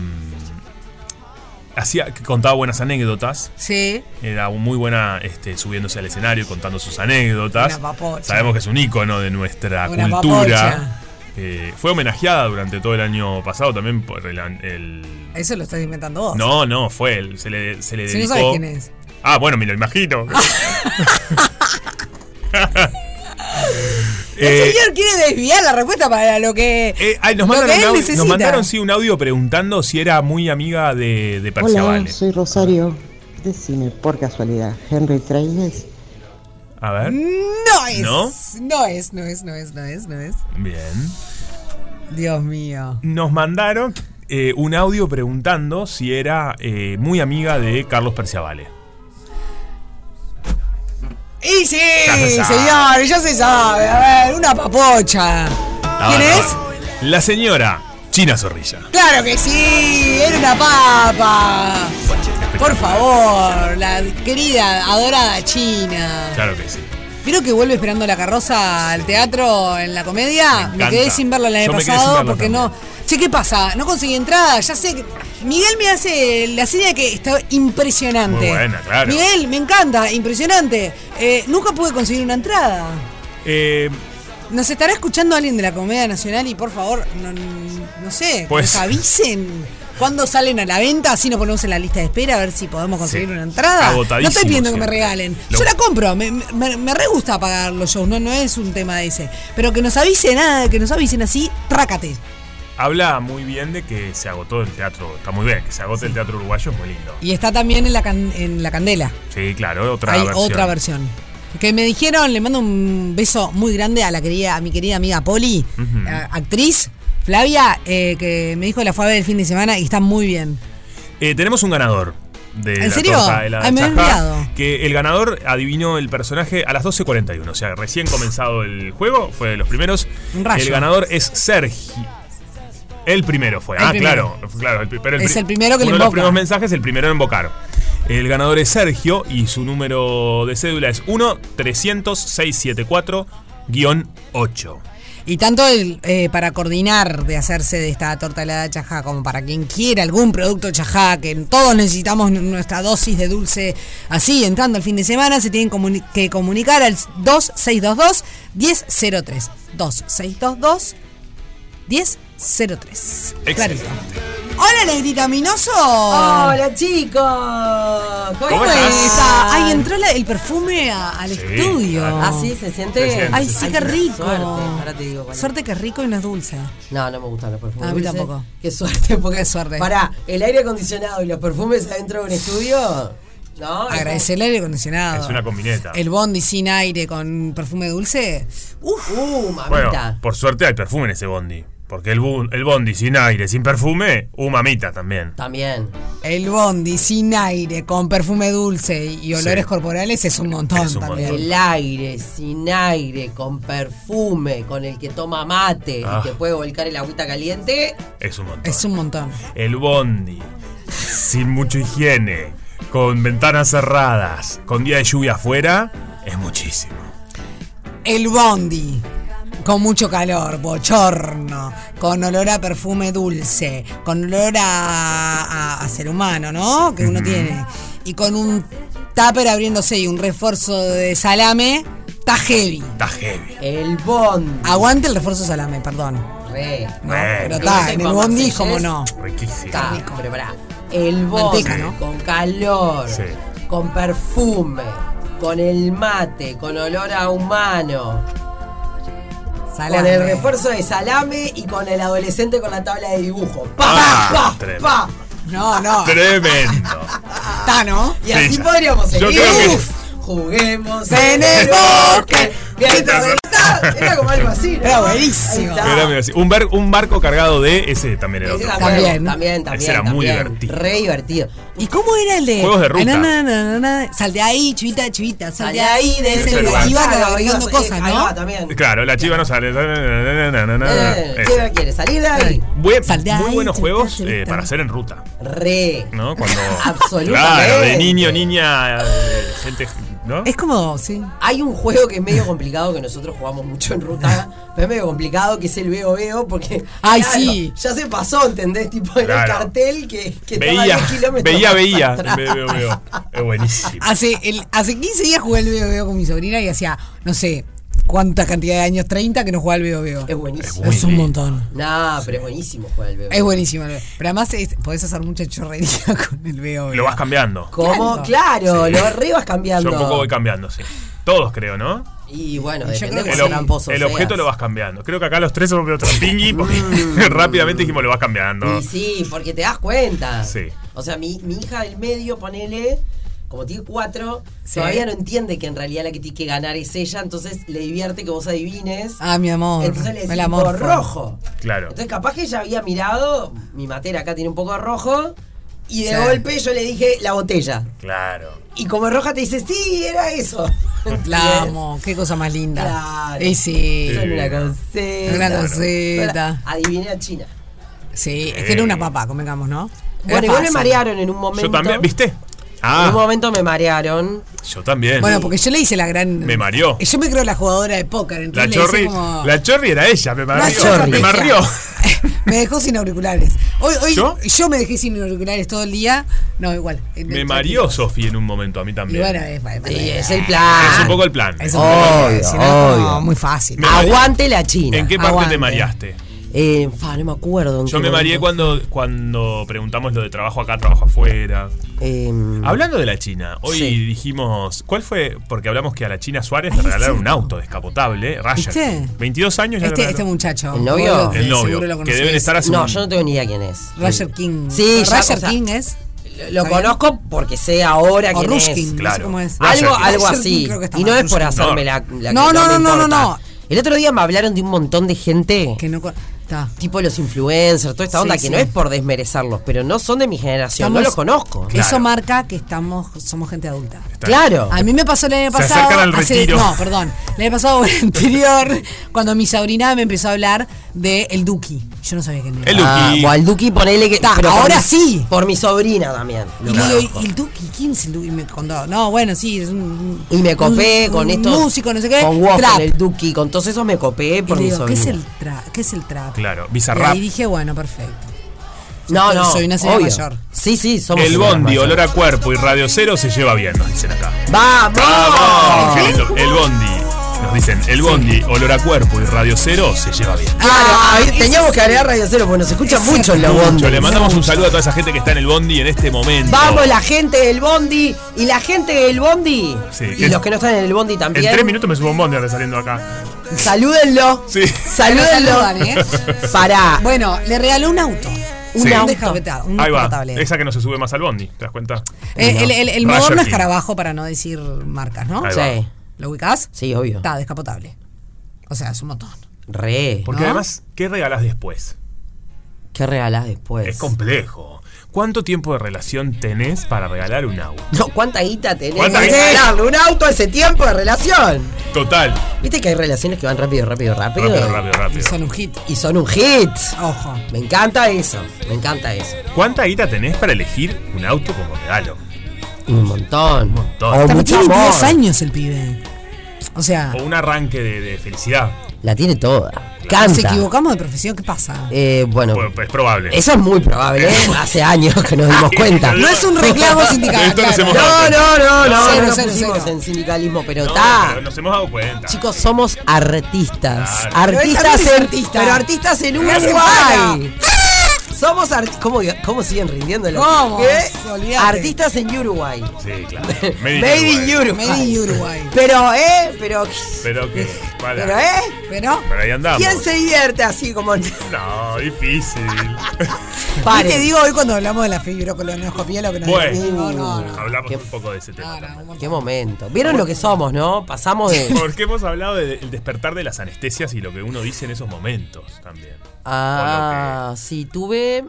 Speaker 5: mm, hacía, que contaba buenas anécdotas.
Speaker 3: Sí.
Speaker 5: Era un muy buena este, subiéndose al escenario y contando sus anécdotas.
Speaker 3: Una papocha.
Speaker 5: Sabemos que es un ícono de nuestra
Speaker 3: Una
Speaker 5: cultura.
Speaker 3: papocha.
Speaker 5: Eh, fue homenajeada durante todo el año pasado también por el, an- el
Speaker 3: Eso lo estás inventando vos.
Speaker 5: no, no, fue él. Se le, se le
Speaker 3: Oh. Si no
Speaker 5: dedicó.
Speaker 3: sabes quién es.
Speaker 5: Ah, bueno, me lo imagino.
Speaker 3: (laughs) El
Speaker 5: Eh,
Speaker 3: señor quiere desviar la respuesta para lo que.
Speaker 5: eh, ay, nos,
Speaker 3: lo
Speaker 5: mandaron
Speaker 3: que él
Speaker 5: un audio- nos
Speaker 3: necesita.
Speaker 5: mandaron, sí un audio preguntando si era muy amiga de, de
Speaker 15: Hola,
Speaker 5: Perciabale.
Speaker 15: soy Rosario. Decime, por casualidad, Henry Trailes.
Speaker 5: A ver.
Speaker 3: No es.
Speaker 5: ¿No?
Speaker 3: No es, no es, no es, no es, no es.
Speaker 5: Bien.
Speaker 3: Dios mío.
Speaker 5: Nos mandaron eh, un audio preguntando si era eh, muy amiga de Carlos Perciabale.
Speaker 3: Y sí,
Speaker 5: Ya se
Speaker 3: señor, ya se sabe. A ver, una papocha.
Speaker 5: Ah,
Speaker 3: ¿Quién
Speaker 5: no.
Speaker 3: es?
Speaker 5: La señora China Zorrilla.
Speaker 3: Claro que sí, era una papa. Por favor, la querida, adorada China.
Speaker 5: Claro que sí.
Speaker 3: ¿Vieron que vuelve esperando la carroza al teatro en la comedia?
Speaker 5: Me
Speaker 3: Me, quedé
Speaker 5: encanta.
Speaker 3: sin verla el año
Speaker 5: Yo me quedé sin
Speaker 3: pasado
Speaker 5: verla
Speaker 3: porque no. Che, ¿qué pasa? No conseguí entrada, ya sé. que- Miguel me hace la seña que está impresionante.
Speaker 5: Muy buena, claro.
Speaker 3: Miguel, me encanta, impresionante. Eh, nunca pude conseguir una entrada.
Speaker 5: Eh,
Speaker 3: Nos estará escuchando alguien de la Comedia Nacional y por favor, no, no sé, que
Speaker 5: Pues.
Speaker 3: nos avisen cuándo salen a la venta, así nos ponemos en la lista de espera a ver si podemos conseguir
Speaker 5: Sí.
Speaker 3: una entrada. No
Speaker 5: Agotadísimo
Speaker 3: estoy pidiendo que me
Speaker 5: siempre.
Speaker 3: regalen.
Speaker 5: Lo-
Speaker 3: Yo la compro, me, me, me re gusta pagar los shows, no, no es un tema de ese. Pero que nos avisen, ah, que nos avisen así, trácate.
Speaker 5: habla muy bien de que se agotó el teatro. Está muy bien, que se agote el teatro uruguayo es muy lindo.
Speaker 3: Y está también en la, can- en la candela.
Speaker 5: Sí, claro, otra
Speaker 3: Hay
Speaker 5: versión.
Speaker 3: otra versión. Que me dijeron, le mando un beso muy grande a la querida, a mi querida amiga Poli,
Speaker 5: Ujú.
Speaker 3: a- actriz, Flavia, eh, que me dijo la fue a ver el fin de semana y está muy bien.
Speaker 5: Eh, tenemos un ganador. De
Speaker 3: ¿En
Speaker 5: la
Speaker 3: serio?
Speaker 5: torta helada
Speaker 3: Ay, me había
Speaker 5: Chajá,
Speaker 3: olvidado.
Speaker 5: Que el ganador adivinó el personaje a las 12.41. O sea, recién comenzado el juego, fue de los primeros.
Speaker 3: Un rayo.
Speaker 5: El ganador es Sergi. El primero fue.
Speaker 3: El
Speaker 5: ah,
Speaker 3: primero.
Speaker 5: claro. claro el pri- pero
Speaker 3: Es
Speaker 5: pri-
Speaker 3: el primero que
Speaker 5: uno
Speaker 3: le
Speaker 5: de los
Speaker 3: invoca.
Speaker 5: primeros mensajes, el primero en invocar. El ganador es Sergio y su número de cédula es 1 300 674 8
Speaker 3: Y tanto el, eh, para coordinar de hacerse de esta torta helada chajá como para quien quiera algún producto chajá, que todos necesitamos n- nuestra dosis de dulce así, entrando el fin de semana, se tienen comuni- que comunicar al 2622-1003. 2622-1003. Clarito.
Speaker 5: Excelente.
Speaker 3: Hola, negrita minoso.
Speaker 16: Hola, chicos. ¿Cómo,
Speaker 3: ¿Cómo
Speaker 16: están?
Speaker 3: está? Ay, entró la- el perfume a- al estudio.
Speaker 16: Ah, sí, se siente.
Speaker 3: Ay, sí, qué rico.
Speaker 16: Suerte, ahora te digo. cuál es.
Speaker 3: Suerte que es rico y no es dulce.
Speaker 16: No, no me gustan los perfumes.
Speaker 3: A mí
Speaker 16: dulces.
Speaker 3: tampoco.
Speaker 16: Qué suerte, porque.
Speaker 3: Qué suerte.
Speaker 16: Pará, el aire acondicionado y los perfumes adentro de un estudio. No,
Speaker 3: Agradecer el aire acondicionado.
Speaker 5: Es una combineta.
Speaker 3: El bondi sin aire con perfume dulce. Uf.
Speaker 16: Uh,
Speaker 5: Ah, Bueno, por suerte hay perfume en ese bondi. Porque el, bu- el bondi sin aire, sin perfume, uh, mamita también.
Speaker 16: También.
Speaker 3: El bondi sin aire con perfume dulce y olores
Speaker 5: Sí.
Speaker 3: corporales es un montón también.
Speaker 16: El aire, sin aire, con perfume, con el que toma mate
Speaker 5: Ah.
Speaker 16: y te puede volcar el agüita caliente.
Speaker 5: Es un montón.
Speaker 3: Es un montón.
Speaker 5: El bondi, sin mucha higiene, con ventanas cerradas, con día de lluvia afuera, es muchísimo.
Speaker 3: El bondi. Con mucho calor, bochorno, con olor a perfume dulce, con olor a, a- a ser humano, ¿no? Que uno
Speaker 5: Ujú.
Speaker 3: tiene. Y con un tupper abriéndose y un refuerzo de salame, está heavy.
Speaker 5: Está heavy.
Speaker 16: El bondi.
Speaker 3: Aguante el refuerzo de salame, perdón.
Speaker 16: Re.
Speaker 3: No, pero está, en el bondi, como no.
Speaker 5: Riquísimo.
Speaker 16: Está, pero pará. El bondi
Speaker 3: Manteca, ¿no?
Speaker 16: con calor,
Speaker 5: Sí.
Speaker 16: con perfume, con el mate, con olor a humano. Con
Speaker 3: Salame.
Speaker 16: el refuerzo de salame y con el adolescente con la tabla de dibujo. ¡Pa,
Speaker 5: Ah,
Speaker 16: pa, pa,
Speaker 5: tremendo.
Speaker 16: pa!
Speaker 3: No, no.
Speaker 5: Tremendo.
Speaker 3: Está, ¿no?
Speaker 16: Ah. (laughs) Y así
Speaker 5: Sí.
Speaker 16: podríamos
Speaker 5: Yo
Speaker 16: seguir.
Speaker 5: creo que-
Speaker 16: Uf, Juguemos
Speaker 3: En
Speaker 5: (laughs)
Speaker 3: el
Speaker 16: bosque. mientras el sol- Era como algo así. ¿no?
Speaker 3: Era buenísimo.
Speaker 16: Ahí está.
Speaker 5: Era medio así. Un, bar- un barco cargado de ese también era otro.
Speaker 16: Ese También, también, también.
Speaker 5: Ese era muy
Speaker 16: también.
Speaker 5: divertido.
Speaker 16: Re divertido.
Speaker 3: ¿Y cómo era el de? Ah,
Speaker 5: Juegos de ruta.
Speaker 3: Na, na, na, na, na. Sal de ahí, chivita, chivita, sal de
Speaker 16: Sal de
Speaker 3: ahí,
Speaker 16: ahí,
Speaker 3: de
Speaker 16: de
Speaker 3: (laughs) ese
Speaker 5: ese
Speaker 3: lugar.
Speaker 5: lugar.
Speaker 3: Iban
Speaker 16: Claro,
Speaker 3: agregando
Speaker 16: ibas-
Speaker 3: cosas,
Speaker 16: Ah, ahí
Speaker 3: ¿no? Eh,
Speaker 16: va también.
Speaker 5: Claro, la chiva no sale.
Speaker 16: Eh,
Speaker 5: Ese.
Speaker 16: ¿Qué quiere? ¿Salir de ahí?
Speaker 5: Buen- muy buenos juegos eh, para hacer en ruta.
Speaker 16: Re.
Speaker 5: ¿No? Cuando.
Speaker 16: (laughs) Absolutamente.
Speaker 5: Claro, de niño, niña, eh, gente. ¿No?
Speaker 3: Es como, sí.
Speaker 16: Hay un juego que es medio complicado que nosotros jugamos mucho en ruta, pero es medio complicado que es el veo veo porque
Speaker 3: Ah. Ay, sí.
Speaker 16: ya se pasó, ¿entendés? Tipo
Speaker 5: Claro.
Speaker 16: era el cartel que, que estaba
Speaker 5: Veía,
Speaker 16: 10 kilómetros
Speaker 5: veía,
Speaker 16: más
Speaker 5: veía.
Speaker 16: atrás.
Speaker 5: Veo, veo, veo. Es buenísimo.
Speaker 3: Hace, el, hace 15 días jugué al veo veo con mi sobrina y hacía, no sé, cuánta cantidad de años, 30 que no jugaba al veo veo.
Speaker 16: Es buenísimo.
Speaker 3: Es un montón.
Speaker 16: Nah, pero es buenísimo jugar el veo.
Speaker 3: Es buenísimo. el veo. Pero además es- podés hacer mucha chorrería (laughs) con el veo
Speaker 5: Lo
Speaker 3: veo.
Speaker 5: vas cambiando.
Speaker 16: ¿Cómo? Claro,
Speaker 5: Sí.
Speaker 16: lo re vas cambiando.
Speaker 5: Yo un poco voy cambiando, sí. Todos creo, ¿no?
Speaker 16: Y bueno,
Speaker 3: Yo
Speaker 16: depende
Speaker 3: creo que
Speaker 5: El,
Speaker 16: de
Speaker 3: sí.
Speaker 16: cuán
Speaker 5: ob-
Speaker 16: tramposo
Speaker 5: el
Speaker 16: seas.
Speaker 5: objeto lo vas cambiando. Creo que acá los tres somos medio trampingui
Speaker 16: (laughs)
Speaker 5: porque (laughs) rápidamente dijimos lo vas cambiando.
Speaker 16: Uh. Y sí, porque te das cuenta.
Speaker 5: Sí.
Speaker 16: O sea, mi, mi hija del medio, ponele, como tiene cuatro,
Speaker 3: Sí.
Speaker 16: todavía no entiende que en realidad la que tiene que ganar es ella, entonces le divierte que vos adivines.
Speaker 3: Ah, mi amor.
Speaker 16: Entonces le
Speaker 3: me
Speaker 16: decís
Speaker 3: la
Speaker 16: por
Speaker 3: morfo.
Speaker 16: rojo.
Speaker 5: Claro.
Speaker 16: Entonces capaz que ella había mirado, mi matera acá tiene un poco de rojo, y de
Speaker 3: Sí.
Speaker 16: golpe yo le dije la botella.
Speaker 5: Claro.
Speaker 16: Y como es roja te dice, sí, era eso.
Speaker 3: (laughs) (laughs) La amo, qué cosa más linda.
Speaker 16: Claro.
Speaker 3: Eh, sí.
Speaker 16: Son una
Speaker 3: Son
Speaker 16: coseta.
Speaker 3: una coseta.
Speaker 16: Adiviné a China.
Speaker 3: Sí,
Speaker 16: Eh.
Speaker 3: es que era una papa, convengamos, ¿no? Era
Speaker 16: Bueno, igual me
Speaker 3: fácil.
Speaker 16: marearon en un momento.
Speaker 5: Yo también, ¿viste?
Speaker 16: En un
Speaker 5: Ah,
Speaker 16: momento me marearon.
Speaker 5: yo también.
Speaker 3: Bueno, porque yo le hice la gran.
Speaker 5: Me mareó.
Speaker 3: Yo me creo la jugadora de póker.
Speaker 5: La
Speaker 3: entonces le hice
Speaker 5: chorri,
Speaker 3: como-
Speaker 5: la chorri era ella, me
Speaker 3: Una
Speaker 5: marrió.
Speaker 3: chorri.
Speaker 5: Me marrió.
Speaker 3: me dejó sin auriculares. Hoy, hoy
Speaker 5: ¿Yo?
Speaker 3: me dejé sin auriculares todo el día. No, igual.
Speaker 5: Me mareó Sofi en un momento, a mí
Speaker 3: Y
Speaker 5: también.
Speaker 3: bueno, es, es-
Speaker 16: Sí, es el plan.
Speaker 5: Es un poco el plan.
Speaker 3: es-
Speaker 16: Obvio,
Speaker 3: si no, no,
Speaker 16: obvio.
Speaker 3: muy fácil.
Speaker 5: Me mareé.
Speaker 16: Aguante la China.
Speaker 5: ¿En qué parte
Speaker 3: Aguante.
Speaker 5: te mareaste?
Speaker 16: Eh, fa, no me acuerdo. en
Speaker 5: Yo
Speaker 16: qué
Speaker 5: me mareé
Speaker 16: momento.
Speaker 5: cuando, cuando preguntamos lo de trabajo acá, trabajo afuera.
Speaker 3: Mm.
Speaker 16: Em,
Speaker 5: Hablando de la China, hoy
Speaker 16: Sí.
Speaker 5: dijimos, ¿cuál fue? Porque hablamos que a la China Suárez le regalaron un auto descapotable, Ranger.
Speaker 3: ¿Viste?
Speaker 5: 22 años ya le
Speaker 3: Este, este
Speaker 5: regalaron.
Speaker 3: muchacho.
Speaker 16: ¿El novio?
Speaker 3: que
Speaker 5: El novio,
Speaker 3: Oh, seguro lo
Speaker 5: que
Speaker 3: conocés.
Speaker 5: deben estar hace
Speaker 16: no,
Speaker 5: un-
Speaker 16: yo no tengo ni idea quién es.
Speaker 3: Roger King.
Speaker 16: Sí, ya,
Speaker 3: Roger
Speaker 16: o sea,
Speaker 3: King es.
Speaker 16: Lo, lo conozco porque sé ahora
Speaker 3: O
Speaker 16: quién
Speaker 3: Ruskin,
Speaker 16: es.
Speaker 3: no sé
Speaker 5: Claro.
Speaker 3: cómo es.
Speaker 5: Roger
Speaker 16: Algo,
Speaker 5: King.
Speaker 16: algo
Speaker 3: Roger King
Speaker 16: así.
Speaker 3: creo que está
Speaker 16: Y no
Speaker 3: mal,
Speaker 16: es por
Speaker 3: Ruskin.
Speaker 16: hacerme
Speaker 5: No.
Speaker 16: la, la
Speaker 3: No,
Speaker 16: que me
Speaker 3: no, no, no, no,
Speaker 16: importa.
Speaker 3: no.
Speaker 16: El otro día me hablaron de un montón de gente.
Speaker 3: Que no. con- Está.
Speaker 16: Tipo los influencers, toda esta
Speaker 3: Sí,
Speaker 16: onda que
Speaker 3: sí.
Speaker 16: no es por desmerecerlos, pero no son de mi generación, no
Speaker 3: Estamos-
Speaker 16: los conozco.
Speaker 5: Claro.
Speaker 3: Eso marca que estamos, somos gente adulta.
Speaker 16: Claro.
Speaker 3: A mí me pasó el año
Speaker 5: Se
Speaker 3: pasado.
Speaker 5: acercan al retiro.
Speaker 3: No, perdón. El año pasado (laughs) o el anterior, cuando mi sobrina me empezó a hablar de el Duki. Yo no sabía quién era.
Speaker 5: El Duki.
Speaker 16: Ah, o al Duki ponele que.
Speaker 3: Ta,
Speaker 16: pero por
Speaker 3: ahora
Speaker 16: mi-
Speaker 3: sí.
Speaker 16: Por mi sobrina también.
Speaker 3: Y le digo, ¿y el Duki? ¿Quién es el Duki? Y me contó. No, bueno, sí, es un.
Speaker 16: Y me copé
Speaker 3: un-
Speaker 16: con
Speaker 3: un
Speaker 16: estos.
Speaker 3: Músico, no sé qué.
Speaker 16: Con Woz,
Speaker 3: trap.
Speaker 16: con el Duki, con todos esos me copé
Speaker 3: Y
Speaker 16: por
Speaker 3: le
Speaker 16: mi
Speaker 3: digo, ¿qué
Speaker 16: sobrina.
Speaker 3: es, el tra ¿qué es el trap?
Speaker 5: Claro,
Speaker 3: Y
Speaker 5: Bizarrap.
Speaker 3: ahí dije, bueno, perfecto.
Speaker 16: No, no.
Speaker 3: Soy una señora
Speaker 16: obvio.
Speaker 3: mayor.
Speaker 16: Sí, sí, somos.
Speaker 5: El
Speaker 16: señoras
Speaker 5: Bondi,
Speaker 16: mayores.
Speaker 5: olor a cuerpo y Radio Cero se lleva bien, nos dicen acá.
Speaker 16: ¡Vamos!
Speaker 5: ¡Vamos! qué lindo! El Bondi. Nos dicen, el bondi, olor a cuerpo y radio cero se lleva bien.
Speaker 16: Claro,
Speaker 3: Ah,
Speaker 16: ahí teníamos que agregar Radio Cero porque nos escucha mucho en la
Speaker 5: Yo
Speaker 16: Bondi.
Speaker 5: le mandamos un saludo a toda esa gente que está en el bondi en este momento.
Speaker 16: Vamos, la gente del Bondi y la gente del Bondi.
Speaker 5: Sí,
Speaker 16: y
Speaker 5: es-
Speaker 16: los que no están en el Bondi también.
Speaker 4: En tres minutos me subo a un bondi ahora saliendo acá.
Speaker 16: Salúdenlo.
Speaker 5: Sí.
Speaker 16: Salúdenlo.
Speaker 3: Saludan, ¿eh?
Speaker 16: (laughs) Pará.
Speaker 3: Bueno, le regaló un auto. Un
Speaker 5: Sí.
Speaker 3: auto descapotable, un
Speaker 5: Ahí va.
Speaker 3: descapotable.
Speaker 5: Esa que no se sube más al bondi, ¿te das cuenta?
Speaker 3: Eh, el el, el
Speaker 5: Rayo
Speaker 3: moderno es
Speaker 5: King.
Speaker 3: Carabajo, para no decir marcas, ¿no?
Speaker 5: Ahí va. Sí.
Speaker 3: ¿Lo ubicás?
Speaker 16: Sí, obvio.
Speaker 3: Está descapotable. O sea, es un montón.
Speaker 16: Re.
Speaker 5: Porque
Speaker 3: ¿No?
Speaker 5: además, ¿qué regalás después?
Speaker 16: ¿Qué regalás después?
Speaker 5: Es complejo. ¿Cuánto tiempo de relación tenés para regalar un auto?
Speaker 16: No, ¿cuánta guita tenés?
Speaker 5: ¿Cuánta
Speaker 16: que
Speaker 5: guita?
Speaker 16: regalarle un auto a ese tiempo de relación?
Speaker 5: Total.
Speaker 16: Viste que hay relaciones que van rápido, rápido, rápido.
Speaker 5: Rápido, rápido, rápido.
Speaker 3: un hit.
Speaker 16: Y son un hit.
Speaker 3: Ojo.
Speaker 16: Me encanta eso. Me encanta eso.
Speaker 5: ¿Cuánta guita tenés para elegir un auto como regalo?
Speaker 16: Un montón. Un
Speaker 5: montón.
Speaker 3: Pero tiene 10 años el pibe. O sea,
Speaker 5: O un arranque de, de felicidad.
Speaker 16: La tiene toda.
Speaker 3: nos
Speaker 16: Canta.
Speaker 3: equivocamos de profesión, ¿qué pasa?
Speaker 16: Eh, bueno.
Speaker 5: es probable.
Speaker 16: Eso es muy probable, ¿eh? Hace años que nos dimos cuenta.
Speaker 3: No es un
Speaker 16: (laughs)
Speaker 3: reclamo sindical, Esto nos claro. hemos dado
Speaker 16: No, no,
Speaker 3: cuenta.
Speaker 16: no, no.
Speaker 3: Cero,
Speaker 16: no
Speaker 3: cero,
Speaker 16: pusimos
Speaker 3: cero.
Speaker 16: en sindicalismo, pero
Speaker 5: No,
Speaker 16: está.
Speaker 5: pero nos hemos dado cuenta.
Speaker 16: Chicos, somos artistas.
Speaker 5: Claro.
Speaker 3: Pero él
Speaker 16: Artistas
Speaker 3: también es
Speaker 16: en
Speaker 3: artista.
Speaker 16: Pero artistas en
Speaker 3: Hace
Speaker 16: Uruguay. Somos artistas. ¿Cómo, ¿Cómo siguen rindiéndolo?
Speaker 3: Vamos,
Speaker 16: Artistas en Uruguay.
Speaker 5: Sí,
Speaker 16: (laughs)
Speaker 5: claro.
Speaker 16: Made in Uruguay. Pero, ¿eh? Pero,
Speaker 5: Ah, Pero que. para.
Speaker 16: pero ¿eh? Pero,
Speaker 5: Pero ahí andamos.
Speaker 16: ¿quién se divierte así como.?
Speaker 5: No, difícil.
Speaker 3: Y te digo hoy cuando hablamos de la fibrocolonioscopía lo que nos
Speaker 5: Bueno,
Speaker 3: dijimos, no, no.
Speaker 5: hablamos un poco de ese tema. también.
Speaker 16: (laughs) Qué momento. ¿Vieron lo que somos, no? Pasamos de.
Speaker 5: Porque hemos hablado del despertar de las anestesias y lo que uno dice en esos momentos también.
Speaker 16: Ah, sí, tuve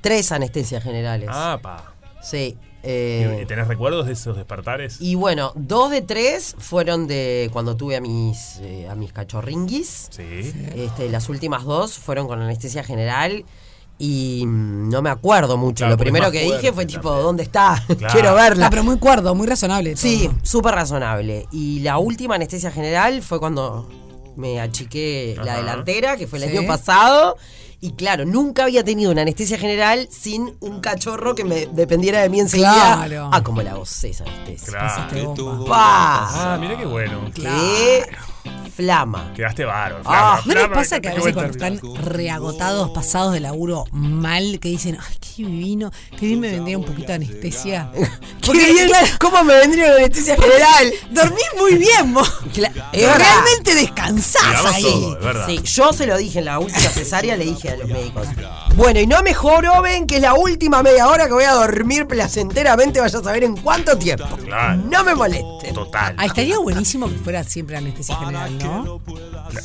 Speaker 16: tres anestesias generales.
Speaker 5: Ah, pa.
Speaker 16: Sí.
Speaker 5: ¿Y
Speaker 16: eh,
Speaker 5: ¿Tenés recuerdos de esos despertares?
Speaker 16: y bueno, dos de tres fueron de cuando tuve a mis, eh, a mis cachorringuis.
Speaker 5: Sí.
Speaker 16: Este, las últimas dos fueron con anestesia general y mm, no me acuerdo mucho.
Speaker 5: Claro,
Speaker 16: Lo
Speaker 5: porque es
Speaker 16: primero
Speaker 5: más
Speaker 16: que
Speaker 5: fuerte
Speaker 16: dije fue tipo, ¿dónde está? (laughs) Quiero
Speaker 3: Ah,
Speaker 16: verla.
Speaker 3: pero muy cuerdo, muy razonable.
Speaker 16: Sí, súper razonable. Y la última anestesia general fue cuando me achiqué la
Speaker 3: Ajá.
Speaker 16: delantera, que fue el
Speaker 3: Sí.
Speaker 16: año pasado. Y claro, nunca había tenido una anestesia general sin un cachorro que me dependiera de mí enseguida.
Speaker 5: Claro.
Speaker 16: Ah, como la gocé esa anestesia.
Speaker 5: Claro.
Speaker 16: Pasaste bomba.
Speaker 5: Ah, mira qué bueno.
Speaker 16: ¡Qué flama!
Speaker 5: Quedaste bárbaro.
Speaker 16: Ah.
Speaker 5: flama,
Speaker 3: ¿No les
Speaker 5: flama,
Speaker 3: pasa que a
Speaker 5: qué buen
Speaker 3: veces cuando están
Speaker 5: término.
Speaker 3: reagotados, pasados de laburo mal, que dicen, ay, qué divino, qué bien me vendría un poquito de (laughs) anestesia?
Speaker 16: Qué bien, ¿Cómo me vendría una anestesia general?
Speaker 3: Dormís muy bien, vos.
Speaker 16: es verdad.
Speaker 3: Realmente descansás
Speaker 16: Digamos
Speaker 3: ahí.
Speaker 16: todo, es verdad. Sí, yo se lo dije en la última cesárea, le dije a los médicos. Bueno, y no me joroben que es la última media hora que voy a dormir placenteramente, vaya a saber en cuánto tiempo.
Speaker 5: Claro.
Speaker 16: No me moleste.
Speaker 5: Total.
Speaker 3: Ah, estaría buenísimo que fuera siempre anestesia general, ¿no?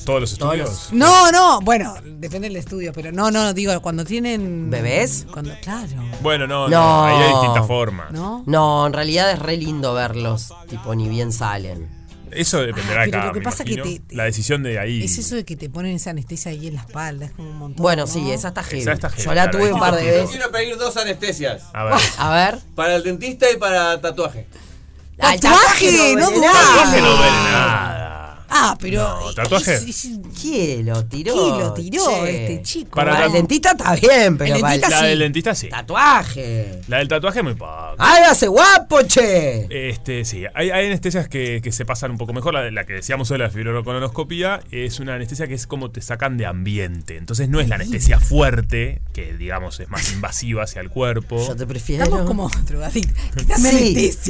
Speaker 5: Todos los estudios.
Speaker 3: No, no, bueno, depende del estudio, pero no, no, digo, cuando tienen...
Speaker 16: ¿Bebés?
Speaker 3: Cuando, claro.
Speaker 5: Bueno, no, no,
Speaker 16: No.
Speaker 5: Ahí hay distintas formas.
Speaker 3: ¿No?
Speaker 16: No, en realidad es re lindo verlos, tipo, ni bien salen.
Speaker 5: Eso dependerá
Speaker 3: Ah,
Speaker 5: de
Speaker 3: pero
Speaker 5: cada
Speaker 3: lo que
Speaker 5: me
Speaker 3: pasa que
Speaker 5: imagino.
Speaker 3: te-
Speaker 5: La decisión de ahí.
Speaker 3: Es eso de que te ponen esa anestesia ahí en la espalda, es como un montón.
Speaker 16: Bueno,
Speaker 3: ¿no?
Speaker 16: sí, esa está heavy.
Speaker 5: Esa está
Speaker 16: Yo
Speaker 5: heavy,
Speaker 16: la
Speaker 5: claro,
Speaker 16: tuve
Speaker 5: es
Speaker 16: un par de
Speaker 5: distinto.
Speaker 16: veces.
Speaker 8: Quiero pedir dos anestesias.
Speaker 5: A ver.
Speaker 16: A ver.
Speaker 8: Para el dentista y para tatuaje.
Speaker 16: ¡Tatuaje!
Speaker 3: ¡Tatuaje! ¡No
Speaker 16: duele
Speaker 5: Que
Speaker 3: dudaba!
Speaker 5: no duele nada.
Speaker 3: Ah, pero.
Speaker 5: No, tatuaje.
Speaker 3: es- es- es-
Speaker 16: ¿Quién lo tiró?
Speaker 3: ¿Quién lo tiró
Speaker 16: Che.
Speaker 3: este chico?
Speaker 5: Para
Speaker 16: Para el
Speaker 5: tatu-
Speaker 16: dentista está bien, pero
Speaker 3: El
Speaker 16: para el
Speaker 3: dentista
Speaker 5: La
Speaker 3: sí.
Speaker 5: del dentista sí.
Speaker 16: tatuaje.
Speaker 5: La del tatuaje muy poco.
Speaker 16: ¡Hágase guapo, che!
Speaker 5: Este, sí, hay, hay anestesias que, que se pasan un poco mejor. La, la que decíamos hoy, la fibrocolonoscopía, es una anestesia que es como te sacan de ambiente. Entonces no es la anestesia fuerte, que digamos es más invasiva hacia el cuerpo.
Speaker 16: Yo te prefiero.
Speaker 3: Estamos como (laughs) drogadictos. Dame
Speaker 16: Sí,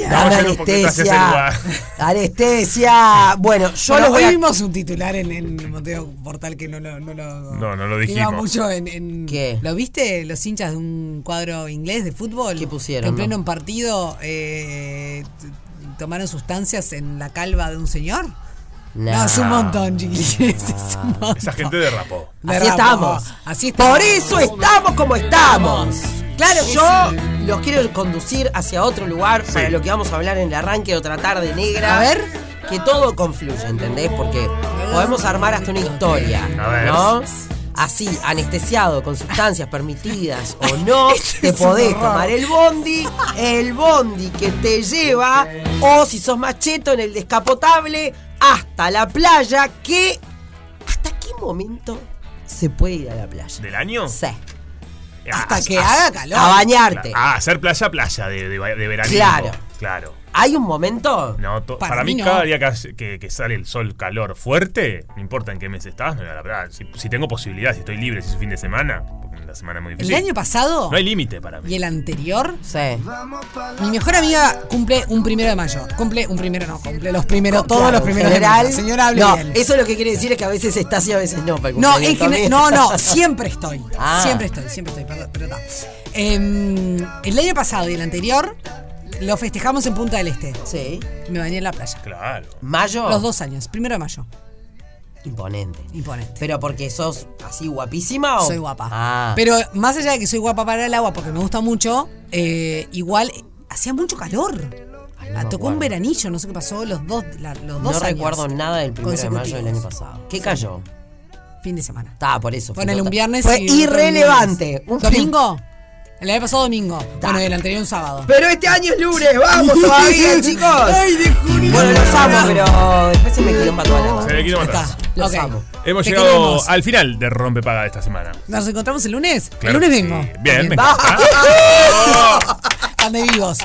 Speaker 3: anestesia.
Speaker 16: dame
Speaker 5: Vamos a ver por qué estás en ese
Speaker 16: anestesia. (laughs) Anestesia. Bueno, yo
Speaker 3: Bueno,
Speaker 16: los voy
Speaker 3: hoy
Speaker 16: a-
Speaker 3: vimos un titular en, en Monteo Portal que no lo. No lo,
Speaker 5: No, no lo
Speaker 3: que
Speaker 5: dijimos.
Speaker 3: Iba mucho en. en-
Speaker 16: ¿Qué?
Speaker 3: ¿Lo viste? Los hinchas de un cuadro inglés de fútbol.
Speaker 16: ¿Qué pusieron,
Speaker 3: Que en
Speaker 16: no?
Speaker 3: pleno partido eh, t- tomaron sustancias en la calva de un señor. No,
Speaker 16: Nah.
Speaker 3: es un montón, chiquilines. (laughs) Es un montón.
Speaker 5: Esa gente derrapó.
Speaker 16: Así
Speaker 3: Derrapó.
Speaker 16: estamos.
Speaker 3: Así estamos.
Speaker 16: Por eso estamos como estamos.
Speaker 3: Claro que
Speaker 16: yo
Speaker 3: sí.
Speaker 16: los quiero conducir hacia otro lugar para lo que vamos a hablar en el arranque de otra tarde negra.
Speaker 3: A ver.
Speaker 16: Que todo confluye, ¿entendés? Porque podemos armar hasta una historia,
Speaker 5: A ver.
Speaker 16: ¿no? Así, anestesiado, con sustancias permitidas
Speaker 3: (laughs)
Speaker 16: o no, te
Speaker 3: Este es un
Speaker 16: podés
Speaker 3: horror.
Speaker 16: tomar el bondi, el bondi que te lleva, o si sos macheto en el descapotable, hasta la playa, que ¿Hasta qué momento se puede ir a la playa?
Speaker 5: ¿Del año?
Speaker 16: Sí.
Speaker 5: Ah,
Speaker 3: Hasta que
Speaker 5: ah,
Speaker 3: haga calor.
Speaker 16: A bañarte.
Speaker 5: Ah, hacer playa, playa de, de, de veranismo.
Speaker 16: Claro.
Speaker 5: Claro.
Speaker 16: ¿Hay un
Speaker 3: Oh,
Speaker 16: momento?
Speaker 5: No, to- para, mí, cada día que, hace- que- que sale el sol calor fuerte, no importa en qué mes estás, no, la verdad, si, si tengo posibilidad, si estoy libre, si es fin de semana, porque la semana es muy difícil.
Speaker 3: año pasado?
Speaker 5: No hay límite para mí.
Speaker 3: ¿Y el anterior?
Speaker 16: Sí.
Speaker 3: Mi mejor amiga cumple un primero de mayo. Cumple un primero, no, cumple los primeros, todos
Speaker 16: Claro,
Speaker 3: los primeros
Speaker 16: en general.
Speaker 3: de mayo. Señora, hable
Speaker 16: no,
Speaker 3: bien.
Speaker 16: Eso lo que quiere decir es que a veces estás y a veces no. para el
Speaker 3: No,
Speaker 16: cumpleaños
Speaker 3: en general-
Speaker 16: también.
Speaker 3: no,
Speaker 16: (laughs)
Speaker 3: no, siempre estoy.
Speaker 16: Ah.
Speaker 3: Siempre estoy, siempre estoy, perdón, pero está. Em, el año pasado y el anterior lo festejamos en Punta del Este.
Speaker 16: Sí.
Speaker 3: Me bañé en la playa.
Speaker 5: Claro.
Speaker 16: ¿Mayo?
Speaker 3: Los dos años, primero de mayo.
Speaker 16: Imponente.
Speaker 3: Imponente.
Speaker 16: ¿Pero porque sos así guapísima o...?
Speaker 3: Soy guapa.
Speaker 16: Ah.
Speaker 3: Pero más allá de que soy guapa para el agua porque me gusta mucho, eh, igual eh, hacía mucho calor. Ah,
Speaker 16: me
Speaker 3: tocó un
Speaker 16: acuerdo.
Speaker 3: veranillo, no sé qué pasó, los dos, la-
Speaker 16: No
Speaker 3: los dos años
Speaker 16: recuerdo nada del primero de mayo del año
Speaker 3: consecutivos.
Speaker 16: pasado. ¿Qué cayó?
Speaker 3: Fin de semana.
Speaker 16: Está, por eso. fue
Speaker 3: Ponele un
Speaker 16: total-
Speaker 3: viernes.
Speaker 16: Fue
Speaker 3: y otro
Speaker 16: irrelevante.
Speaker 3: lunes.
Speaker 16: Un
Speaker 3: ¿Domingo? El año pasado domingo. Bueno, el anterior un sábado.
Speaker 16: Pero este año es lunes,
Speaker 3: (laughs)
Speaker 16: vamos todavía, chicos.
Speaker 3: Ay, de junio.
Speaker 16: Bueno, los amo, pero después se me quedó para toda la noche.
Speaker 5: Se le quitó matar.
Speaker 16: Los
Speaker 3: Ok.
Speaker 16: amo.
Speaker 5: Hemos
Speaker 3: Te
Speaker 5: llegado
Speaker 3: queremos.
Speaker 5: al final de Rompe Paga de esta semana.
Speaker 3: Nos encontramos el lunes.
Speaker 5: Claro
Speaker 3: el lunes
Speaker 5: que
Speaker 3: vengo.
Speaker 5: (laughs) Ah,
Speaker 3: (laughs)
Speaker 5: sí. Bien, me
Speaker 3: Va.
Speaker 5: encanta.
Speaker 3: Están de vivos.